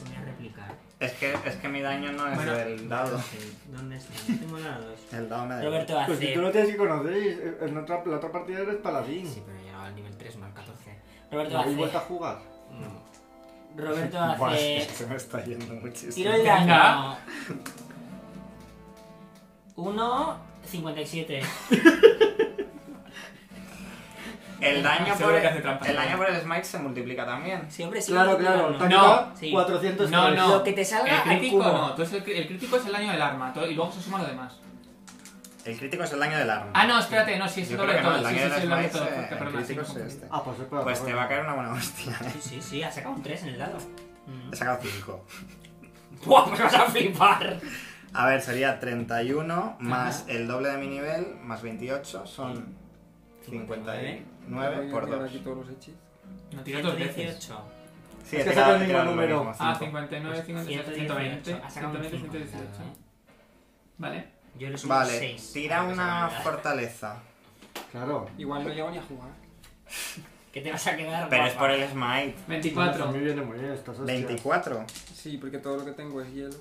voy a replicar. Es que, es que mi daño no es Bueno. del dado. ¿Dónde está? No tengo dados. El dado me da. igual. Roberto Pues si tú hace. lo tienes que conocer, y en otra, la otra partida eres paladín. Sí, pero llegaba al nivel 3, no al 14. Roberto No, y vuelta a hace. jugar. No. Roberto Buah, es hace. que se me está yendo muchísimo. Tiro Eh, el daño. Venga. 1, 57. El daño, Seguro por que hace trampa. el, el daño por el smite se multiplica también. Siempre sí. Claro, claro, te ha No. quitado sí. 400 No, no. Lo que te salga El al crítico cubo. no, tú es el, cri- el crítico es el daño del arma todo- y luego se suma lo demás. El crítico es el daño del arma. Ah, no, espérate, no, sí, es Yo el creo doble que no, todo. el Sí, daño sí, del sí, el doble smite todo. eh, el Perdona, sí, crítico es confundí. este. Ah, pues espera. Pues te espera. va a caer una buena hostia. eh. Sí, sí, sí, ha sacado un 3 en el dado. Mm. He sacado 5. ¡Buah, me vas a flipar! A ver, sería 31 más el doble de mi nivel, más 28, son 59. 59 por Voy a 2. aquí todos los hechizos. No tiras dos veces. 118. Sí, Es he que tirado- saca el he mismo tirado lo número. mismo, Ah, cinco. 59, 57, 120, 118. Pues Ha sacado un 120, 5 en el 118. dado, ¿eh? Vale. Yo le sumo Vale, 6. tira una fortaleza. Claro. Igual no llego ni a jugar. Que te vas a quedar Pero guapa. es por el smite. A 24. mí viene muy bien estas hostias. 24. Sí, porque todo lo que tengo es hielo.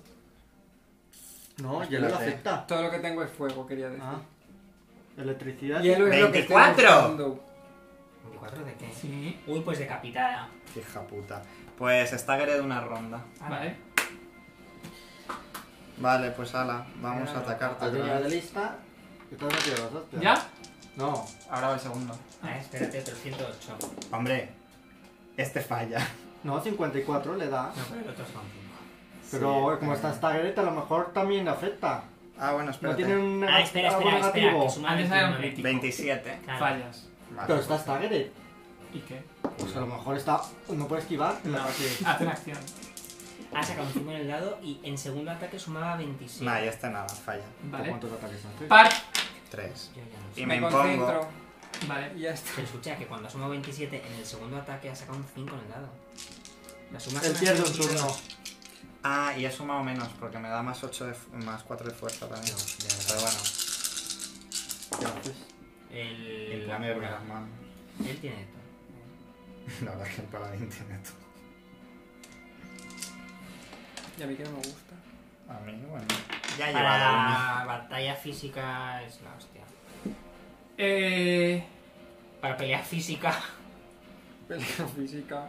No, hielo le Espérate. afecta. Todo lo que tengo es fuego, quería decir. Ah. Ah. Electricidad. Hielo es lo que estoy 24. buscando. ¿24 de qué? Sí. Uy, pues decapitada. Hija puta. Pues está de una ronda. Ah, Vale. Vale, pues ala, vamos a Claro. atacarte. Has otra venido Ah, de vez. lista. Estás metido las hostias. ¿Ya? No. Ahora va el segundo. Ah, espérate, 308. Hombre, este falla. No, 54 le da. No, pero el otro son 5. Pero Sí, como eh. está staggereta, a lo mejor también le afecta. Ah, bueno, No espérate. tiene un Ah, espera, algo espera, espera. negativo. Que suma Antes era un 29. crítico. 27. Claro. Fallas. Vale. Pero está staggered. ¿Y qué? Pues a lo mejor está. No puede esquivar. No, La- hace una acción. Ha sacado un 5 en el dado y en segundo ataque sumaba 27. Nah, ya está nada, falla. Vale. ¿Cuántos ataques haces? Par. Tres. Yo ya no Y sé. me, Me impongo. concentro. Vale. Y ya está. Pero escucha, que cuando ha sumado 27 en el segundo ataque ha sacado un 5 en el dado. La suma Él es pierde un 27. turno. Ah, y he sumado menos porque me da más 8 de, fu- más 4 de fuerza también. No, Pero bueno, ¿Qué haces? El... la imponerme cura. las manos. Él tiene esto. La verdad es que el paladín tiene todo. Y a mí que no me gusta. A mí, bueno. Ya he Para llevado uno. la batalla física es la hostia. Eh, Para pelea física. Pelea física.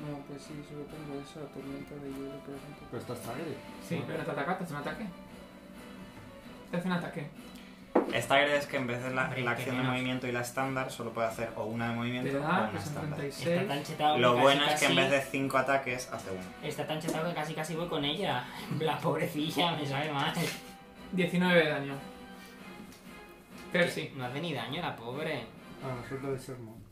No, pues sí, solo tengo eso, la tormenta de hielo, por ejemplo. Pero estás sangre. sí, pero te atacas, te hace un ataque. Te hace un ataque. Esta idea es que en vez de la, Hombre, la que acción de menos. movimiento y la estándar, solo puede hacer o una de Te movimiento o da, una que son estándar. Está 36. tan chetado Lo casi, bueno es que en casi- vez de 5 ataques, hace uno. Está tan chetado que casi casi voy con ella. La pobrecilla, me sabe mal. 19 de daño. Percy. No hace ni daño la pobre. A nosotros del sermón.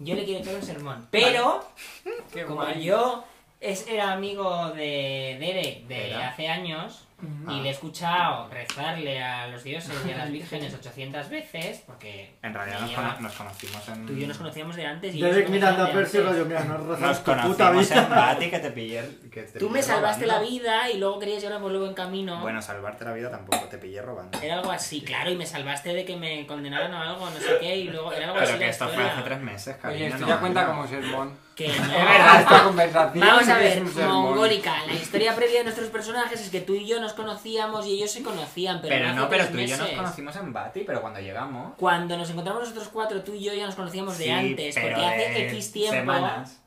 Yo le quiero echar un sermón. Pero, Qué como guay. yo es, era amigo de Derek de ¿Era? hace años Ujú. Ah. y le he escuchado rezarle a los dioses y a las vírgenes 800 veces, porque En realidad me nos, lleva- cono- nos conocimos en. tú y yo nos conocíamos de antes y Derek yo mirando a de Percy antes. rollo, mira, no Nos rozas tu puta conocimos en vida. Bati que te pillé. el- Que te Tú me pillé salvaste la robando. vida y luego querías llevarme por el buen camino. Bueno, salvarte la vida tampoco, te pillé robando. Era algo así, claro, y me salvaste de que me condenaran a algo, no sé qué, y luego era algo así. Pero que la esto fue historia. hace tres meses, cariño. Oye, esto no ya vale. cuenta como sermón. Que no. Es verdad, esta conversación. Vamos a es ver, un sermón. Mongólica, la historia previa de nuestros personajes es que tú y yo nos conocíamos y ellos se conocían, pero, Pero, hace no, pero tres tú y yo nos meses. conocimos en Bati, pero cuando llegamos. Cuando nos encontramos nosotros cuatro, tú y yo ya nos conocíamos de sí, antes, pero porque hace de X tiempo Semanas.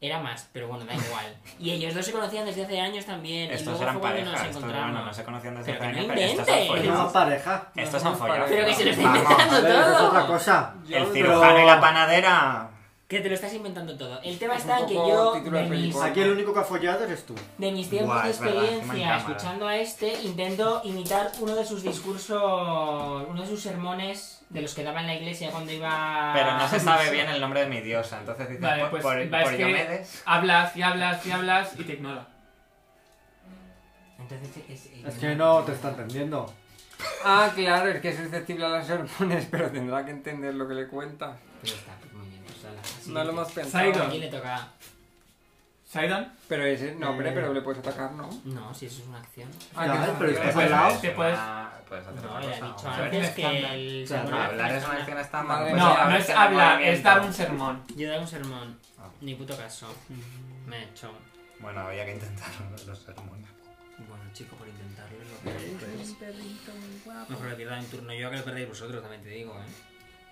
era más, pero bueno, da igual. Y ellos dos se conocían desde hace años también, y Estos luego eran fue cuando parejas. nos Estos, encontramos. bueno, no se conocían desde Pero hace que años, no pero estos han inventes. Pero follado. no pareja. Estos No, han no, follado. para- Pero que se lo está Vamos. inventando. A ver, eso es todo. otra cosa. Yo- El cirujano y la panadera. Que te lo estás inventando todo. El tema Es un está en que poco yo, título de de mis, película. Aquí el único que ha follado eres tú. de mis tiempos Buah, de es verdad, encima en experiencia cámara. escuchando a este, intento imitar uno de sus discursos, uno de sus sermones de los que daba en la iglesia cuando iba... Pero no se sabe bien el nombre de mi diosa, entonces dicen Vale, por, pues, por, va, es que- por Diomedes. Hablas y hablas y hablas y te ignora. Entonces es... Es que no te está entendiendo. Ah, claro, es que es susceptible a los sermones, pero tendrá que entender lo que le cuentas. Pero está, pues, muy bien, pues, ala, así No que- lo hemos Saido. pensado. Aquí le toca... Saidan, Pero ese, no, hombre, Eh. pero le puedes atacar, ¿no? No, si eso es una acción. Ah, Ya, que no, pero que te está puedes- follado. te puedes- Ah, puedes hacer No, otra ya he cosa, dicho vamos a ver. antes estándar. que el sea, sermón No, era hablar es una- una acción estándar. Madre puedes mía. no, hablar no es sin hablar, es movimiento. dar un sermón. Yo daba un sermón, Ah. ni puto caso. Me he hecho... Bueno, había que intentar los sermones. Bueno, chico, por intentarlo es lo que Mejor lo pierda en turno yo que lo perdéis vosotros, también te digo, ¿eh?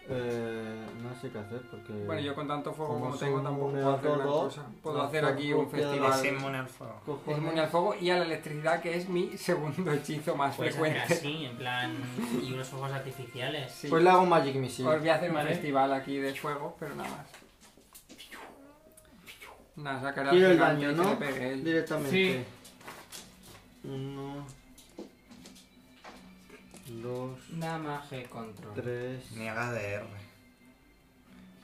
Eh, no sé qué hacer porque. Bueno, yo con tanto fuego Como como tengo son tampoco de puedo hacer gran acuerdo, cosa. Puedo la hacer aquí un fotocopia de festival. Es Vale. inmune al fuego. Cojo Es inmune Pues al fuego y a la electricidad, que es mi segundo hechizo más Pues Puedes hacer frecuente. Pues así, en plan... Y unos fuegos artificiales. Sí. Pues le hago un Magic Os Missile. voy a hacer un Vale. festival aquí de fuego, pero nada más. Nada, sacará Quiero el gigante daño, y que ¿no? le pegue él. Directamente. Uno. Dos. Damage control. Tres. Niega DR.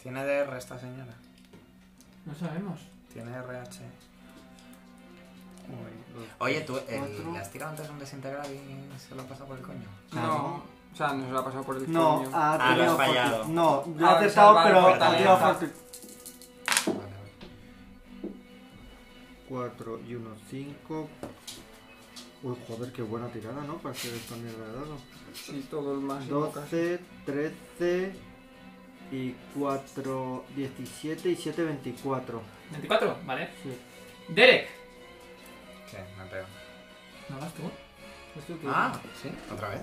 ¿Tiene DR esta señora? No sabemos. ¿Tiene RH? dos, Oye, tú, el, cuatro. ¿le has tirado antes un desintegral y se lo ha pasado por el coño? No, o sea, nos lo ha pasado por el Ah, No, coño. ha Ah, lo tenido has fallado. forti- No, lo Ah, ha lo he acertado, salvado pero por ha tirado talento. forti- Vale, vale. 4 y 1, 5. Uy, joder, qué buena tirada, ¿no? Para ser esta mierda de dado. Sí, todo el más. 12, 13 y 4, 17 y 7, 24. 24, ¿vale? Sí. Derek. ¿Qué? Me pego. ¿No vas tú? Ah, sí, otra vez.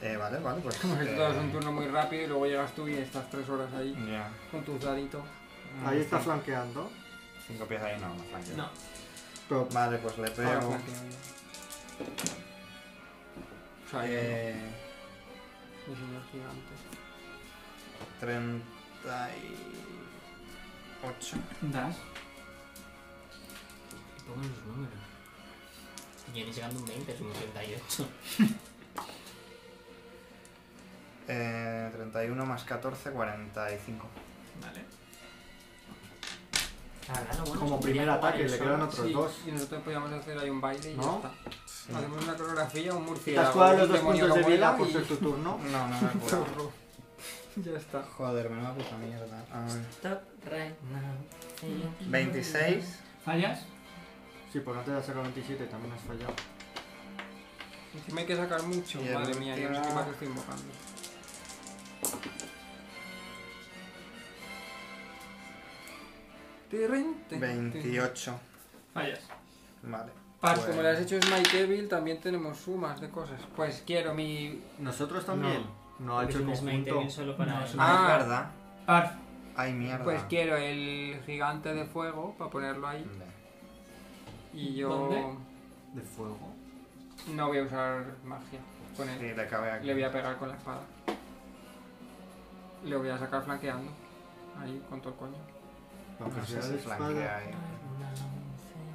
Eh, vale, vale, pues. Como que eh, todo es un turno muy rápido y luego llegas tú y estás tres horas ahí Ya. con tus daditos. Ahí está Cinco- flanqueando. Cinco pies ahí, no, no flanqueo. No. Ah, Pero Vale, pues le Ahora pego. flanqueando. O sea, Eh, yo, mi señor gigante. 38. Das. Pongo los números. Yo ni llegando un 20, es un 38. Eh, 31 más 14, 45. Vale. Ahora lo bueno es Como que primer podría ataque, jugar le él quedan solo. otros Sí, dos. Y nosotros podíamos hacer ahí un baile y ya ¿No? está. Hacemos una coreografía, un Te has murciélago, jugado los un dos demonio puntos de que vida vuela pues, por y- ser tu turno. No, no me acuerdo. Ya está. Joder, menuda puta mierda. A ver. Stop right now. 26. ¿Fallas? Sí, porque antes de sacar 27 también has fallado. Encima hay que sacar mucho, Y el madre mía, yo no sé qué último- más estoy invocando. Tirrin, tin, tin. 28. Fallas. Vale. Par, Bueno. Ah, como le has hecho Smite Evil, también tenemos sumas de cosas. Pues quiero mi. ¿Nosotros también? No, ha Porque hecho el es un Smite conjunto. Evil solo para No, él. solo- Ah. Ay, mierda. Par. Ay, mierda. Pues quiero el gigante de fuego para ponerlo ahí. Vale. Y yo. ¿Dónde? De fuego. No voy a usar magia con él. Sí, le cabe aquí. Le voy a pegar con la espada. Le voy a sacar flanqueando. Ahí, con todo el coño. No Ah, Aunque sé sea si de espada. flanquea ahí.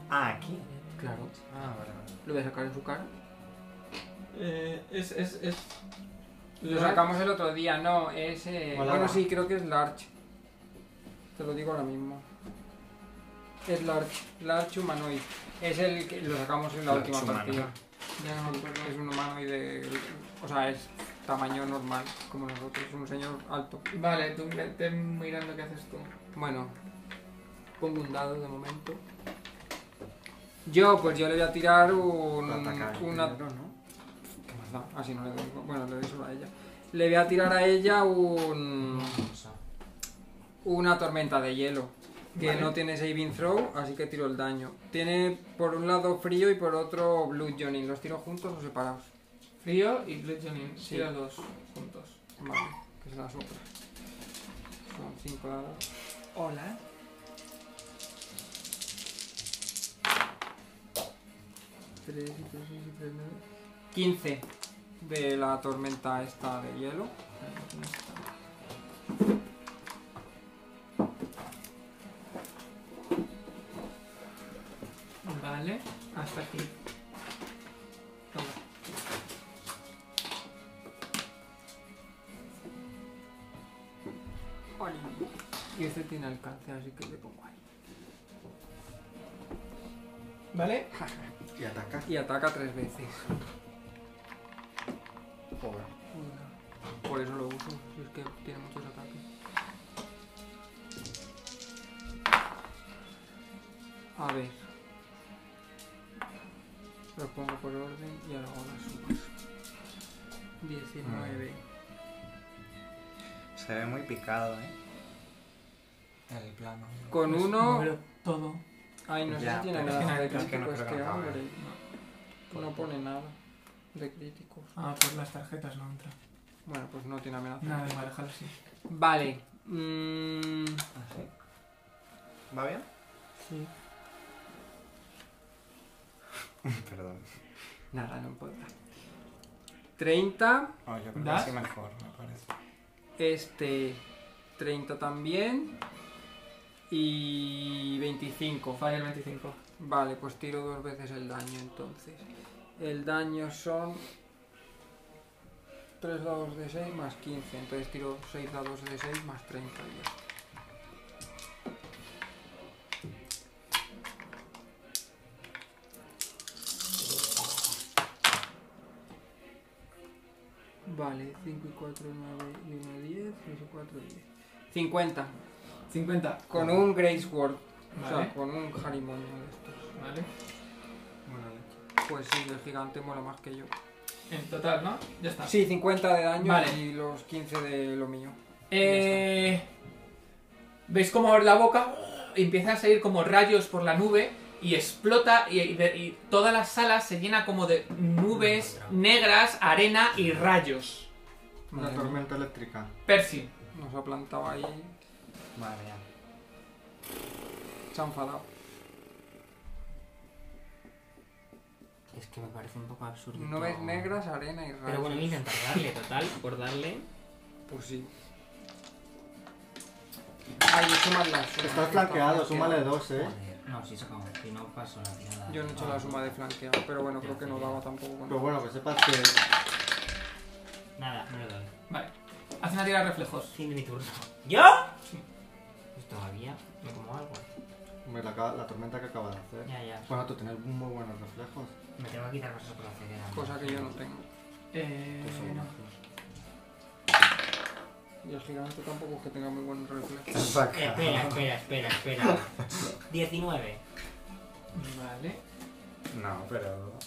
Ah, aquí. Claro. Ah, vale, vale. Lo voy a sacar en su cara. Eh, es, es, es... Lo sacamos el otro día, no, es... eh, Hola. Bueno, sí, creo que es Larch. Te lo digo ahora mismo. Es Larch, Larch humanoid. Es el que lo sacamos en la Larch última humanoid. partida. Ya no me acuerdo, es un humanoide... O sea, es tamaño normal, como nosotros, un señor alto. Vale, tú vete mirando qué haces tú. Bueno, pongo un dado de momento. Yo, pues yo le voy a tirar un... Para atacar ¿eh? una- primero, ¿no? ¿Qué más da? Ah, sí, no le doy... Bueno, le doy solo a ella. Le voy a tirar a ella un... una tormenta de hielo que Vale. no tiene saving throw, así que tiro el daño. Tiene por un lado frío y por otro blue johnny. ¿Los tiro juntos o separados? Frío y Blue Jonin. Sí. Tira dos juntos. Vale, que se la sopla. Son 5 dados. Hola. Tres, y tres, y tres, nueve. 15 de la tormenta esta de hielo. Vale, hasta aquí. Toma. Oli. Y este tiene alcance, así que le pongo ahí. Vale, Y ataca. Y ataca tres veces. Joder. Una. Por eso lo uso, si es que tiene muchos ataques. A ver. Lo pongo por orden y ahora hago las sumas. 19. Se ve muy picado, eh. El plano. Con pues, uno. muévelo todo. Ay, no sé Ya, si tiene pero nada de es que no- es que no crítico creo este que acabe. hombre. Por No favor. pone nada de críticos. Ah, por las tarjetas no entra. Bueno, pues no tiene amenaza. Nada, igual, déjalo así. Vale. mm, ¿Va bien? Sí. Perdón. Nada, no importa. 30. Oh, yo creo que ¿Das? así mejor, me parece. Este 30 también. Y 25. Falla el 25. Vale, pues tiro dos veces el daño entonces. El daño son 3 dados de 6 más 15. Entonces tiro 6 dados de 6 más 30 y ya. Vale, 5 y 4, 9 y 1, 10, 6 y 4, 10. 50. 50. Con un Grace Ward. O Vale. sea, con un jarimonio de estos. Vale. Buena leche. Pues sí, el gigante mola más que yo. En total, ¿no? Ya está. Sí, 50 de daño Vale. y los 15 de lo mío. Eh, ¿Veis cómo abre la boca? Empiezan a salir como rayos por la nube y explota y, y de- y toda la sala se llena como de nubes negras, arena y rayos. Una Madre tormenta eléctrica. Percy, Nos ha plantado ahí, Madre mía. se ha enfadado. Es que me parece un poco absurdo. Nubes negras, arena y rayos. Pero bueno, voy a intentar darle, total, por ¿Eh? darle. Pues sí. Ay, he hecho mal la suma. Estás He flanqueado, estado súmale flanqueado. dos, eh. Joder, no, si se acabó, si no paso la tirada. Yo no he hecho la suma de flanqueado, pero bueno, creo que no daba tampoco con Pero bueno, que sepas que. Nada, no le doy. vale. Haz una tira de reflejos. Fin de mi turno. ¿Yo? Pues todavía me como algo. Hombre, la, ca- la tormenta que acaba de hacer. Ya, ya. Bueno, tú tienes muy buenos reflejos. Me tengo que quitar cosas por la ceguera. Cosa que yo no tengo. Eh, Tú solo. Y el gigante tampoco es que tenga muy buenos reflejos. Eh, Espera, espera, espera, espera. 19. vale. No, pero.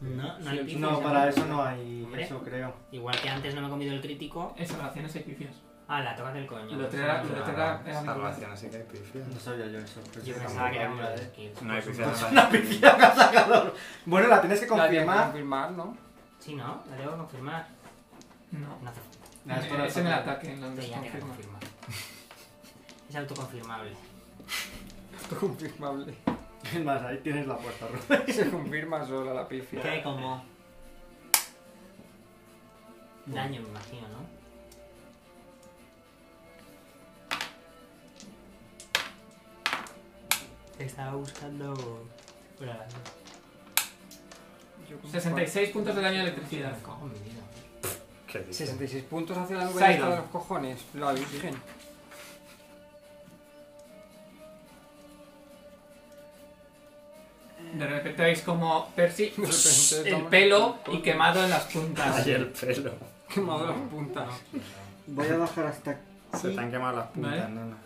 No, no, Sí, hay no, pifes, para ¿no? eso no hay. Hombre. Eso creo. Igual que antes no me he comido el crítico. En salvaciones hay pifias. Ah, la toca del coño. Lo traerá- lo traerá- Ah, era salvación, así que hay pifias. No sabía yo eso. Yo pensaba que era un Pues, No hay pifias. Una piscina que ha sacado. Bueno, la tienes que La tienes que confirmar. Confirmar, ¿no? Sí, ¿no? La tengo que confirmar. No. No hace falta. Nah, es para Eh, ese en el sacar. ataque, en la Ya queda desconfirma. confirmado. Es autoconfirmable. Confirmable. Es más, ahí tienes la puesta, Rubén. Se confirma sola la pifia. ¿Qué como? Daño, me imagino, ¿no? Te estaba buscando. Hola. 66 puntos de daño de electricidad. Me cago en mi vida. ¿Qué dices? 66 puntos hacia la nube esta de Sidon. los cojones. La virgen. De repente veis como Percy De repente el toma- pelo y quemado en las puntas. Ay, el pelo. Quemado las puntas. Voy a bajar hasta aquí. Se te han quemado las puntas, Vale. nena.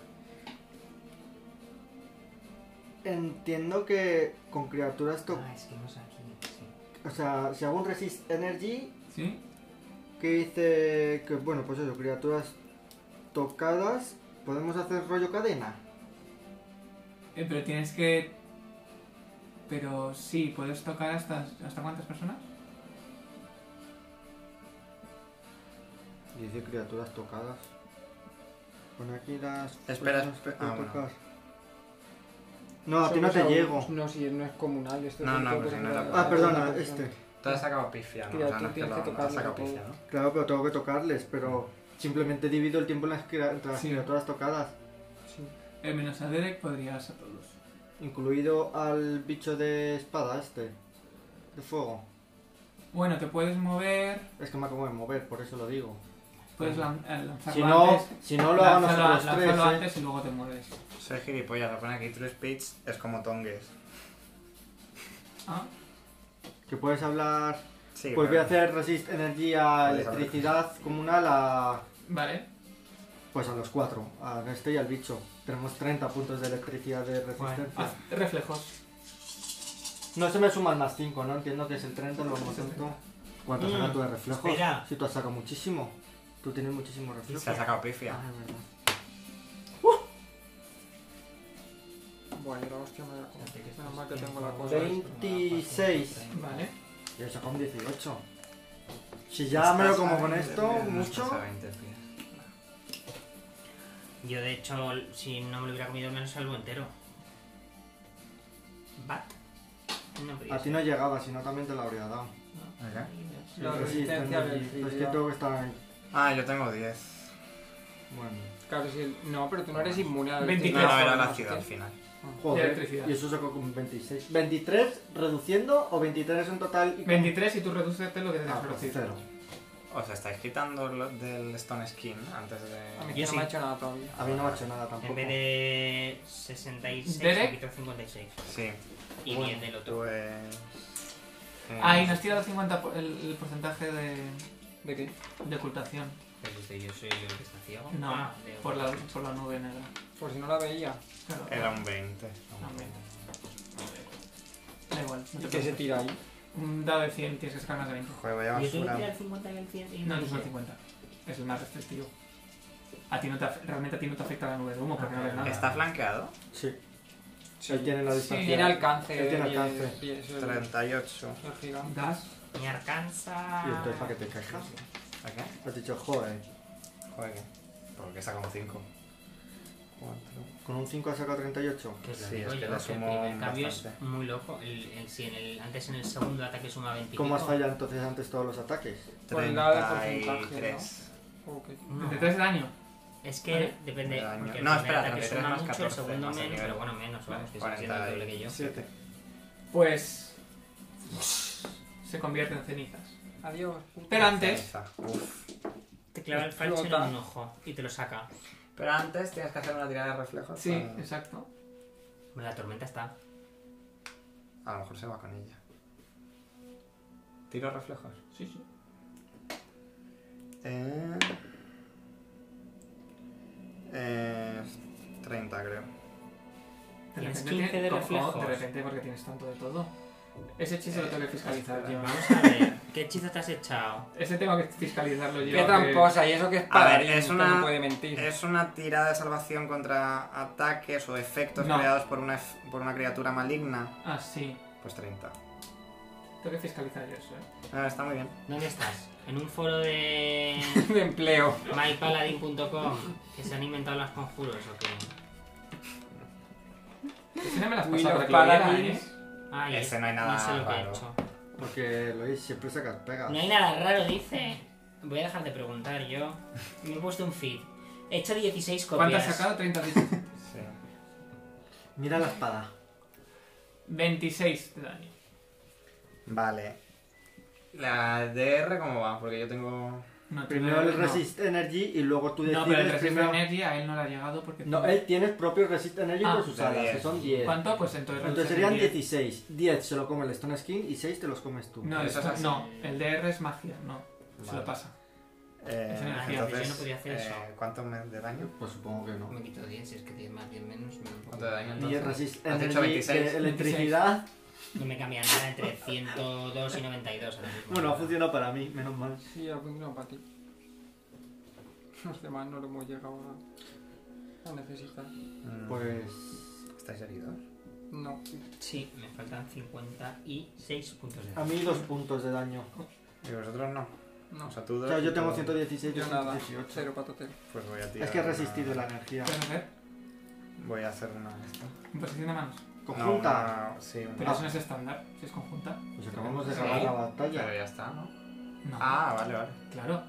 Entiendo que con criaturas to- Ah, es que no sé aquí. Sí. O sea, si hago un resist energy ¿Sí? que dice que, bueno, pues eso, criaturas tocadas, podemos hacer rollo cadena. Eh, pero tienes que... Pero sí, ¿puedes tocar hasta, hasta cuántas personas? Dice criaturas tocadas. Pon aquí las. Espera, personas que espera. puedo Ah, bueno. tocar. No, a ti no te Somos llego. aún- No, si no es comunal. Esto No, es no, todo pues por no era- ejemplo, Ah, perdona, la- este. Tú has sacado pifia, ¿no? Tía, O sea, tú no es que tienes lo que no has tocarlo, sacado tú. pifia, ¿no? Claro, pero tengo que tocarles, pero simplemente divido el tiempo en las, cria- las Sí. criaturas tocadas. Sí. Eh, menos a Derek podrías a todos. Incluido al bicho de espada este. De fuego. Bueno, te puedes mover, Es que me acabo de mover, por eso lo digo. puedes lan- eh, lanzarlo Si no, antes. si no lo hago Lánzalo- nosotros tres, lánzalo ¿eh? antes y luego te mueves. Soy gilipollas, lo pone aquí True Speech es como tongues. Ah, que puedes hablar. Sí, Pues voy a pero- hacer resist energía, Puedes hablar. electricidad comunal a. vale. Pues a los cuatro, a este y al bicho. Tenemos 30 puntos de electricidad de resistencia. Haz reflejos. No se me suman más 5, ¿no? Entiendo que es el 30, lo hemos visto. Mm. ¿Cuánto has sacado tú de reflejos? espera. Si tú has sacado muchísimo. Tú tienes muchísimo reflejo. Se ha sacado pifia. Ah, es verdad. Bueno, la hostia me la como. Menos mal que tengo la cosa. 26. Vale. Yo he sacado un 18. Si ya me lo como con esto, mucho. Yo, de hecho, si no me lo hubiera comido, me lo salvo entero. ¿Bat? No, Ah, pero A ti no llegaba, si no también te lo habría dado. La Sí, resistencia tengo- electricidad. Es que tengo que estar ahí. Ah, yo tengo 10. Bueno. Claro, si el- No, pero tú no eres inmune a la 23. No, electricidad. no, era Las la ciudad al hostias. final. De Joder. electricidad. Y eso sacó con 26. ¿23 reduciendo o 23 en total? Y con- 23 y tú reduces lo que te Ah, has pues reducido. cero. Os estáis quitando lo del Stone Skin antes de. Ah, A mí Yo no sí. me ha hecho nada todavía. A mí no me ha hecho nada tampoco. En vez de 66, Derek. me quito 56. Sí, Y 10 del otro. pues. eh, Ah, y nos tira el 50 por- el, el porcentaje de, ¿De qué? de ocultación Pero usted, yo soy el que está ciego. No, Ah, de- por la, por la nube negra. Por si no la veía. Claro, Era un 20. Ah, no, hombre. Da igual. No ¿Y te qué se preocupes. tira ahí? Un dado de 100 tienes que sacar más de 20. Joder, vaya Yo tengo que basura. tirar 50 y el 100. Y No, no no son sé. 50. Es el más restrictivo. A ti no te, af- realmente a ti no te afecta la nube de humo porque no ves nada. ¿Está flanqueado? Sí. Él tiene la Sí, distancia. Tiene alcance. Él tiene y es- alcance. y es el- 38. el gigante. Das. Ni alcanza. Ah. Y entonces, ¿para qué te quejas? ¿A qué? Has dicho, joder, Joder, ¿qué? Porque saca un 5. 4. con un 5 has sacado 38. Que os lo Sí, digo es que yo, le que el sumo primer cambio es bastante. muy loco. El, el- si en el, antes en el segundo ataque suma 25. ¿Cómo has fallado entonces antes todos los ataques? Por el lado del porcentaje, 33. Ok. No, 33 de daño. Es que Vale. depende. Daño. Porque el No, primer espera, ataque 33 suma más mucho, el 14 segundo más el menos, nivel. pero bueno, menos. Vamos, que sigue siendo el doble que yo. 47. Pues. Se convierte en cenizas. Adiós. Pero antes. Uf. Te clava el falcho en Explota. un ojo y te lo saca. Pero antes tienes que hacer una tirada de reflejos. Sí, para- exacto. La tormenta está. A lo mejor se va con ella. Tiro reflejos. Sí, sí. Eh... Eh... 30 creo. Tienes repente- 15 de ¿cómo? reflejos. De repente, porque tienes tanto de todo. Ese hechizo lo tengo que fiscalizar yo. Vamos a ver, ¿qué hechizo te has echado? Ese tengo que fiscalizarlo yo. Qué que- tramposa, y eso que es paladín, es que una- no puede mentir. Es una tirada de salvación contra ataques o efectos No. creados por una, ef- por una criatura maligna. Ah, sí. Pues 30. Tengo que fiscalizar yo eso, ¿eh? Ah, está muy bien. ¿Dónde estás? En un foro de De empleo. mypaladin.com que se han inventado los conjuros o qué. Ese no me las Uy, pasado los para que lo viera, paladines. ¿eh? Ay, Ese no hay nada no sé lo que he raro. hecho. Porque Luis siempre sacas pegas. No hay nada raro, dice. Voy a dejar de preguntar yo. Me he puesto un feed. He hecho 16 copias. ¿Cuánto has sacado? 30 dices. Sí. Mira la espada. 26 de daño. Vale. ¿La DR cómo va? Porque yo tengo... No, tú Primero no- el Resist Energy y luego tú decides No, pero el resist primero... energy a él no le ha llegado porque... No, él tiene propio Resist Energy Ah, por sus la alas, diez. que son 10. ¿Cuánto? Pues entonces... reduces el Entonces serían 10. 16. 10 se lo come el Stone Skin y 6 te los comes tú. No, Eso es eso- así. no, el DR es magia, no. Se Vale. lo pasa. Eh, Es energía, entonces, yo no podía hacer eh, eso. ¿Cuánto me- de daño? Pues supongo que no. Me quito 10, es que 10 más 10 menos. Me da un poco ¿Cuánto de daño Y el entonces? Resist Has dicho Energy 26. de electricidad. No me cambia nada entre 102 y 92. ahora mismo. Bueno, ha funcionado para mí, menos mal. Sí, ha funcionado para ti. Los demás no lo hemos llegado a, a necesitar. Mm, Pues. ¿Estáis heridos? No. Sí, me faltan 56 puntos de A daño. mí dos puntos de daño. ¿Y vosotros no? No. O sea, tú O dos sea, y yo tengo tú- 116 Yo nada. 118. Cero patatero. Pues voy a tirar... Es que he una- resistido la energía. ¿Puedes hacer? Voy a hacer una... de estas. En posición de manos. Conjunta. No, una- Sí, una- Pero Ah. eso no es estándar, si es conjunta. Pues acabamos de Sí. acabar la batalla. Pero ya está, ¿no? No, Ah, vale, vale. claro.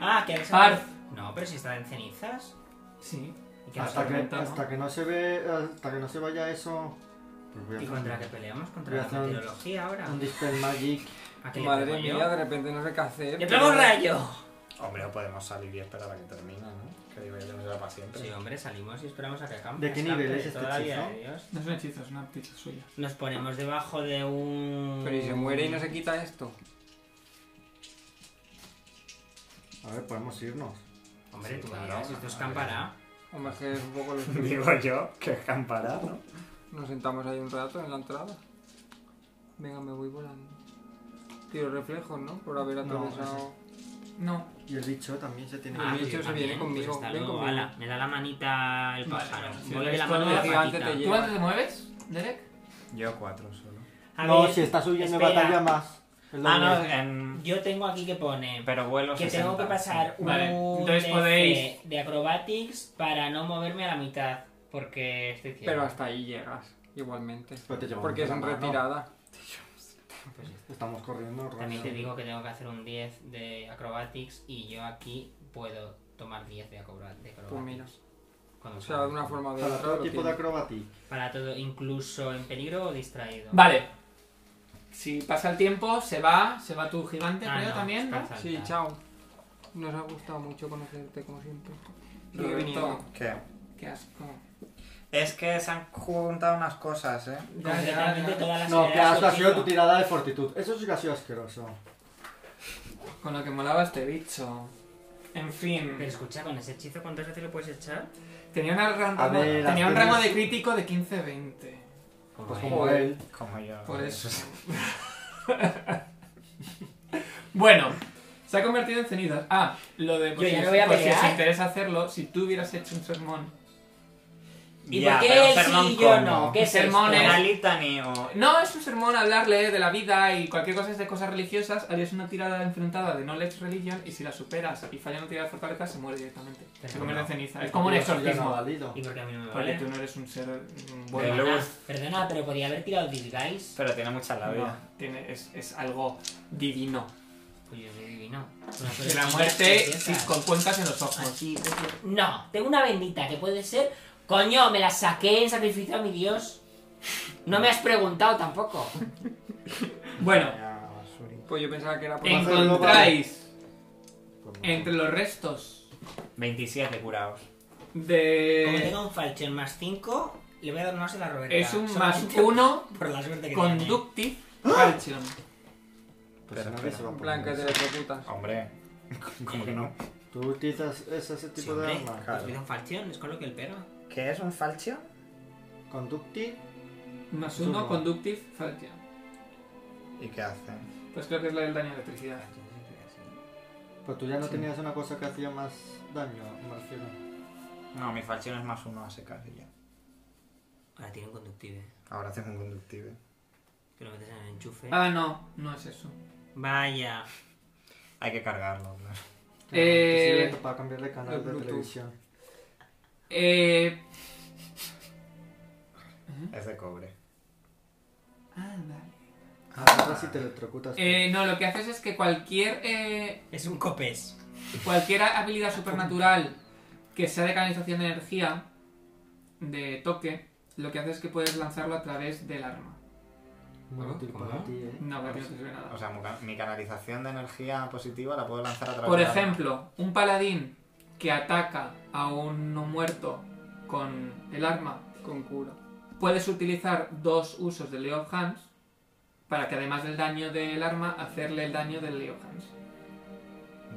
Ah, que eres Parf. No, pero si está en cenizas. Sí. ¿Y, qué Hasta nos- que, tormenta, ¿no? hasta que no se ve. Hasta que no se vaya eso. Pues voy a ¿Y hacer contra qué un- peleamos? ¿Contra Voy a la hacer un- meteorología ahora? un Dispel Magic. ¿A qué le Madre pego yo? mía, de repente no sé qué hacer. ¡Le pego un rayo! Hombre, o podemos salir y esperar a que termine, ¿no? Que digo yo, no será para siempre. Sí, hombre, salimos y esperamos a que acampe. ¿De qué Escape, nivel es este todavía, hechizo? Dios. No es un hechizo, es una aptitud suya. Nos ponemos debajo de un... Pero y se muere y no se quita esto. A ver, podemos irnos. Hombre, Sí, tú claro, verás, esto a es Ah, Ah, ver. campará. Hombre, que es un poco lo Digo yo que escampará, ¿no? Nos sentamos ahí un rato en la entrada. Venga, me voy volando. Tiro reflejos, ¿no? Por haber atravesado. No, Y el bicho también se tiene Ah, el que sí, bicho se también, viene conmigo, pues hasta ven luego, conmigo. ala, me da la manita el Vale, pájaro. si Mueve eres la mano de la todo Pues gigante, patita. te ¿Tú antes te mueves, Derek? Yo cuatro solo. A No, ver, si estás huyendo de espera. batalla más. Es lo Ah, no, mismo. En... Yo tengo aquí que pone Pero vuelo que tengo que pasar un Vale, entonces DC podéis- de acrobatics para no moverme a la mitad, porque estoy ciego. Pero hasta ahí llegas, igualmente. Pero te llevamos Porque de es la en mano. retirada. Pues ya. Estamos corriendo. También te rápido. digo que tengo que hacer un 10 de acrobatics y yo aquí puedo tomar 10 de acroba- de acrobatics. Pues mira. Cuando O sea, pueda. de una forma de Para otra. todo lo tipo de tiene. acrobatic. Para todo, incluso en peligro o distraído. Vale. Si pasa el tiempo, se va, se va tu gigante, Ah, creo, no, también, ¿no? descansa. Sí, chao. Nos ha gustado mucho conocerte, como siempre. Sigue viniendo. Roberto, ¿Qué? qué asco. Es que se han juntado unas cosas, ¿eh? Ya, ya, Completamente ya. todas las No, que ideas hasta ha sido tu contigo. tirada de fortitud. Eso sí que ha sido asqueroso. Con lo que molaba este bicho. En fin, Pero escucha, con ese hechizo, ¿cuántas veces lo puedes echar? tenía, una gran A rango- ver, tenía las un rango primeras- de crítico de 15-20. Como Pues él. como él. Como yo. Por eso. bueno, se ha convertido en cenizas. Ah, lo de. Yo ya si- no voy a por si os pelear. interesa hacerlo, si tú hubieras hecho un sermón. ¿Y Ya, por qué pero él sermón sí y yo como- no? ¿Qué es Sermón esto? es- Una litany o... No, es un sermón hablarle de la vida y cualquier cosa es de cosas religiosas. Harías una tirada enfrentada de Knowledge Religion y si la superas y falla una tirada de fortaleza, se muere directamente. Se Pero convierte en no. ceniza. Es como un Pero eso ya no ha exorcismo. valido. ¿Y por qué a mí no me Porque vale? tú no eres un ser mm, bueno. Pero- Perdona, perdona, pero podía haber tirado Disguise. Pero tiene mucha No, labia. tiene- es, es algo divino. Pues yo soy divino. Pues Una De cosa la chica, muerte princesa. si- con cuencas en los ojos. Así, pues, No, tengo una bendita que puede ser... Coño, me la saqué en sacrificio a mi dios. No me has preguntado tampoco. Bueno, Ya, basuri. Pues yo pensaba que era por En- hacer. encontráis Pues entre los restos 27 curados. Como de tengo un falchion más 5, Le voy a dar una a la Roberta. Eh, Es un más solamente uno Por la suerte que tiene. conductive calcium. Pues Espera, no que se va a poner Blanca eso. de las putas. Ah, Hombre, ¿cómo que no? Tú utilizas ese, ese Sí, tipo de hombre, arma. Claro. utiliza un falchion, es con lo que él pega. ¿Qué es un falcio? Conducti. Más Es un uno uno. conductive calcium. ¿Y qué hace? Pues creo que es la del daño de electricidad. Falchion siempre es así. Pues tú ya no tenías una cosa que hacía más daño, me refiero. No, mi falcio es más uno a secar y ya. Ahora tiene un conductive. Ahora haces un conductive. Que lo metes en el enchufe. Ah, no, no es eso. Vaya. Hay que cargarlo, claro. Eh, Te sirve para cambiarle canal el de Bluetooth. televisión. Eh. Es de cobre. Ah, vale. Ahora sí te electrocutas. Eh, no, lo que haces es que cualquier eh, Es un copés. cualquier habilidad supernatural que sea de canalización de energía, de toque, lo que haces es que puedes lanzarlo a través del arma. Muy ¿cómo? útil para ti, eh. No, para ti no te sirve O nada. sea, mu- mi canalización de energía positiva la puedo lanzar a través Por de la- ejemplo, un paladín que ataca a un no muerto con el arma, Con cura. puedes utilizar dos usos de Lay of Hands para que además del daño del arma, hacerle el daño del Lay of Hands.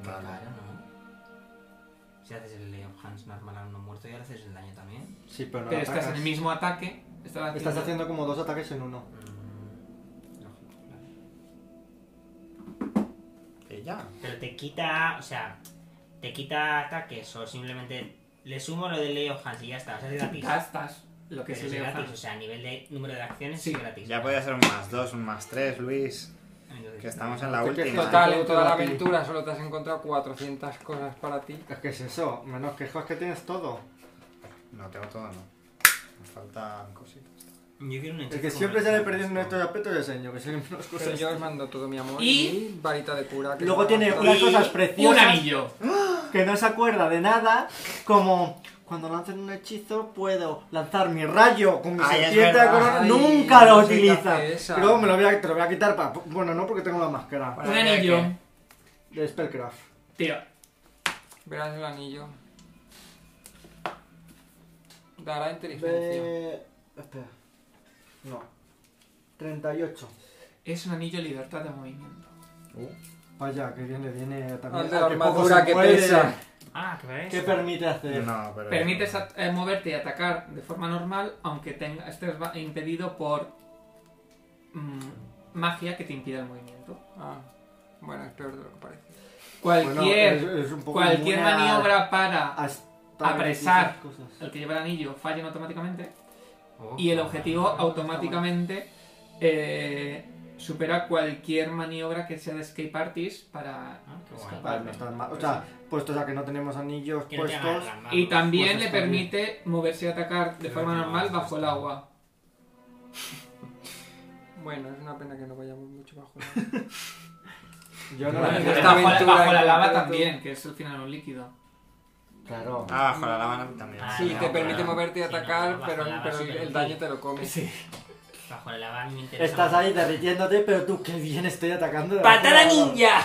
Vale. Claro, ¿no? Si haces el Lay of Hands normal a uno muerto y ahora haces el daño también. Sí, pero no Pero atacas. estás en el mismo ataque. Estás Estás haciendo como dos ataques en uno. Mm, lógico, claro. Y ya. Pero te quita, o sea, te quita ataques o simplemente le sumo lo del Lay of Hands y ya está. O sea, es gratis. Gastas lo que Pero es es el Lay of gratis, o Hands. sea, a nivel de número de acciones Sí. es gratis. Ya podía ser un más dos, un más tres, Luis. Entonces, Que estamos en la Te última. quejas. Total, en toda la aventura solo te has encontrado 400 cosas para ti. Es que es eso, menos quejos que tienes todo. No, tengo todo, no. Me faltan cositas. Yo quiero un Es enchufe que como siempre el- sale perdiendo estos aspectos de seño, que son unas Pero cosas. yo os mando todo mi amor. Y- Y varita de cura. que Pues este. Luego no- tiene unas cosas Un preciosas anillo. que no se acuerda de nada, como cuando lancen un hechizo puedo lanzar mi rayo con mi Ay, es serpiente de verdad. corona. Ay, no Nunca lo sé qué utiliza. hace esa. Luego me lo voy a, te lo voy a quitar para... Bueno, no porque tengo la máscara Un anillo. de Spellcraft. Tío. Verás el anillo. Dará inteligencia. Ve... Espera. No. 38. Es un anillo libertad de movimiento. Vaya, que viene, viene también. Al de Ah, que poco armadura se que puede. pesa. Ah, que para ¿Qué eso. permite hacer? No, pero. Permites at- eh, moverte y atacar de forma normal, aunque tenga, estés va- impedido por mm, magia que te impida el movimiento. Ah, bueno, es peor de lo que parece. Bueno, Cualquier, es- es un poco cualquier inmune a- maniobra para a estar apresar. en esas cosas. el que lleva el anillo fallen automáticamente Oh, y el objetivo vale. automáticamente eh, supera cualquier maniobra que sea de escape artist para Ah, qué guay. escapar. Vale, no Pues está mal. O sea, puestos a que no tenemos anillos Que no te puestos. agarran, vamos. Y también Pues le está bien. permite moverse y atacar de Creo forma que no, normal esto bajo el está agua. Bueno, es una pena que no vayamos mucho bajo. Yo no Vale, lo ya quiero. está. bajo, la, aventura bajo la que lava encuentro. también, que es al final un líquido. Claro. Ah, joder, la van a también. Ah, Sí, no, te pero- permite moverte y sí, no, atacar, bajo pero, la base pero el, del el daño nivel. te lo comes. Bajo la lava me interesa. Estás más. ahí derritiéndote, pero tú qué bien estoy atacando. de ¡Patada abajo. ninja!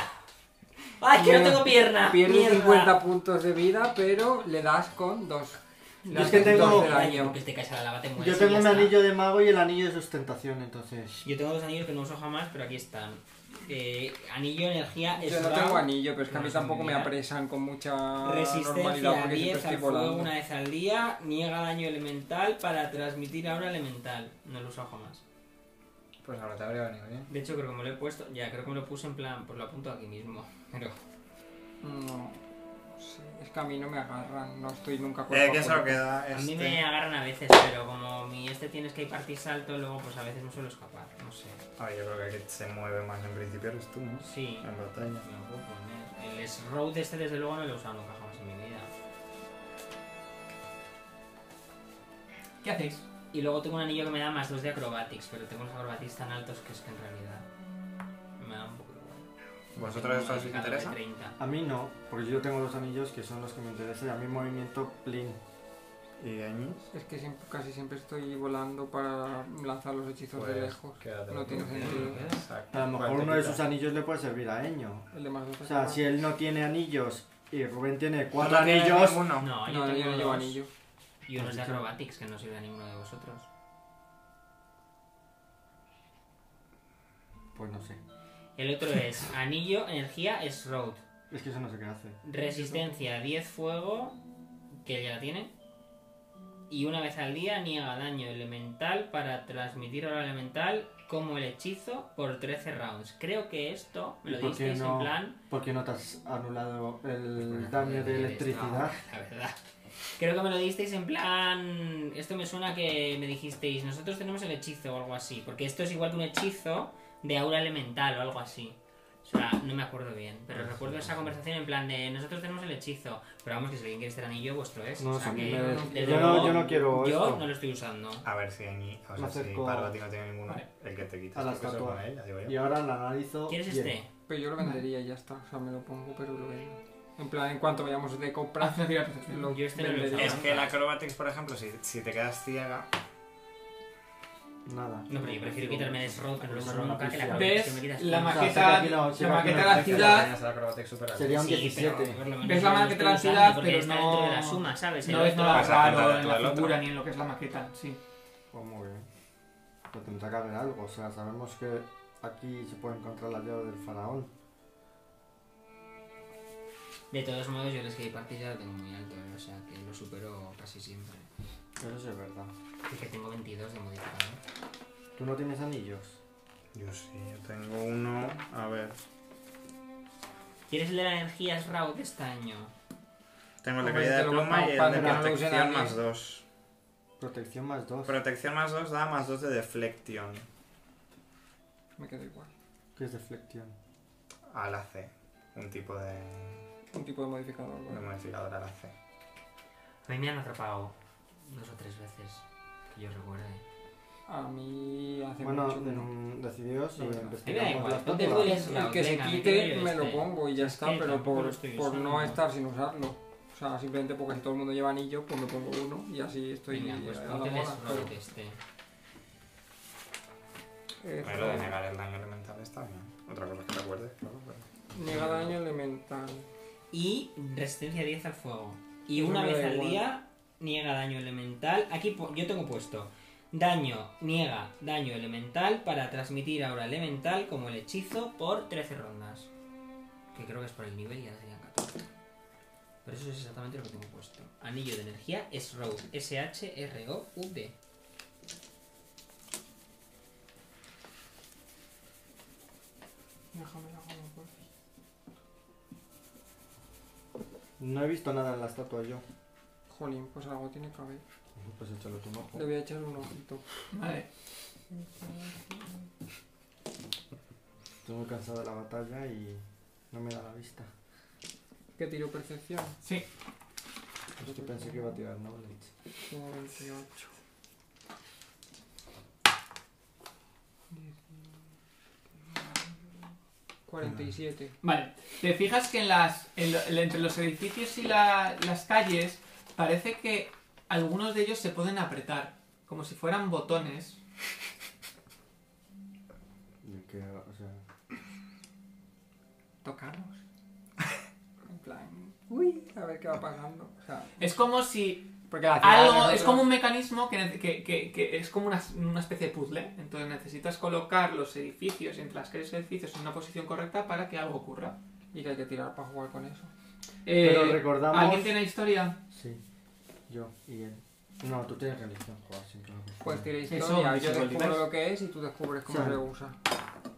¡Ay, que no Mierda. tengo pierna! Pierdes Mierda. 50 puntos de vida, pero le das con 2. Yo es que tengo- de daño. Que te caes a la lava, te mueres Yo y tengo Pues ya un está. anillo de mago y el anillo de sustentación, entonces. Yo tengo dos anillos que no uso jamás, pero aquí están. Eh, anillo, energía, Yo no eslogan, tengo anillo, pero es que a mí no sé tampoco me mirar. apresan con mucha normalidad Resistencia porque siempre 10 estoy al fuego volando. una vez al día, niega daño elemental para transmitir ahora elemental. No lo uso jamás. Pues ahora te habría venido bien. De hecho, creo que me lo he puesto. Ya, creo que me lo puse en plan, pues lo apunto aquí mismo. Pero. No, sí, es que a mí no me agarran, no estoy nunca cuerpo Eh, a ¿qué se lo cuerpo. queda? A mí Este. me agarran a veces, pero como mi este tienes que partir salto, luego pues a veces me suelo escapar. No sé. Ah, yo creo que el que se mueve más en principio eres tú, ¿no? Sí. En batalla. Me lo puedo poner. El Shroud este desde luego no lo he usado nunca jamás en mi vida. ¿Qué hacéis? Y luego tengo un anillo que me da más dos de acrobatics, pero tengo los acrobatics tan altos que es que en realidad me da un poco igual. ¿Vosotros esto os Tengo un modificador interesa? de 30. A mí no, porque yo tengo dos anillos que son los que me interesan. y A mí movimiento plin. ¿Y años? Es que siempre- casi siempre estoy volando para lanzar los hechizos de lejos. quédatelo No tú. tiene sentido. Pues Exacto. Pues A lo mejor Vale, uno de quita. sus anillos le puede servir a Eño. El de más dos O sea, si él no tiene anillos y Rubén tiene cuatro Pues No tiene anillos, ninguno. No, yo No, tengo yo no llevo dos. anillo. Y unos de acrobatics que no sirve a ninguno de vosotros. Pues no sé. El otro es anillo, energía, es road. Es que eso no sé qué hace. Resistencia 10 fuego, que ya la tiene. Y una vez al día niega daño elemental para transmitir ahora elemental como el hechizo por 13 rounds. Creo que esto me lo ¿Y por qué disteis no? en plan. ¿Por qué no te has anulado el Bueno, daño joder, de esto, electricidad? La verdad. Creo que me lo disteis en plan. Esto me suena que me dijisteis, nosotros tenemos el hechizo o algo así. Porque esto es igual que un hechizo de aura elemental o algo así. O sea, no me acuerdo bien, pero recuerdo esa conversación en plan de nosotros tenemos el hechizo, pero vamos que si alguien quiere este anillo vuestro es. No, o sea, a mí que, me- desde yo no- luego, yo no quiero Yo esto. no lo estoy usando. A ver si Añi, o sea, Me si acerco Parvati no tiene ninguno, Vale. el que te quita A la es tu peso estatua. con ella, digo yo. Y ahora la analizo. ¿Quieres Ah, bien. este? Pero yo lo vendería y ya está. O sea, me lo pongo, pero lo vendo. En plan, en cuanto vayamos de Ah, comprar, lo Yo este no lo vendería. Es que el Acrobatics, por ejemplo, si, si te quedas ciega, Nada. No, pero yo prefiero quitarme el Srod, que no lo uso nunca, que la Ves colección me quitas la tú. sea, maqueta, saca aquí la- la saca aquí maqueta la de la maqueta, ciudad el Acrobatics super alto. Sería un Sí, pero 17. por lo menos Ves yo la no maqueta de la estoy usando ciudad, porque pero está no- dentro de la suma, ¿sabes? no El es otro- nada vas a apuntar raro tú en la al otro. figura ni en lo que es la maqueta, sí. Pues muy bien. Pero tendrá que haber algo. O sea, sabemos que aquí se puede encontrar la llave del faraón. De todos modos, yo el skate party ya lo tengo muy alto, ¿eh? o sea que lo supero casi siempre. Eso sí es verdad. Es que tengo 22 de modificador. ¿Tú no tienes anillos? Yo sí, yo tengo uno. A ver. ¿Quieres el de la energía SRAW de este año? Tengo el de Hombre, caída te de lo pluma mando y el para de que no lo usen protección nadie. más 2. Protección más 2. Protección más 2 da más 2 de deflection Me queda igual. ¿Qué es deflección? al AC. Un tipo de, Un tipo de modificador. de ¿vale? modificador al AC. A mí me han atrapado dos o tres veces, que yo recuerde. A mí hace Bueno, mucho que no. mm, decididos y No, no. Me da investigamos igual, las ponte tú plantas. el- El que se Venga, me quite quedo yo me lo este. pongo y ya Es está, que pero tampoco lo por, estoy por no usando. estar sin usarlo. O sea, simplemente porque si todo el mundo lleva anillo, pues me pongo uno y así estoy ¿eh? Venga, pues a la ponte el moda, SRAW pero- de este. Eh, Pero lo de negar el daño elemental está bien. Otra cosa que te acuerdes, claro. pero- niega daño elemental. Y resistencia 10 al fuego. Y Eso una me da vez al igual. día niega daño elemental. Aquí po- yo tengo puesto daño, niega daño elemental para transmitir ahora elemental como el hechizo por 13 rondas. Que creo que es por el nivel y ahora serían 14. Pero eso es exactamente lo que tengo puesto. Anillo de energía es Road. S-H-R-O-V. Déjame la goma, por favor. No he visto nada en la estatua yo. Jolín, pues algo tiene que haber. Pues échalo tú un ojo. Le voy a echar un ojito. Vale. Estoy muy cansado de la batalla y no me da la vista. ¿Qué tiro percepción? Sí, Pues que pensé que iba a tirar knowledge. Tengo 28. 47. Vale, te fijas que en las, en lo- en- entre los edificios y la- las calles parece que algunos de ellos se pueden apretar, como si fueran botones. ¿De qué? O sea, Tocarlos. En plan, uy, a ver qué va pasando. O sea, Es como si porque la ciudad algo, de es como nosotros- un mecanismo que, nece- que- que- que es como una, una especie de puzzle. ¿eh? Entonces necesitas colocar los edificios entre las calles y edificios en una posición correcta para que algo ocurra. Y que hay que tirar para jugar con eso. Eh, Pero recordamos- ¿Alguien tiene historia? sí. Yo y él. No, tú tienes religión, joder, sin que Pues tira historia, Eso, yo descubro visualizas. lo que es y tú descubres cómo Sí. se usa. Pero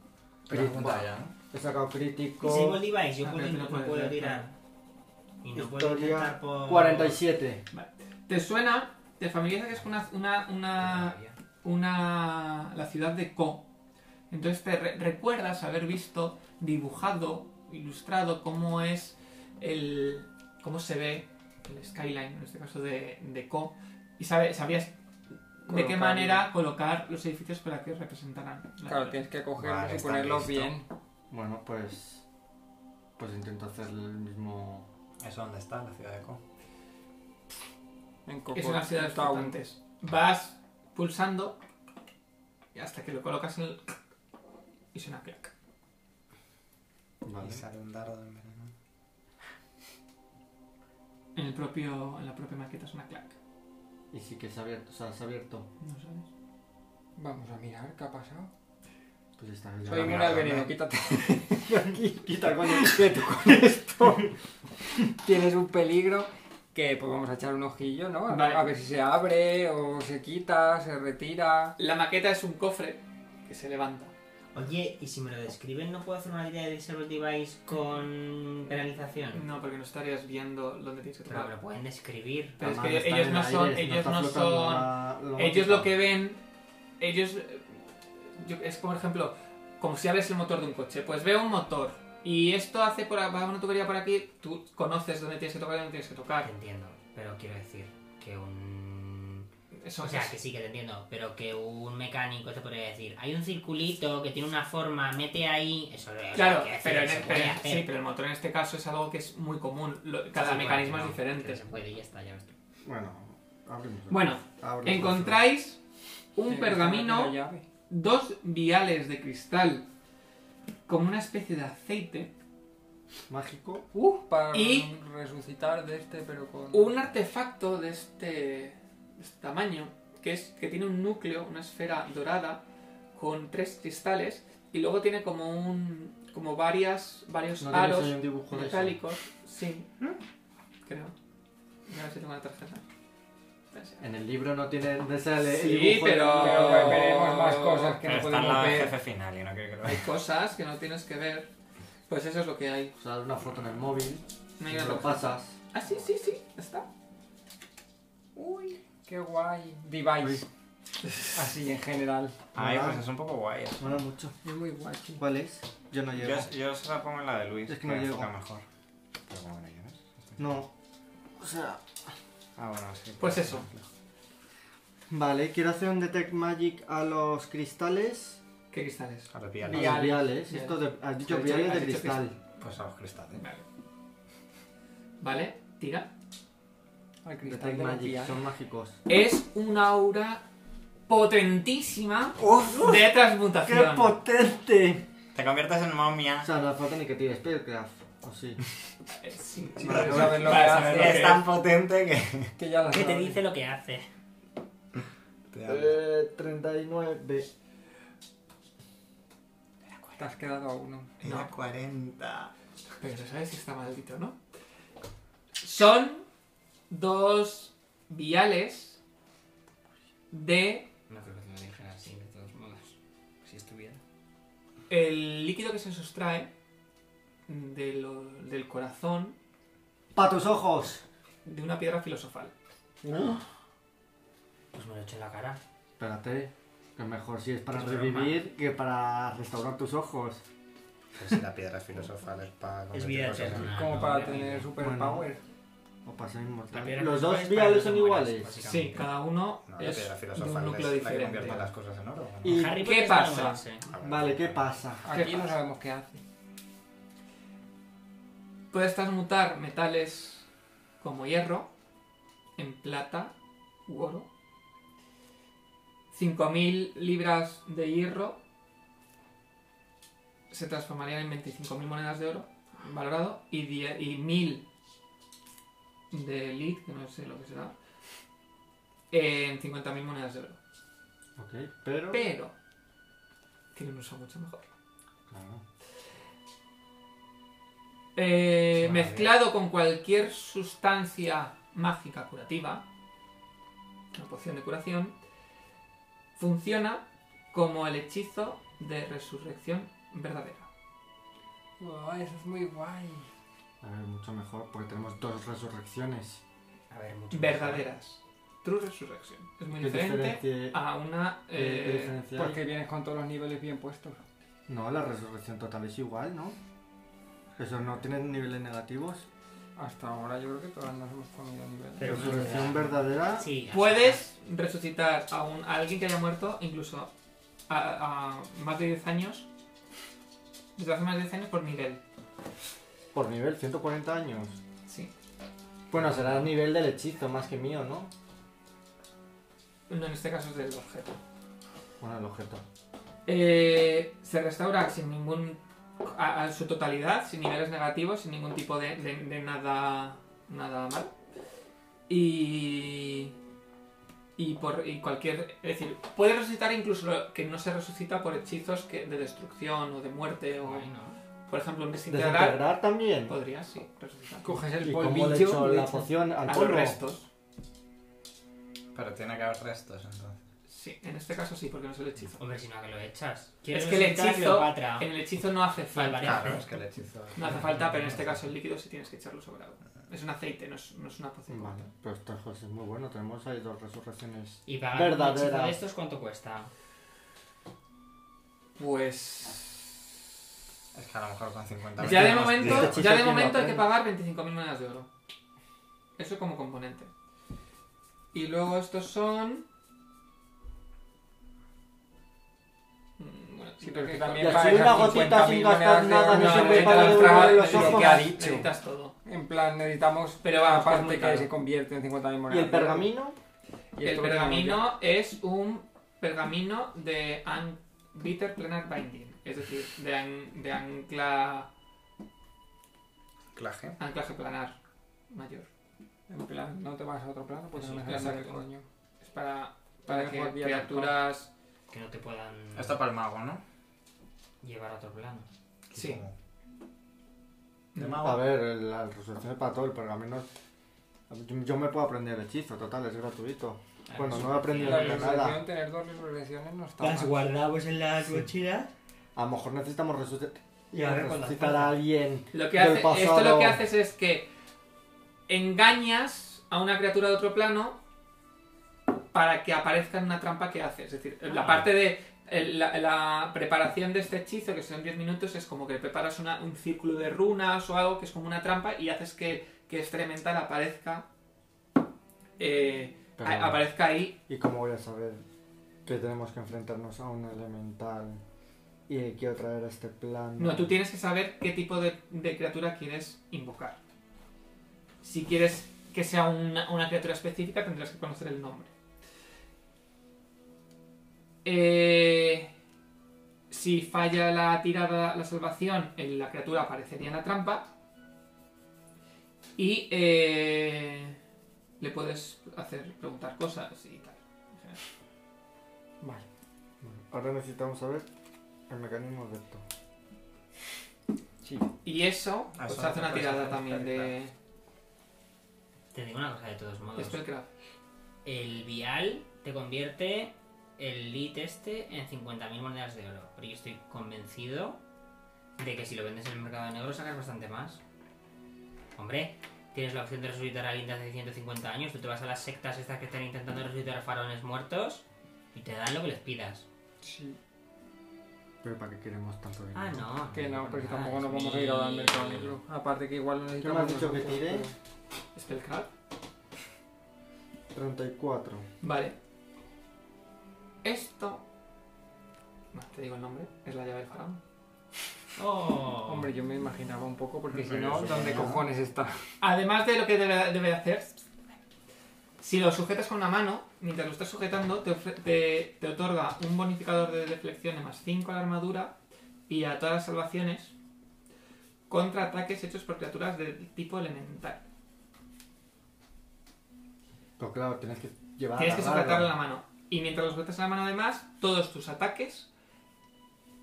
Crítico. apunta ya. He sacado Disable crítico. device, yo Ah, puedo, pero tú no no puedes puedo ver, tirar. Y no puedo Historia intentar por... 47. ¿Te suena? ¿Te familiarizas con una, una, Ah, una, una, la ciudad de Ko. Entonces te re- recuerdas haber visto dibujado, ilustrado, cómo es el. cómo se ve el skyline, en este caso de, de Ko, y sabe- sabías de qué Colocarlo. manera colocar los edificios para que representaran. la Claro, ciudad. tienes que cogerlos Vale, y está ponerlos listo. bien. Bueno, pues. Pues intento hacer el mismo. ¿Eso dónde está? En la ciudad de Co. En Es una ciudad de Cocotá. flotantes. Vas pulsando y hasta que lo colocas en el. y suena clac. Vale. Y sale un dardo en veneno. En, el propio, en la propia maqueta suena clac. Y sí que se ha abierto. O sea, se ha abierto. No sabes. Vamos a mirar qué ha pasado. Pues está en Soy Venga, inmune al venga. veneno, quítate. Quita, coño, quieto con esto. Tienes un peligro que pues vamos a echar un ojillo, ¿no? A, Vale. a ver si se abre o se quita, se retira. La maqueta es un cofre que se levanta. Oye, y si me lo describen, ¿no puedo hacer una tira de Disable Device con penalización? No, porque no estarías viendo dónde tienes que Pero me tocar. lo pueden describir. Pero es La mano que está ellos en no el son- aire, ellos está no flotando son- la- la Ellos lo gotita. que ven, ellos... eh, yo- es por ejemplo, como si abres el motor de un coche. Pues veo un motor y esto hace por a- va una tubería por aquí, tú conoces dónde tienes que tocar y dónde tienes que Te tocar. entiendo, pero quiero decir que un... Eso O sea, que sí, que te entiendo, pero que un mecánico te podría decir, hay un circulito que tiene una forma, mete ahí... Eso lo Claro, quiero decir, pero, en se el, puede pero- hacer. sí, pero el motor en este caso es algo que es muy común. Lo- Sí, Cada bueno, mecanismo que es no, que diferente. Se puede y ya está, ya ves tú. Bueno, abrimos. Bueno, Abrimos. encontráis un Eh, la pergamino, llave. dos viales de cristal, como una especie de aceite, Mágico. Uh, para Y- resucitar de este, pero con. un artefacto de este, de este tamaño, que, es, que tiene un núcleo, una esfera dorada, con tres cristales, y luego tiene como un como varias, varios No tenéis aros ahí un dibujo de eso. ¿Mm? metálicos. Sí, creo. Voy A ver si tengo la tarjeta. En el libro no tiene. No sale el Sí, dibujo de- pero- Pero veremos más Oh. cosas que Pero no está en podemos la ver. jefe final y no quiero que lo Hay vea. cosas que no tienes que ver. Pues eso es lo que hay. O sea, una foto en el móvil. No hay te otra lo cosa. pasas. Ah, sí, sí, sí, está. Uy, qué guay. Device. Así en general. Ay, Mola. pues es un poco guay. eso. Mola mucho. Es muy guay. ¿Cuál es? Yo no llego. Yo, yo se la pongo en la de Luis. Es que no llego. Mm. enfoca mejor. Pero como la llevas. No. O sea. Ah, bueno, sí. Pues eso. Vale, quiero hacer un Detect Magic a los cristales. ¿Qué cristales? A los A viales. los Viales. viales. Esto de, has dicho Has dicho- viales has de dicho cristal. Pues a los cristales. Vale, tira. Al cristal Detect de la Magic, tía. son mágicos. Es una aura potentísima de transmutación. potente! Te conviertes en momia. O sea, no hace falta ni que tires Spellcraft. O sí. Eh, sí. Para saber lo que Para saber hace. lo que Es tan potente que. Que ya la ¿Qué te sabe. dice lo que hace? Te da- Eh, 39. Te has quedado a uno. Era 40. Pero no sabes si está maldito, ¿no? Son dos viales de No creo que te lo dijera así, de todos modos. Si estuviera. el líquido que se sustrae de lo- del corazón ¡Pa tus ojos! de una piedra filosofal. Pues me lo echo en la cara. Espérate, que mejor si es para Es revivir que para restaurar tus ojos. Pues si la piedra filosofal es para. Es vida eterna. Ah, Como no, para ya, tener ya. superpower. O para ser La inmortal. piedra Los filosofal dos es para viales que son no te mueras, iguales. Sí, básicamente. cada uno No, la es de piedra un filosofal núcleo es la que convierte diferente. las cosas en oro. ¿no? Y- Harry ¿Qué Potter pasa? está muerto, ¿eh? A ver, Vale, ¿qué pasa? Aquí no pasa? sabemos qué hace. Puedes transmutar metales como hierro en plata u oro. 5.000 libras de hierro se transformarían en 25.000 monedas de oro valorado y, die- y 1.000 de lead, que no sé lo que será, en 50.000 monedas de oro. Ok, pero. Pero tiene un uso mucho mejor. Claro. Eh, Sí, mezclado con cualquier sustancia mágica curativa, una poción de curación, funciona como el hechizo de resurrección verdadera. Guau, eso es muy guay. A ver, mucho mejor, porque tenemos dos resurrecciones. A ver, mucho mejor. Verdaderas. True Resurrection. Es muy ¿Qué diferente diferencia- a una... qué- qué eh, diferencia hay? Porque vienes con todos los niveles bien puestos. No, la resurrección total es igual, ¿no? Eso no tiene niveles negativos. Hasta ahora yo creo que todas nos hemos comido niveles. Pero- resurrección verdadera. Sí, ya puedes resucitar a, un- a alguien que haya muerto incluso a, a más de 10 años. Desde hace más de 10 años por nivel. Por nivel, 140 años. Sí. Bueno, será el nivel del hechizo más que mío, ¿no? No, en este caso es del objeto. Bueno, el objeto. Eh, se restaura sin ningún. A, a su totalidad, sin niveles negativos, sin ningún tipo de, de- de nada. nada mal. Y. y por y cualquier. Es decir, puede resucitar incluso lo que no se resucita por hechizos que, de destrucción o de muerte o. Ay, no. Por ejemplo, un desintegrar. Desintegrar también. Podría, sí, resucitar. Coges el ¿Y cómo le he polvillo. hecho le la echas- poción A al los polvo? restos. Pero tiene que haber restos entonces. Sí, en este caso sí, porque no es el hechizo. Hombre, si no, que lo echas. Es Quiero que el resucitar a hechizo- Cleopatra. En el hechizo no hace falta. Ah. Vale, vale. Claro, es que el hechizo. No hace falta, pero en este caso el líquido sí tienes que echarlo sobre algo. Es un aceite, no es, no es una poción. Vale, pero esto José, es muy bueno. Tenemos ahí dos resurrecciones. Y pagar Verdadera. un hechizo de estos, ¿cuánto cuesta? Pues. Es que a lo mejor con 50 Ya de metros- momento, hechizo ya de Este tiene momento hay que papel. pagar 25.000 monedas de oro. Eso como componente. Y luego estos son. Mm, Bueno, sí, pero es que también Y para así una esas gotita 50.000 sin monedas gastar de nada, oro, no se me necesitas para de trabajar, de los lo que ojos. ha dicho. Necesitas todo. En plan, necesitamos. Pero Pero vamos, pues muy aparte caro. que se convierte en 50.000 monedas. ¿Y el pergamino? Y El esto lo tenemos ya. pergamino es un pergamino de An Bitter Planar Binding, es decir, de, an- de ancla, Claje. anclaje planar mayor. En plan, no te vas a otro plano porque Eso, no me dejas el exacto. coño. Es para, Para para que jugar vía criaturas... Que no te puedan Esto para el mago, ¿no? llevar a otro plano. Sí. Como- De Ah. A ver, la resurrección es para todo, el pergamino. es- Yo, yo me puedo aprender el hechizo, total, es gratuito. Bueno, no he aprendido La nunca nada. resurrección, tener dos resurrecciones no está Las mal. guardamos en las mochilas A lo mejor necesitamos resucitar, y a ver cuando resucitar a alguien. Lo que del hace, esto lo pasado. que haces es que engañas a una criatura de otro plano para que aparezca en una trampa que haces. Es decir, la Ah. parte de el- la, la preparación de este hechizo, que son 10 minutos, es como que preparas una- un círculo de runas o algo que es como una trampa y haces que, que este elemental aparezca. eh, Pero- a- aparezca ahí. ¿Y cómo voy a saber que tenemos que enfrentarnos a un elemental y quiero traer a este plano? No, tú tienes que saber qué tipo de, de criatura quieres invocar. Si quieres que sea una, una criatura específica, tendrás que conocer el nombre. Eh, si falla la tirada, la salvación, eh, la criatura aparecería en la trampa. Y eh, le puedes hacer preguntar cosas y tal. Vale. Bueno, Ahora necesitamos saber el mecanismo de esto. Sí. Y eso, Ah, pues son hace una otras tirada cosas, también claro, de Te digo una cosa de todos modos. de Spellcraft. El vial te convierte el lead este en 50.000 monedas de oro. Pero yo estoy convencido de que si lo vendes en el mercado negro sacas bastante más. Hombre, tienes la opción de resucitar a alguien de hace 150 años. Tú te vas a las sectas estas que están intentando resucitar a faraones muertos y te dan lo que les pidas. Sí. Pero ¿para qué queremos tanto dinero? Ah, no. Que no, porque Ah, tampoco nos es vamos a mi- ir ahora al mercado negro. Aparte que igual no ¿Qué necesitamos... me has dicho que nosotros, tire? pero- Spellcraft. 34. Vale. Esto. No, te digo el nombre. Es la llave del faraón. Oh, Hombre, yo me imaginaba un poco porque si Pero no, eso ¿dónde no. cojones está? Además de lo que debe, debe hacer. Si lo sujetas con una mano, mientras lo estás sujetando, te, ofre- te- te otorga un bonificador de deflexión de más 5 a la armadura y a todas las salvaciones contra ataques hechos por criaturas del tipo elemental. Pero claro, tienes que llevar. Tienes que agarrado. sujetarlo en la mano. Y mientras lo sujetas en la mano, además, todos tus ataques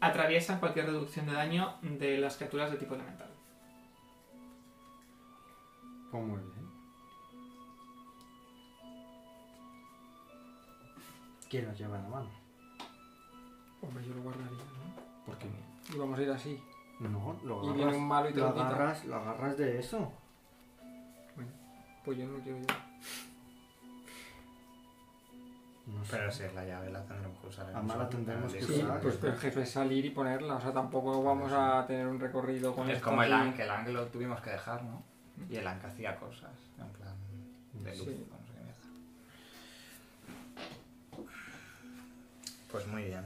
atraviesan cualquier reducción de daño de las criaturas de tipo elemental. Pues muy bien. ¿Quién nos lleva la mano? Hombre, yo lo guardaría, ¿no? ¿Por qué? Y vamos a ir así. No, lo Y agarras. viene un malo y te lo lo quita. agarras, lo agarras de eso. Pues yo no lo quiero llevar. No sé. Pero si es la llave, la tendremos que usar. en Ah, mala nosotros, tendremos en que el Sí, disco. usar. pues pero el jefe es salir y ponerla. O sea, tampoco vamos a tener un recorrido con Es esto como el aquí. Ankh, el Ankh lo tuvimos que dejar, ¿no? Y el Ankh hacía cosas, en plan de luz, Sí. o no sé qué mierda. Pues muy bien.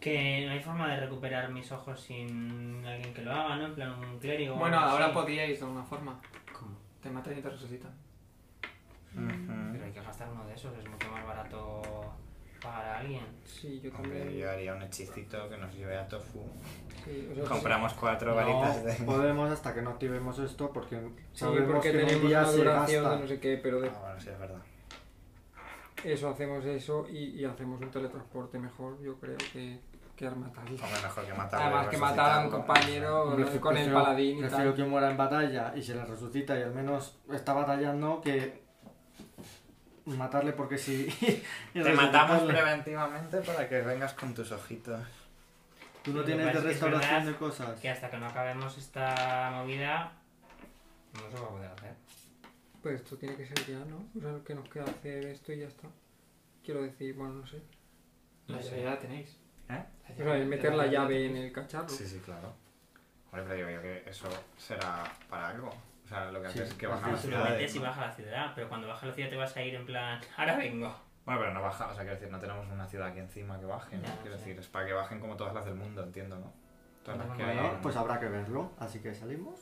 Que no hay forma de recuperar mis ojos sin alguien que lo haga, ¿no? En plan, un clérigo. o Bueno, algo ahora así. podíais de alguna forma. ¿Cómo? Te matan y te resucitan. Pero hay que gastar uno de esos, es mucho más barato pagar a alguien. Sí, yo Hombre, también. yo haría un hechicito que nos lleve a Tofu. Sí, o sea, Compramos cuatro No. varitas de... Ah, Podemos hasta que no activemos esto porque sí, sabemos porque que en tenemos un día una se duración gasta. de no sé qué, pero de... Ah, bueno, sí, es verdad. Eso, hacemos eso y, y hacemos un teletransporte mejor, yo creo, que, que al matarlo. Hombre, mejor que matarlo. y Además que matar a un resucitarlo. compañero Hombre, ¿no? que con el prefiero- paladín y Prefiero tal. que muera en batalla y se le resucita y al menos está batallando que matarle porque si... Te matamos preventivamente para que vengas con tus ojitos. Tú no Lo que tienes pasa de es que es restauración verdad de cosas. Que hasta que no acabemos esta movida, no se va a poder hacer. Pues esto tiene que ser ya, ¿no? O sea, lo que nos queda hacer esto y ya está. Quiero decir, bueno, no sé. La llave ya la tenéis. ¿Eh? O sea, meter la llave en el cacharro. Sí, sí, claro. Hombre, pero yo creo que eso será para algo. O sea, lo que haces Sí, pues es que baja sí, la sí, ciudad. Seguramente si baja la ciudad, pero cuando baja la ciudad te vas a ir en plan, ahora vengo. Bueno, pero no baja, o sea, quiero decir, no tenemos una ciudad aquí encima que baje, ¿no? Ya, quiero sí. decir, es para que bajen como todas las del mundo, entiendo, ¿no? Todas las que Bueno, hay. pues habrá que verlo, así que salimos.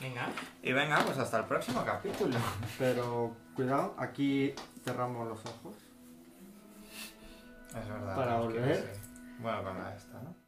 Venga, Y venga, pues hasta el próximo capítulo. Pero cuidado, aquí cerramos los ojos. Es verdad. Para tenemos que volver. irse. Bueno, con la esta, ¿no?